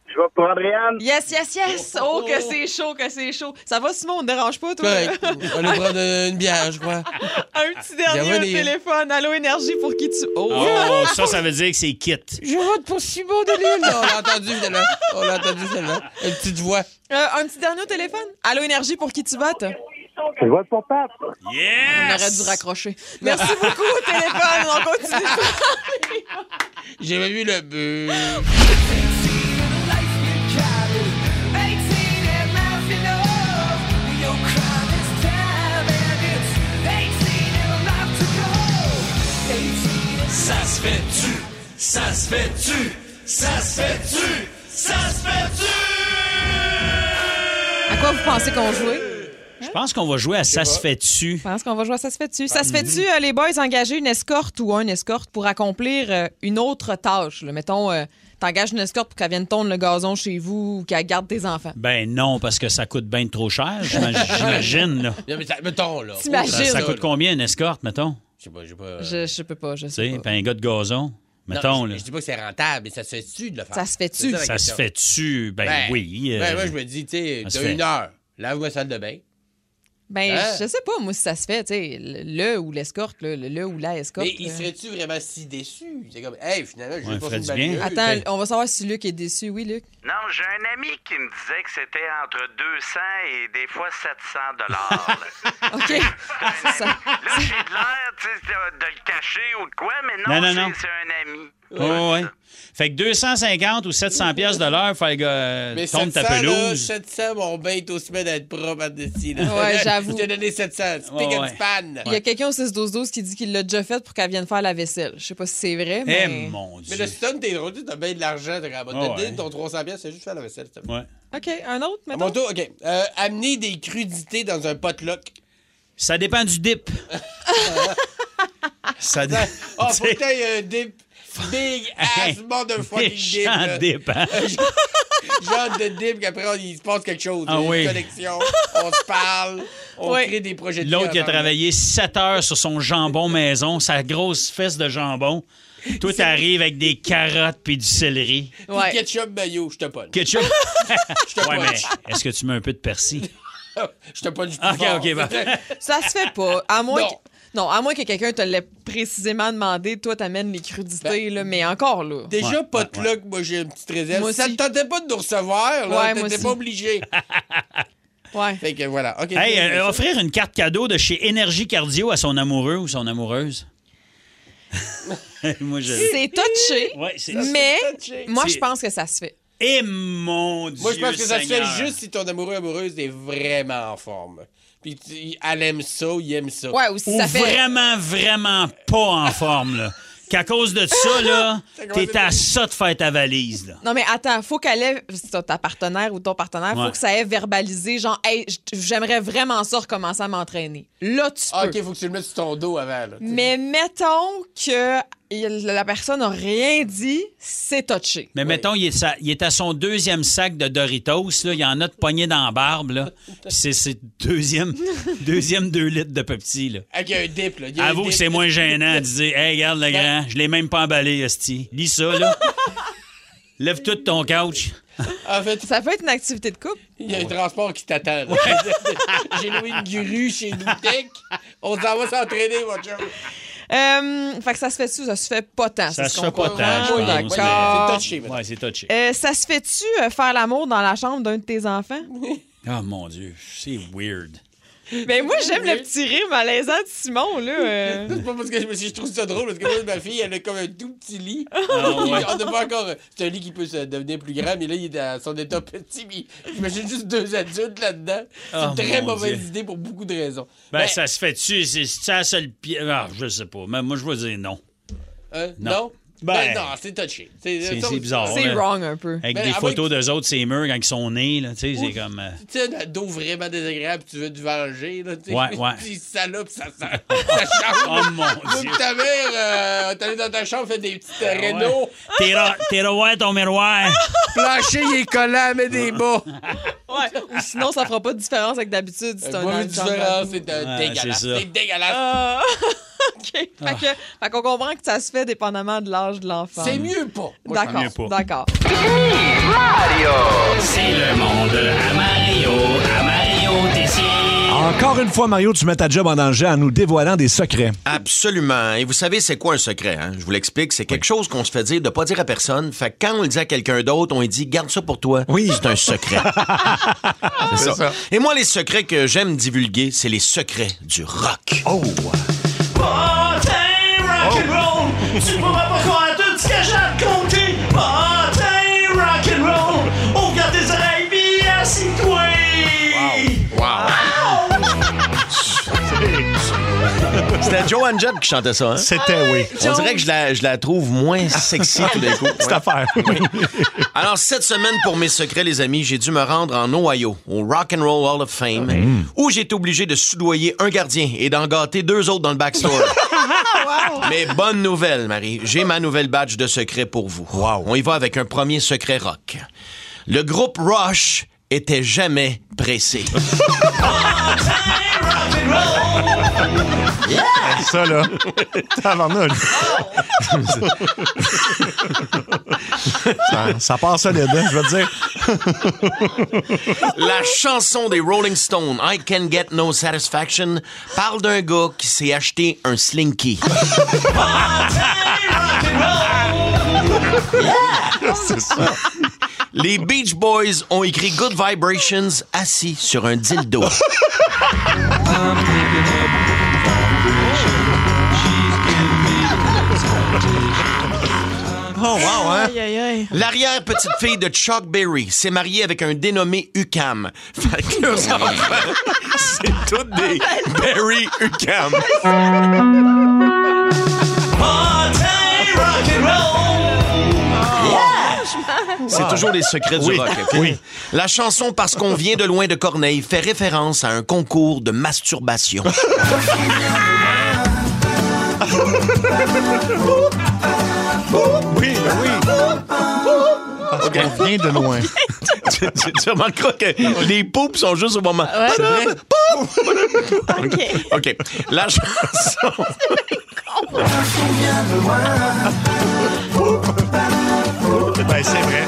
N: Je vais pour Andréane.
C: Yes, yes, yes! Oh, que c'est chaud, que c'est chaud. Ça va, Simon, on te dérange pas, toi? <laughs>
E: Correct. On va prendre une bière, je crois.
C: Un petit dernier au
E: Bienvenue.
C: téléphone. Allô, Énergie, pour qui tu... Oh!
D: Oh, ça, ça veut dire que c'est kit.
E: Je vote pour Simon de Lille. On l'a entendu, celle-là. On l'a entendu, celle-là. Une petite voix.
C: Euh, un petit dernier au téléphone. Allô, Énergie, pour qui tu votes?
V: Je vote pour Pat.
C: On aurait dû raccrocher. <laughs> Merci beaucoup au téléphone. On continue.
E: J'ai même eu le but.
F: Ça se fait tu, ça se fait tu, ça se fait tu, ça se fait
C: À quoi vous pensez qu'on jouait? Hein?
D: Je pense qu'on va jouer à Ça se fait dessus.
C: Je pense qu'on va jouer à Ça se fait-tu. Ça se fait-tu, euh, les boys, engager une escorte ou un escorte pour accomplir euh, une autre tâche? là? Mettons, euh, t'engages une escorte pour qu'elle vienne tondre le gazon chez vous ou qu'elle garde tes enfants.
D: Ben non, parce que ça coûte bien trop cher, j'ima- <laughs> j'imagine. là.
E: Non, mais ça- mettons, là.
C: T'imagines.
D: Ça, ça coûte combien une escorte, mettons?
E: Je sais pas, je sais Ben, pas.
C: Je, je peux pas, je
D: Tu
C: sais
D: sais, ben,
C: pas.
D: puis un gars de gazon,
E: Non,
D: mettons.
E: je,
D: là.
E: je dis pas que c'est rentable, mais ça se fait-tu de le faire?
C: Ça se fait-tu?
E: C'est la
D: Ça se
E: question.
D: fait-tu? Ben, oui. euh,
E: Ben, moi, je me dis, tu sais,
D: ça se
E: t'as
D: fait.
E: une heure. Lave ma salle de bain.
C: Ben,
E: Hein?
C: je sais pas, moi, si ça se fait, tu sais, le, le ou l'escorte, là, le, le ou la escorte.
E: Mais il
C: là.
E: serait-tu vraiment si déçu? C'est comme, hey, finalement, je
D: Ouais,
E: vais pas Ben,
D: ferait
E: faire
D: du
E: une
D: bien.
E: balle
C: Attends, on va savoir si Luc est déçu. Oui, Luc?
B: Non, j'ai un ami qui me disait que c'était entre 200 et des fois 700 dollars.
C: <laughs> <laughs> OK. C'est ça.
B: Ah, Là, j'ai de l'air tu sais, euh, de, de le cacher ou de quoi, mais non,
D: Non, non, non.
B: c'est- c'est un ami.
D: Oh, ouais. Fait que 250 ou 700 pièces de l'heure, faut que euh,
E: Mais
D: tombe
E: 700,
D: ta
E: là,
D: pelouse.
E: 700, mon bain est aussi bien d'être propre à dessus.
C: Ouais, j'avoue.
E: <laughs> Je t'ai donné 700. C'est
D: Ouais,
E: pick and
D: ouais.
E: span.
C: Il y a quelqu'un au 6-12-12 qui dit qu'il l'a déjà fait pour qu'elle vienne faire la vaisselle. Je sais pas si c'est vrai, mais...
D: Eh, mon
E: Mais le stun, t'es drôle, tu t'as bien de l'argent, t'es capable.
D: Ah
E: T'as
D: ouais.
E: donné ton 300 pièces, c'est juste faire la vaisselle. s'il te plaît.
D: Ouais.
C: OK, un autre,
E: À
C: mettons?
E: Mon tour, OK. Euh, amener des crudités dans un potluck.
D: Ça dépend du dip. ça dépend.
E: Oh, faut que t'aies un dip. Big
D: <laughs>
E: ass motherfucking dip. là.
D: Méchant dip, hein?
E: <laughs> Genre de dip qu'après, il se passe quelque chose.
D: Ah
E: Il y a
D: oui.
E: Une connexion, on se parle, on
C: Oui.
E: crée des projets de
D: L'autre
E: vie
D: qui a
E: ensemble.
D: travaillé 7 heures sur son jambon maison, sa grosse fesse de jambon.
E: <laughs>
D: Toi, t'arrives avec des carottes puis du céleri.
E: Puis ketchup mayo, je te pogne. <laughs>
D: Ketchup.
E: Je te
D: ouais,
E: punch.
D: mais est-ce que tu mets un peu de persil?
E: <laughs> Je te pogne du
D: Ok, ok, bon.
C: Ça se fait pas. À moins
E: Non.
C: que... Non, à moins que quelqu'un te l'ait précisément demandé, toi, t'amènes les
D: Ben,
C: crudités, là, mais encore, là.
E: Déjà, potluck, moi, j'ai une petite réserve.
C: Moi
E: ça
C: aussi.
E: ne tentait pas de nous recevoir,
C: Ouais,
E: là.
C: moi
E: T'étais
C: aussi. <laughs>
E: pas obligé.
C: Ouais.
E: Fait que voilà. OK.
D: Hey,
E: c'est-
D: euh, offrir une carte cadeau de chez Énergie Cardio à son amoureux ou son amoureuse. <laughs> Moi, je...
C: C'est touché,
D: Ouais, c'est-
C: mais
E: C'est touché.
C: moi, je
D: C'est-
C: pense que ça se fait.
D: Et mon Dieu
E: Moi, je pense que ça
D: Seigneur.
E: se fait juste si ton amoureux amoureuse est vraiment en forme. Puis tu- elle aime ça ou il aime ça.
C: Ouais, ou si
D: Ou
C: ça fait...
D: vraiment, vraiment pas en forme, là. qu'à cause de
C: <laughs>
D: ça, là,
C: Ça commence
D: t'es à ça de faire ta valise, là.
C: Non, mais attends, faut qu'elle ait, c'est ta- ta partenaire ou ton partenaire,
D: Ouais.
C: faut que ça ait verbalisé, genre, hey, j- j'aimerais vraiment ça recommencer à m'entraîner. Là, tu
E: Ah,
C: peux.
E: OK, faut que tu le mettes sur ton dos avant. Là,
C: Mais mettons que il- la personne n'a rien dit, c'est touché.
D: Mais mettons, il est, sa- il est à son deuxième sac de Doritos, là. Il en a de poignée dans la barbe,
C: <laughs>
D: là. Puis c'est c'est deuxième, deuxième deux litres de Pepsi, là.
E: Avec un dip, là. Il y a un
D: Avoue que
E: dip.
D: c'est moins gênant de dire Hey, regarde le grand, je l'ai même pas emballé, Hostie. Lis ça,
E: <laughs>
D: là. Lève tout de ton couch.
E: En fait,
C: ça peut être une activité de couple.
E: Il y a un transport qui
D: <laughs>
E: t'attend. là. <laughs> J'ai loué une grue chez Doutec. On s'en va s'entraîner, mon chum.
C: Euh, fait que ça se fait-tu ou ça se fait pas
E: Ah,
C: tant?
D: Ça
C: c'est ce
D: se
C: qu'on
D: fait pas
C: comprend?
D: tant, je
C: Oui,
D: pense.
C: d'accord.
D: Ouais, c'est touché.
C: Euh, ça se fait-tu euh, faire l'amour dans la chambre d'un de tes
E: <laughs>
C: enfants?
E: Eh.
D: Ah, mon Dieu, c'est weird.
C: Ben moi, j'aime le petit rire malaisant de Simon, là. euh.
E: C'est pas parce que je me suis je trouve ça drôle, parce que moi, ma fille, elle a comme un tout petit lit. <laughs> Puis
D: Ah, ouais.
E: On n'a pas encore. C'est un lit qui peut se devenir plus grand, mais là, il est à son état petit. Mais j'imagine juste deux adultes là-dedans. C'est
D: Ah,
E: une très
D: mon
E: mauvaise
D: Dieu.
E: idée pour beaucoup de raisons.
D: Ben,
E: Ben,
D: ça se fait-tu? C'est c'est la seule pièce. Ah, je sais pas. Mais moi, je vais dire non.
E: euh,
D: non.
E: non.
D: Ben,
E: Ben, non, c'est touché.
D: C'est
E: ça,
D: c'est bizarre.
C: C'est
D: là.
C: wrong un peu.
D: Avec
E: Ben,
D: des
E: à
D: photos d'eux autres, ces murs, quand ils sont nés, là, tu sais, c'est
E: Ouf.
D: comme. euh,
E: Tu sais, un ado vraiment désagréable, tu veux du venger, là, tu sais.
D: Ouais,
E: <laughs>
D: ouais.
E: Puis salope, ça sent.
D: <laughs>
E: Ça change.
D: Oh, mon
E: Faut
D: Dieu. Ben,
E: que ta mère, euh, t'allais dans ta chambre, fait des petites rénaux.
D: Terra- Terroir, ton miroir.
E: <laughs> Plancher, il est collant, mets des bas.
C: Ouais. Ou sinon, ça fera pas de différence avec d'habitude. Si
E: Euh,
C: t'as
E: moi,
C: un
E: une
C: dans le
E: différence,
C: chambre.
E: c'est,
D: Ouais,
E: euh, dégueulasse.
D: c'est ça. Ah.
E: C'est dégueulasse.
C: Ah, <laughs> OK. Fait que- fait qu'on comprend que ça se fait dépendamment de l'âge de l'enfant.
E: C'est mieux pas. Moi, je pense.
C: D'accord, d'accord.
D: Mmh! C'est le monde à Mario, à Mario
G: Encore une fois, Mario, tu mets ta job en danger en nous dévoilant des secrets.
H: Absolument. Et vous savez, c'est quoi un secret? hein? Je vous l'explique. C'est quelque chose qu'on se fait dire de pas dire à personne. Fait que quand on le dit à quelqu'un d'autre, on lui dit garde ça pour toi. Oui. C'est un secret. <laughs> c'est ça. Et moi, les secrets que j'aime divulguer, c'est les secrets du rock. Oh!
F: Bâtin
G: Oh.
F: rock'n'roll, tu pourras pas croire tout ce que j'ai raconté. Bâtin rock'n'roll, on garde tes oreilles pis assis-toi.
H: Wow! C'était Joanne Jett qui chantait ça, hein?
G: C'était, oui.
H: On dirait que je la, je la trouve <laughs> moins sexy tout d'un coup.
G: <laughs> Cette affaire.
H: <laughs> Alors, cette semaine, pour mes secrets, les amis, j'ai dû me rendre en Ohio, au Rock and Roll Hall of Fame,
G: Mm.
H: où j'ai été obligé de soudoyer un gardien et d'en gâter deux autres dans
G: <laughs>
H: le backstore. Mais bonne nouvelle, Marie, j'ai ma nouvelle badge de secret pour vous. On y va avec un premier secret rock. Le groupe Rush était jamais
G: <laughs>
H: pressé.
G: Ça,
H: <laughs>
G: là. Tabarnouche.
H: Oh.
G: ça, ça part solide, hein, je veux te dire.
H: La chanson des Rolling Stones, I Can Get No Satisfaction, parle d'un gars qui s'est acheté un slinky.
G: <laughs>
H: C'est ça. Les Beach Boys ont écrit Good Vibrations assis sur un dildo. Oh, wow, hein?
C: Aïe, aïe, aïe.
H: L'arrière petite fille de Chuck Berry s'est mariée avec un dénommé Ucam. Fait que leurs enfants, c'est tous des Berry Ucam. C'est
G: Ah.
H: toujours les secrets du
F: Oui,
H: rock. ok?
F: oui.
H: La chanson Parce qu'on vient de loin de Corneille fait référence à un concours de masturbation.
G: Oui, ben oui. Parce
H: <laughs>
G: qu'on <laughs> vient de loin.
H: tu, tu- tu remarqueras que les poupes sont juste au moment.
F: Ouais. C'est vrai.
H: <laughs> OK. OK. La chanson.
G: Ben, c'est vrai.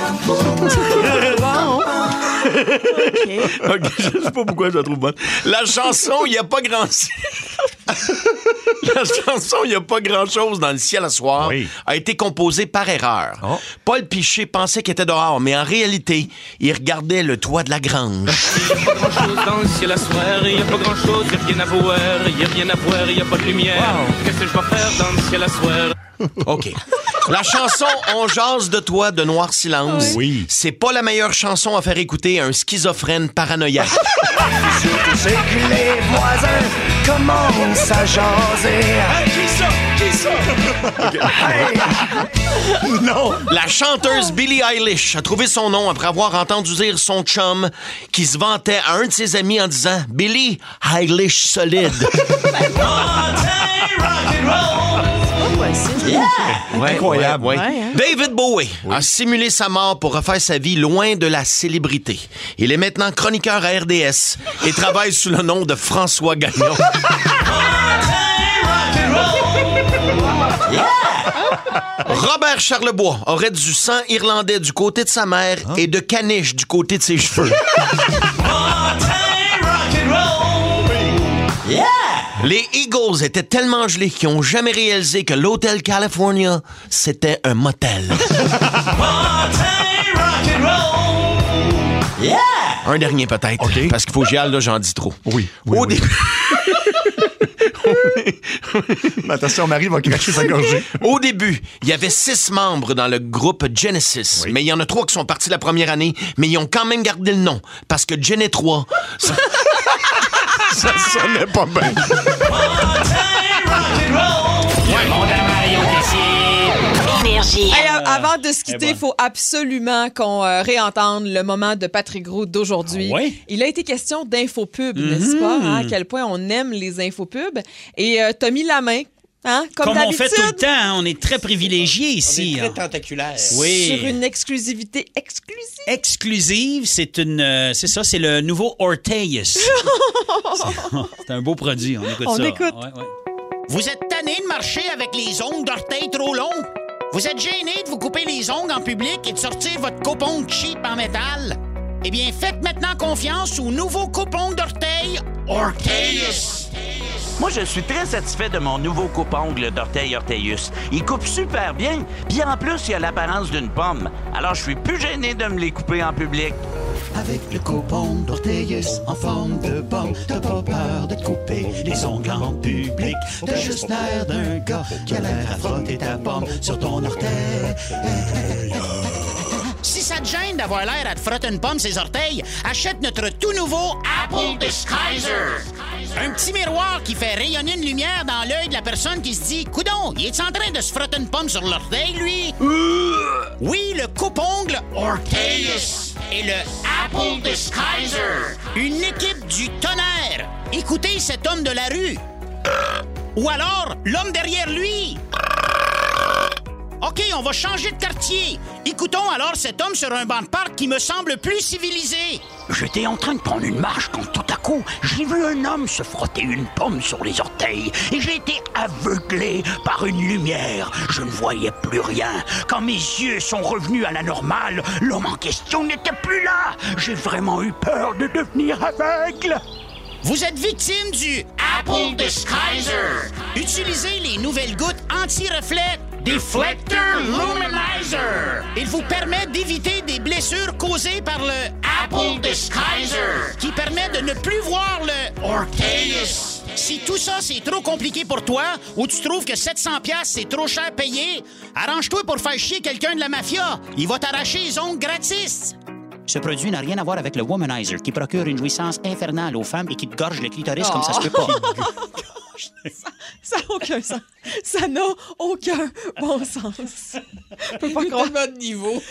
H: OK, je sais pas pourquoi je la trouve bonne. La chanson, il n'y a pas grand... La chanson, il n'y a pas grand-chose dans le ciel à soir, a été composée par erreur. Paul Piché pensait qu'il était dehors, mais en réalité, il regardait le toit de la grange.
W: grand-chose dans le ciel à soir, y a pas grand-chose, y a rien à voir, y a rien à voir, y a pas de lumière. Qu'est-ce que je vais faire dans le ciel à soir?
H: OK. La chanson On jase de toi de Noir Silence. Oui. C'est pas la meilleure chanson à faire écouter à un schizophrène paranoïaque.
F: C'est que les voisins commencent à jaser. qui ça? Qui ça?
H: <laughs> Non! La chanteuse Billie Eilish a trouvé son nom après avoir entendu dire son chum qui se vantait à un de ses amis en disant Billie Eilish solide. Ouais,
F: Incroyable.
H: ouais, ouais.
F: Ouais, hein?
H: David Bowie a simulé sa mort pour refaire sa vie loin de la célébrité. Il est maintenant chroniqueur à RDS et travaille sous le nom de François Gagnon. Robert Charlebois aurait du sang irlandais du côté de sa mère et de caniche du côté de ses cheveux. Les Eagles étaient tellement gelés qu'ils ont jamais réalisé que l'Hôtel California, c'était un motel. Un dernier peut-être, parce qu'il faut que j'y aille, là, j'en dis trop. Oui, Au début...
I: Mais <laughs> attention, Marie va cracher sa gorgée.
H: Au début, il y avait six membres dans le groupe Genesis, mais il y en a trois qui sont partis la première année, mais ils ont quand même gardé le nom, parce que Gen 3, ça, ça sonnait pas bien.
A: Énergie.
C: Hey,
D: Euh,
C: a- avant de
D: eh
C: se
D: ben.
C: quitter, il faut absolument qu'on euh, réentende le moment de Patrick Roux d'aujourd'hui.
D: Ah ouais?
C: Il a été question d'infopub,
D: Mhm.
C: n'est-ce pas? hein, à quel point on aime les infopubs. Et euh, t'as mis la main, hein, comme,
D: Comme on fait
C: d'habitude,
D: tout le temps, hein, on est très privilégié ici. hein.
E: tentaculaire.
D: Oui.
C: sur une exclusivité exclusive.
D: Exclusive, c'est une, euh, c'est ça, c'est le nouveau Orteils.
J: <laughs>
C: <laughs>
D: c'est un beau produit, on écoute
J: On
D: ça.
J: écoute.
D: Ouais, ouais.
J: Vous êtes tanné de marcher avec les ongles d'orteil trop longs? Vous êtes gêné de vous couper les ongles en public et de sortir votre coupon cheap en métal? Eh bien, faites maintenant confiance au nouveau coupon d'orteil Orteis.
B: Moi, je suis très satisfait de mon nouveau coupe-ongle d'orteil Orteius. Il coupe super bien, puis en plus, il a l'apparence d'une pomme. Alors, je suis plus gêné de me les couper en public.
F: Avec le coupon d'Orteillus en forme de bombe, t'as pas peur de te couper les ongles en public. T'as juste l'air d'un gars qui a l'air à frotter ta pomme sur ton orteil.
J: Si ça te gêne d'avoir l'air à te frotter une pomme ses orteils, achète notre tout nouveau Apple Disguiser. Un petit miroir qui fait rayonner une lumière dans l'œil de la personne qui se dit Coudon, il est en train de se frotter une pomme sur l'orteil, lui Oui, le coupe-ongle Orteis et le Apple Disguiser. Une équipe du tonnerre. Écoutez cet homme de la rue. Ou alors, l'homme derrière lui. OK, on va changer de quartier. Écoutons alors cet homme sur un banc de parc qui me semble plus civilisé.
K: J'étais en train de prendre une marche quand tout à coup, j'ai vu un homme se frotter une pomme sur les orteils et j'ai été aveuglé par une lumière. Je ne voyais plus rien. Quand mes yeux sont revenus à la normale, l'homme en question n'était plus là. J'ai vraiment eu peur de devenir aveugle.
J: Vous êtes victime du Apple Disguiser. Utilisez les nouvelles gouttes anti-reflet Deflector Luminizer. Il vous permet d'éviter des blessures causées par le Apple Disguiser, qui permet de ne plus voir le Orteis. Si tout ça c'est trop compliqué pour toi ou tu trouves que 700 pièces c'est trop cher payé, arrange-toi pour faire chier quelqu'un de la mafia. Il va t'arracher les ongles gratis. <laughs> Ce produit n'a rien à voir avec le womanizer qui procure une jouissance infernale aux femmes et qui te gorge le clitoris comme ça se peut pas.
C: <laughs> Ça n'a aucun sens. Ça n'a aucun bon sens. Je peux pas croire.
E: Tellement de niveau.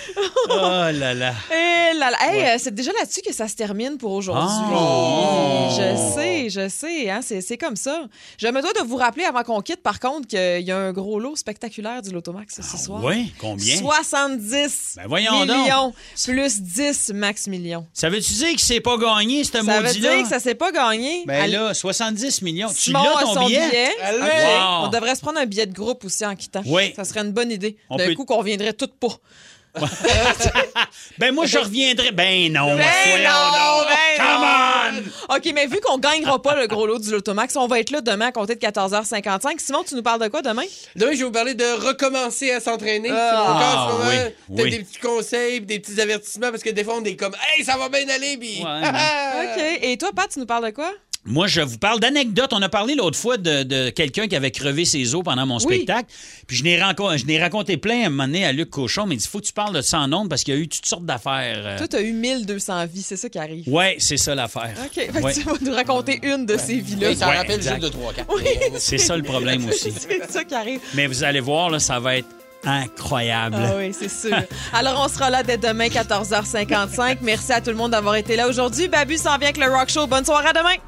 D: Oh là là.
C: Eh là là. Hey, euh, c'est déjà là-dessus que ça se termine pour aujourd'hui.
D: Oh.
C: Je sais, je sais, hein, c'est, c'est comme ça. Je me dois de vous rappeler avant qu'on quitte, par contre, qu'il y a un gros lot spectaculaire du Lotomax ce soir.
D: Oui, Ah combien?
C: 70
D: Ben voyons donc.
C: millions plus 10 max millions.
D: Ça veut-tu dire qu'il s'est pas gagné, ce
C: Ça veut
D: maudit-là?
C: dire que ça s'est pas gagné.
D: Ben
C: Allez,
D: là, 70 millions. Tu
C: Simon
D: l'as,
C: a
D: ton
C: son
D: billet?
C: Ok.
D: Wow.
C: On devrait se prendre un billet de groupe aussi en quittant.
D: Oui.
C: Ça serait une bonne idée.
D: On
C: D'un
D: peut-
C: coup, qu'on reviendrait toutes pas.
D: Ben moi, je reviendrai. Ben non.
C: Ben
D: voyons
C: non,
D: donc.
C: ben
D: Come
C: on! OK, mais vu qu'on gagnera pas le gros lot du Lotomax, on va être là demain à compter de 14h55. Simon, tu nous parles de quoi demain?
E: Demain, je vais vous parler de recommencer à s'entraîner.
C: Ah.
E: C'est mon cas en ce
C: Ah,
E: moment.
C: oui,
E: T'as
C: oui.
E: des petits conseils, des petits
C: Ah,
E: <laughs> avertissements, parce que des fois, on est comme « Hey, ça va bien aller! » puis
C: hein. OK. Et toi, Pat, tu nous parles de quoi?
D: Moi, je vous parle d'anecdotes. On a parlé l'autre fois de, de quelqu'un qui avait crevé ses os pendant mon spectacle. Puis je n'ai raconté, je n'ai raconté plein à un moment donné à Luc Cochon, mais il dit faut que tu parles de ça en nombre parce qu'il y a eu toutes sortes d'affaires. euh.
C: Toi, t'as eu 1200 vies, c'est ça qui arrive.
D: Ouais, c'est ça l'affaire.
C: OK, fait que
D: Ouais.
C: tu vas nous raconter une de ces vies-là.
D: Et ça Ouais, rappelle juste exact. deux,
E: trois,
C: Oui,
D: C'est ça le problème aussi.
C: <laughs> c'est ça qui arrive.
D: Mais vous allez voir, là, ça va être incroyable.
C: Ah oui, c'est sûr. Alors, on sera là dès demain, 14h55. Merci à tout le monde d'avoir été là aujourd'hui. Babu s'en vient avec le Rock Show. Bonne soirée à demain.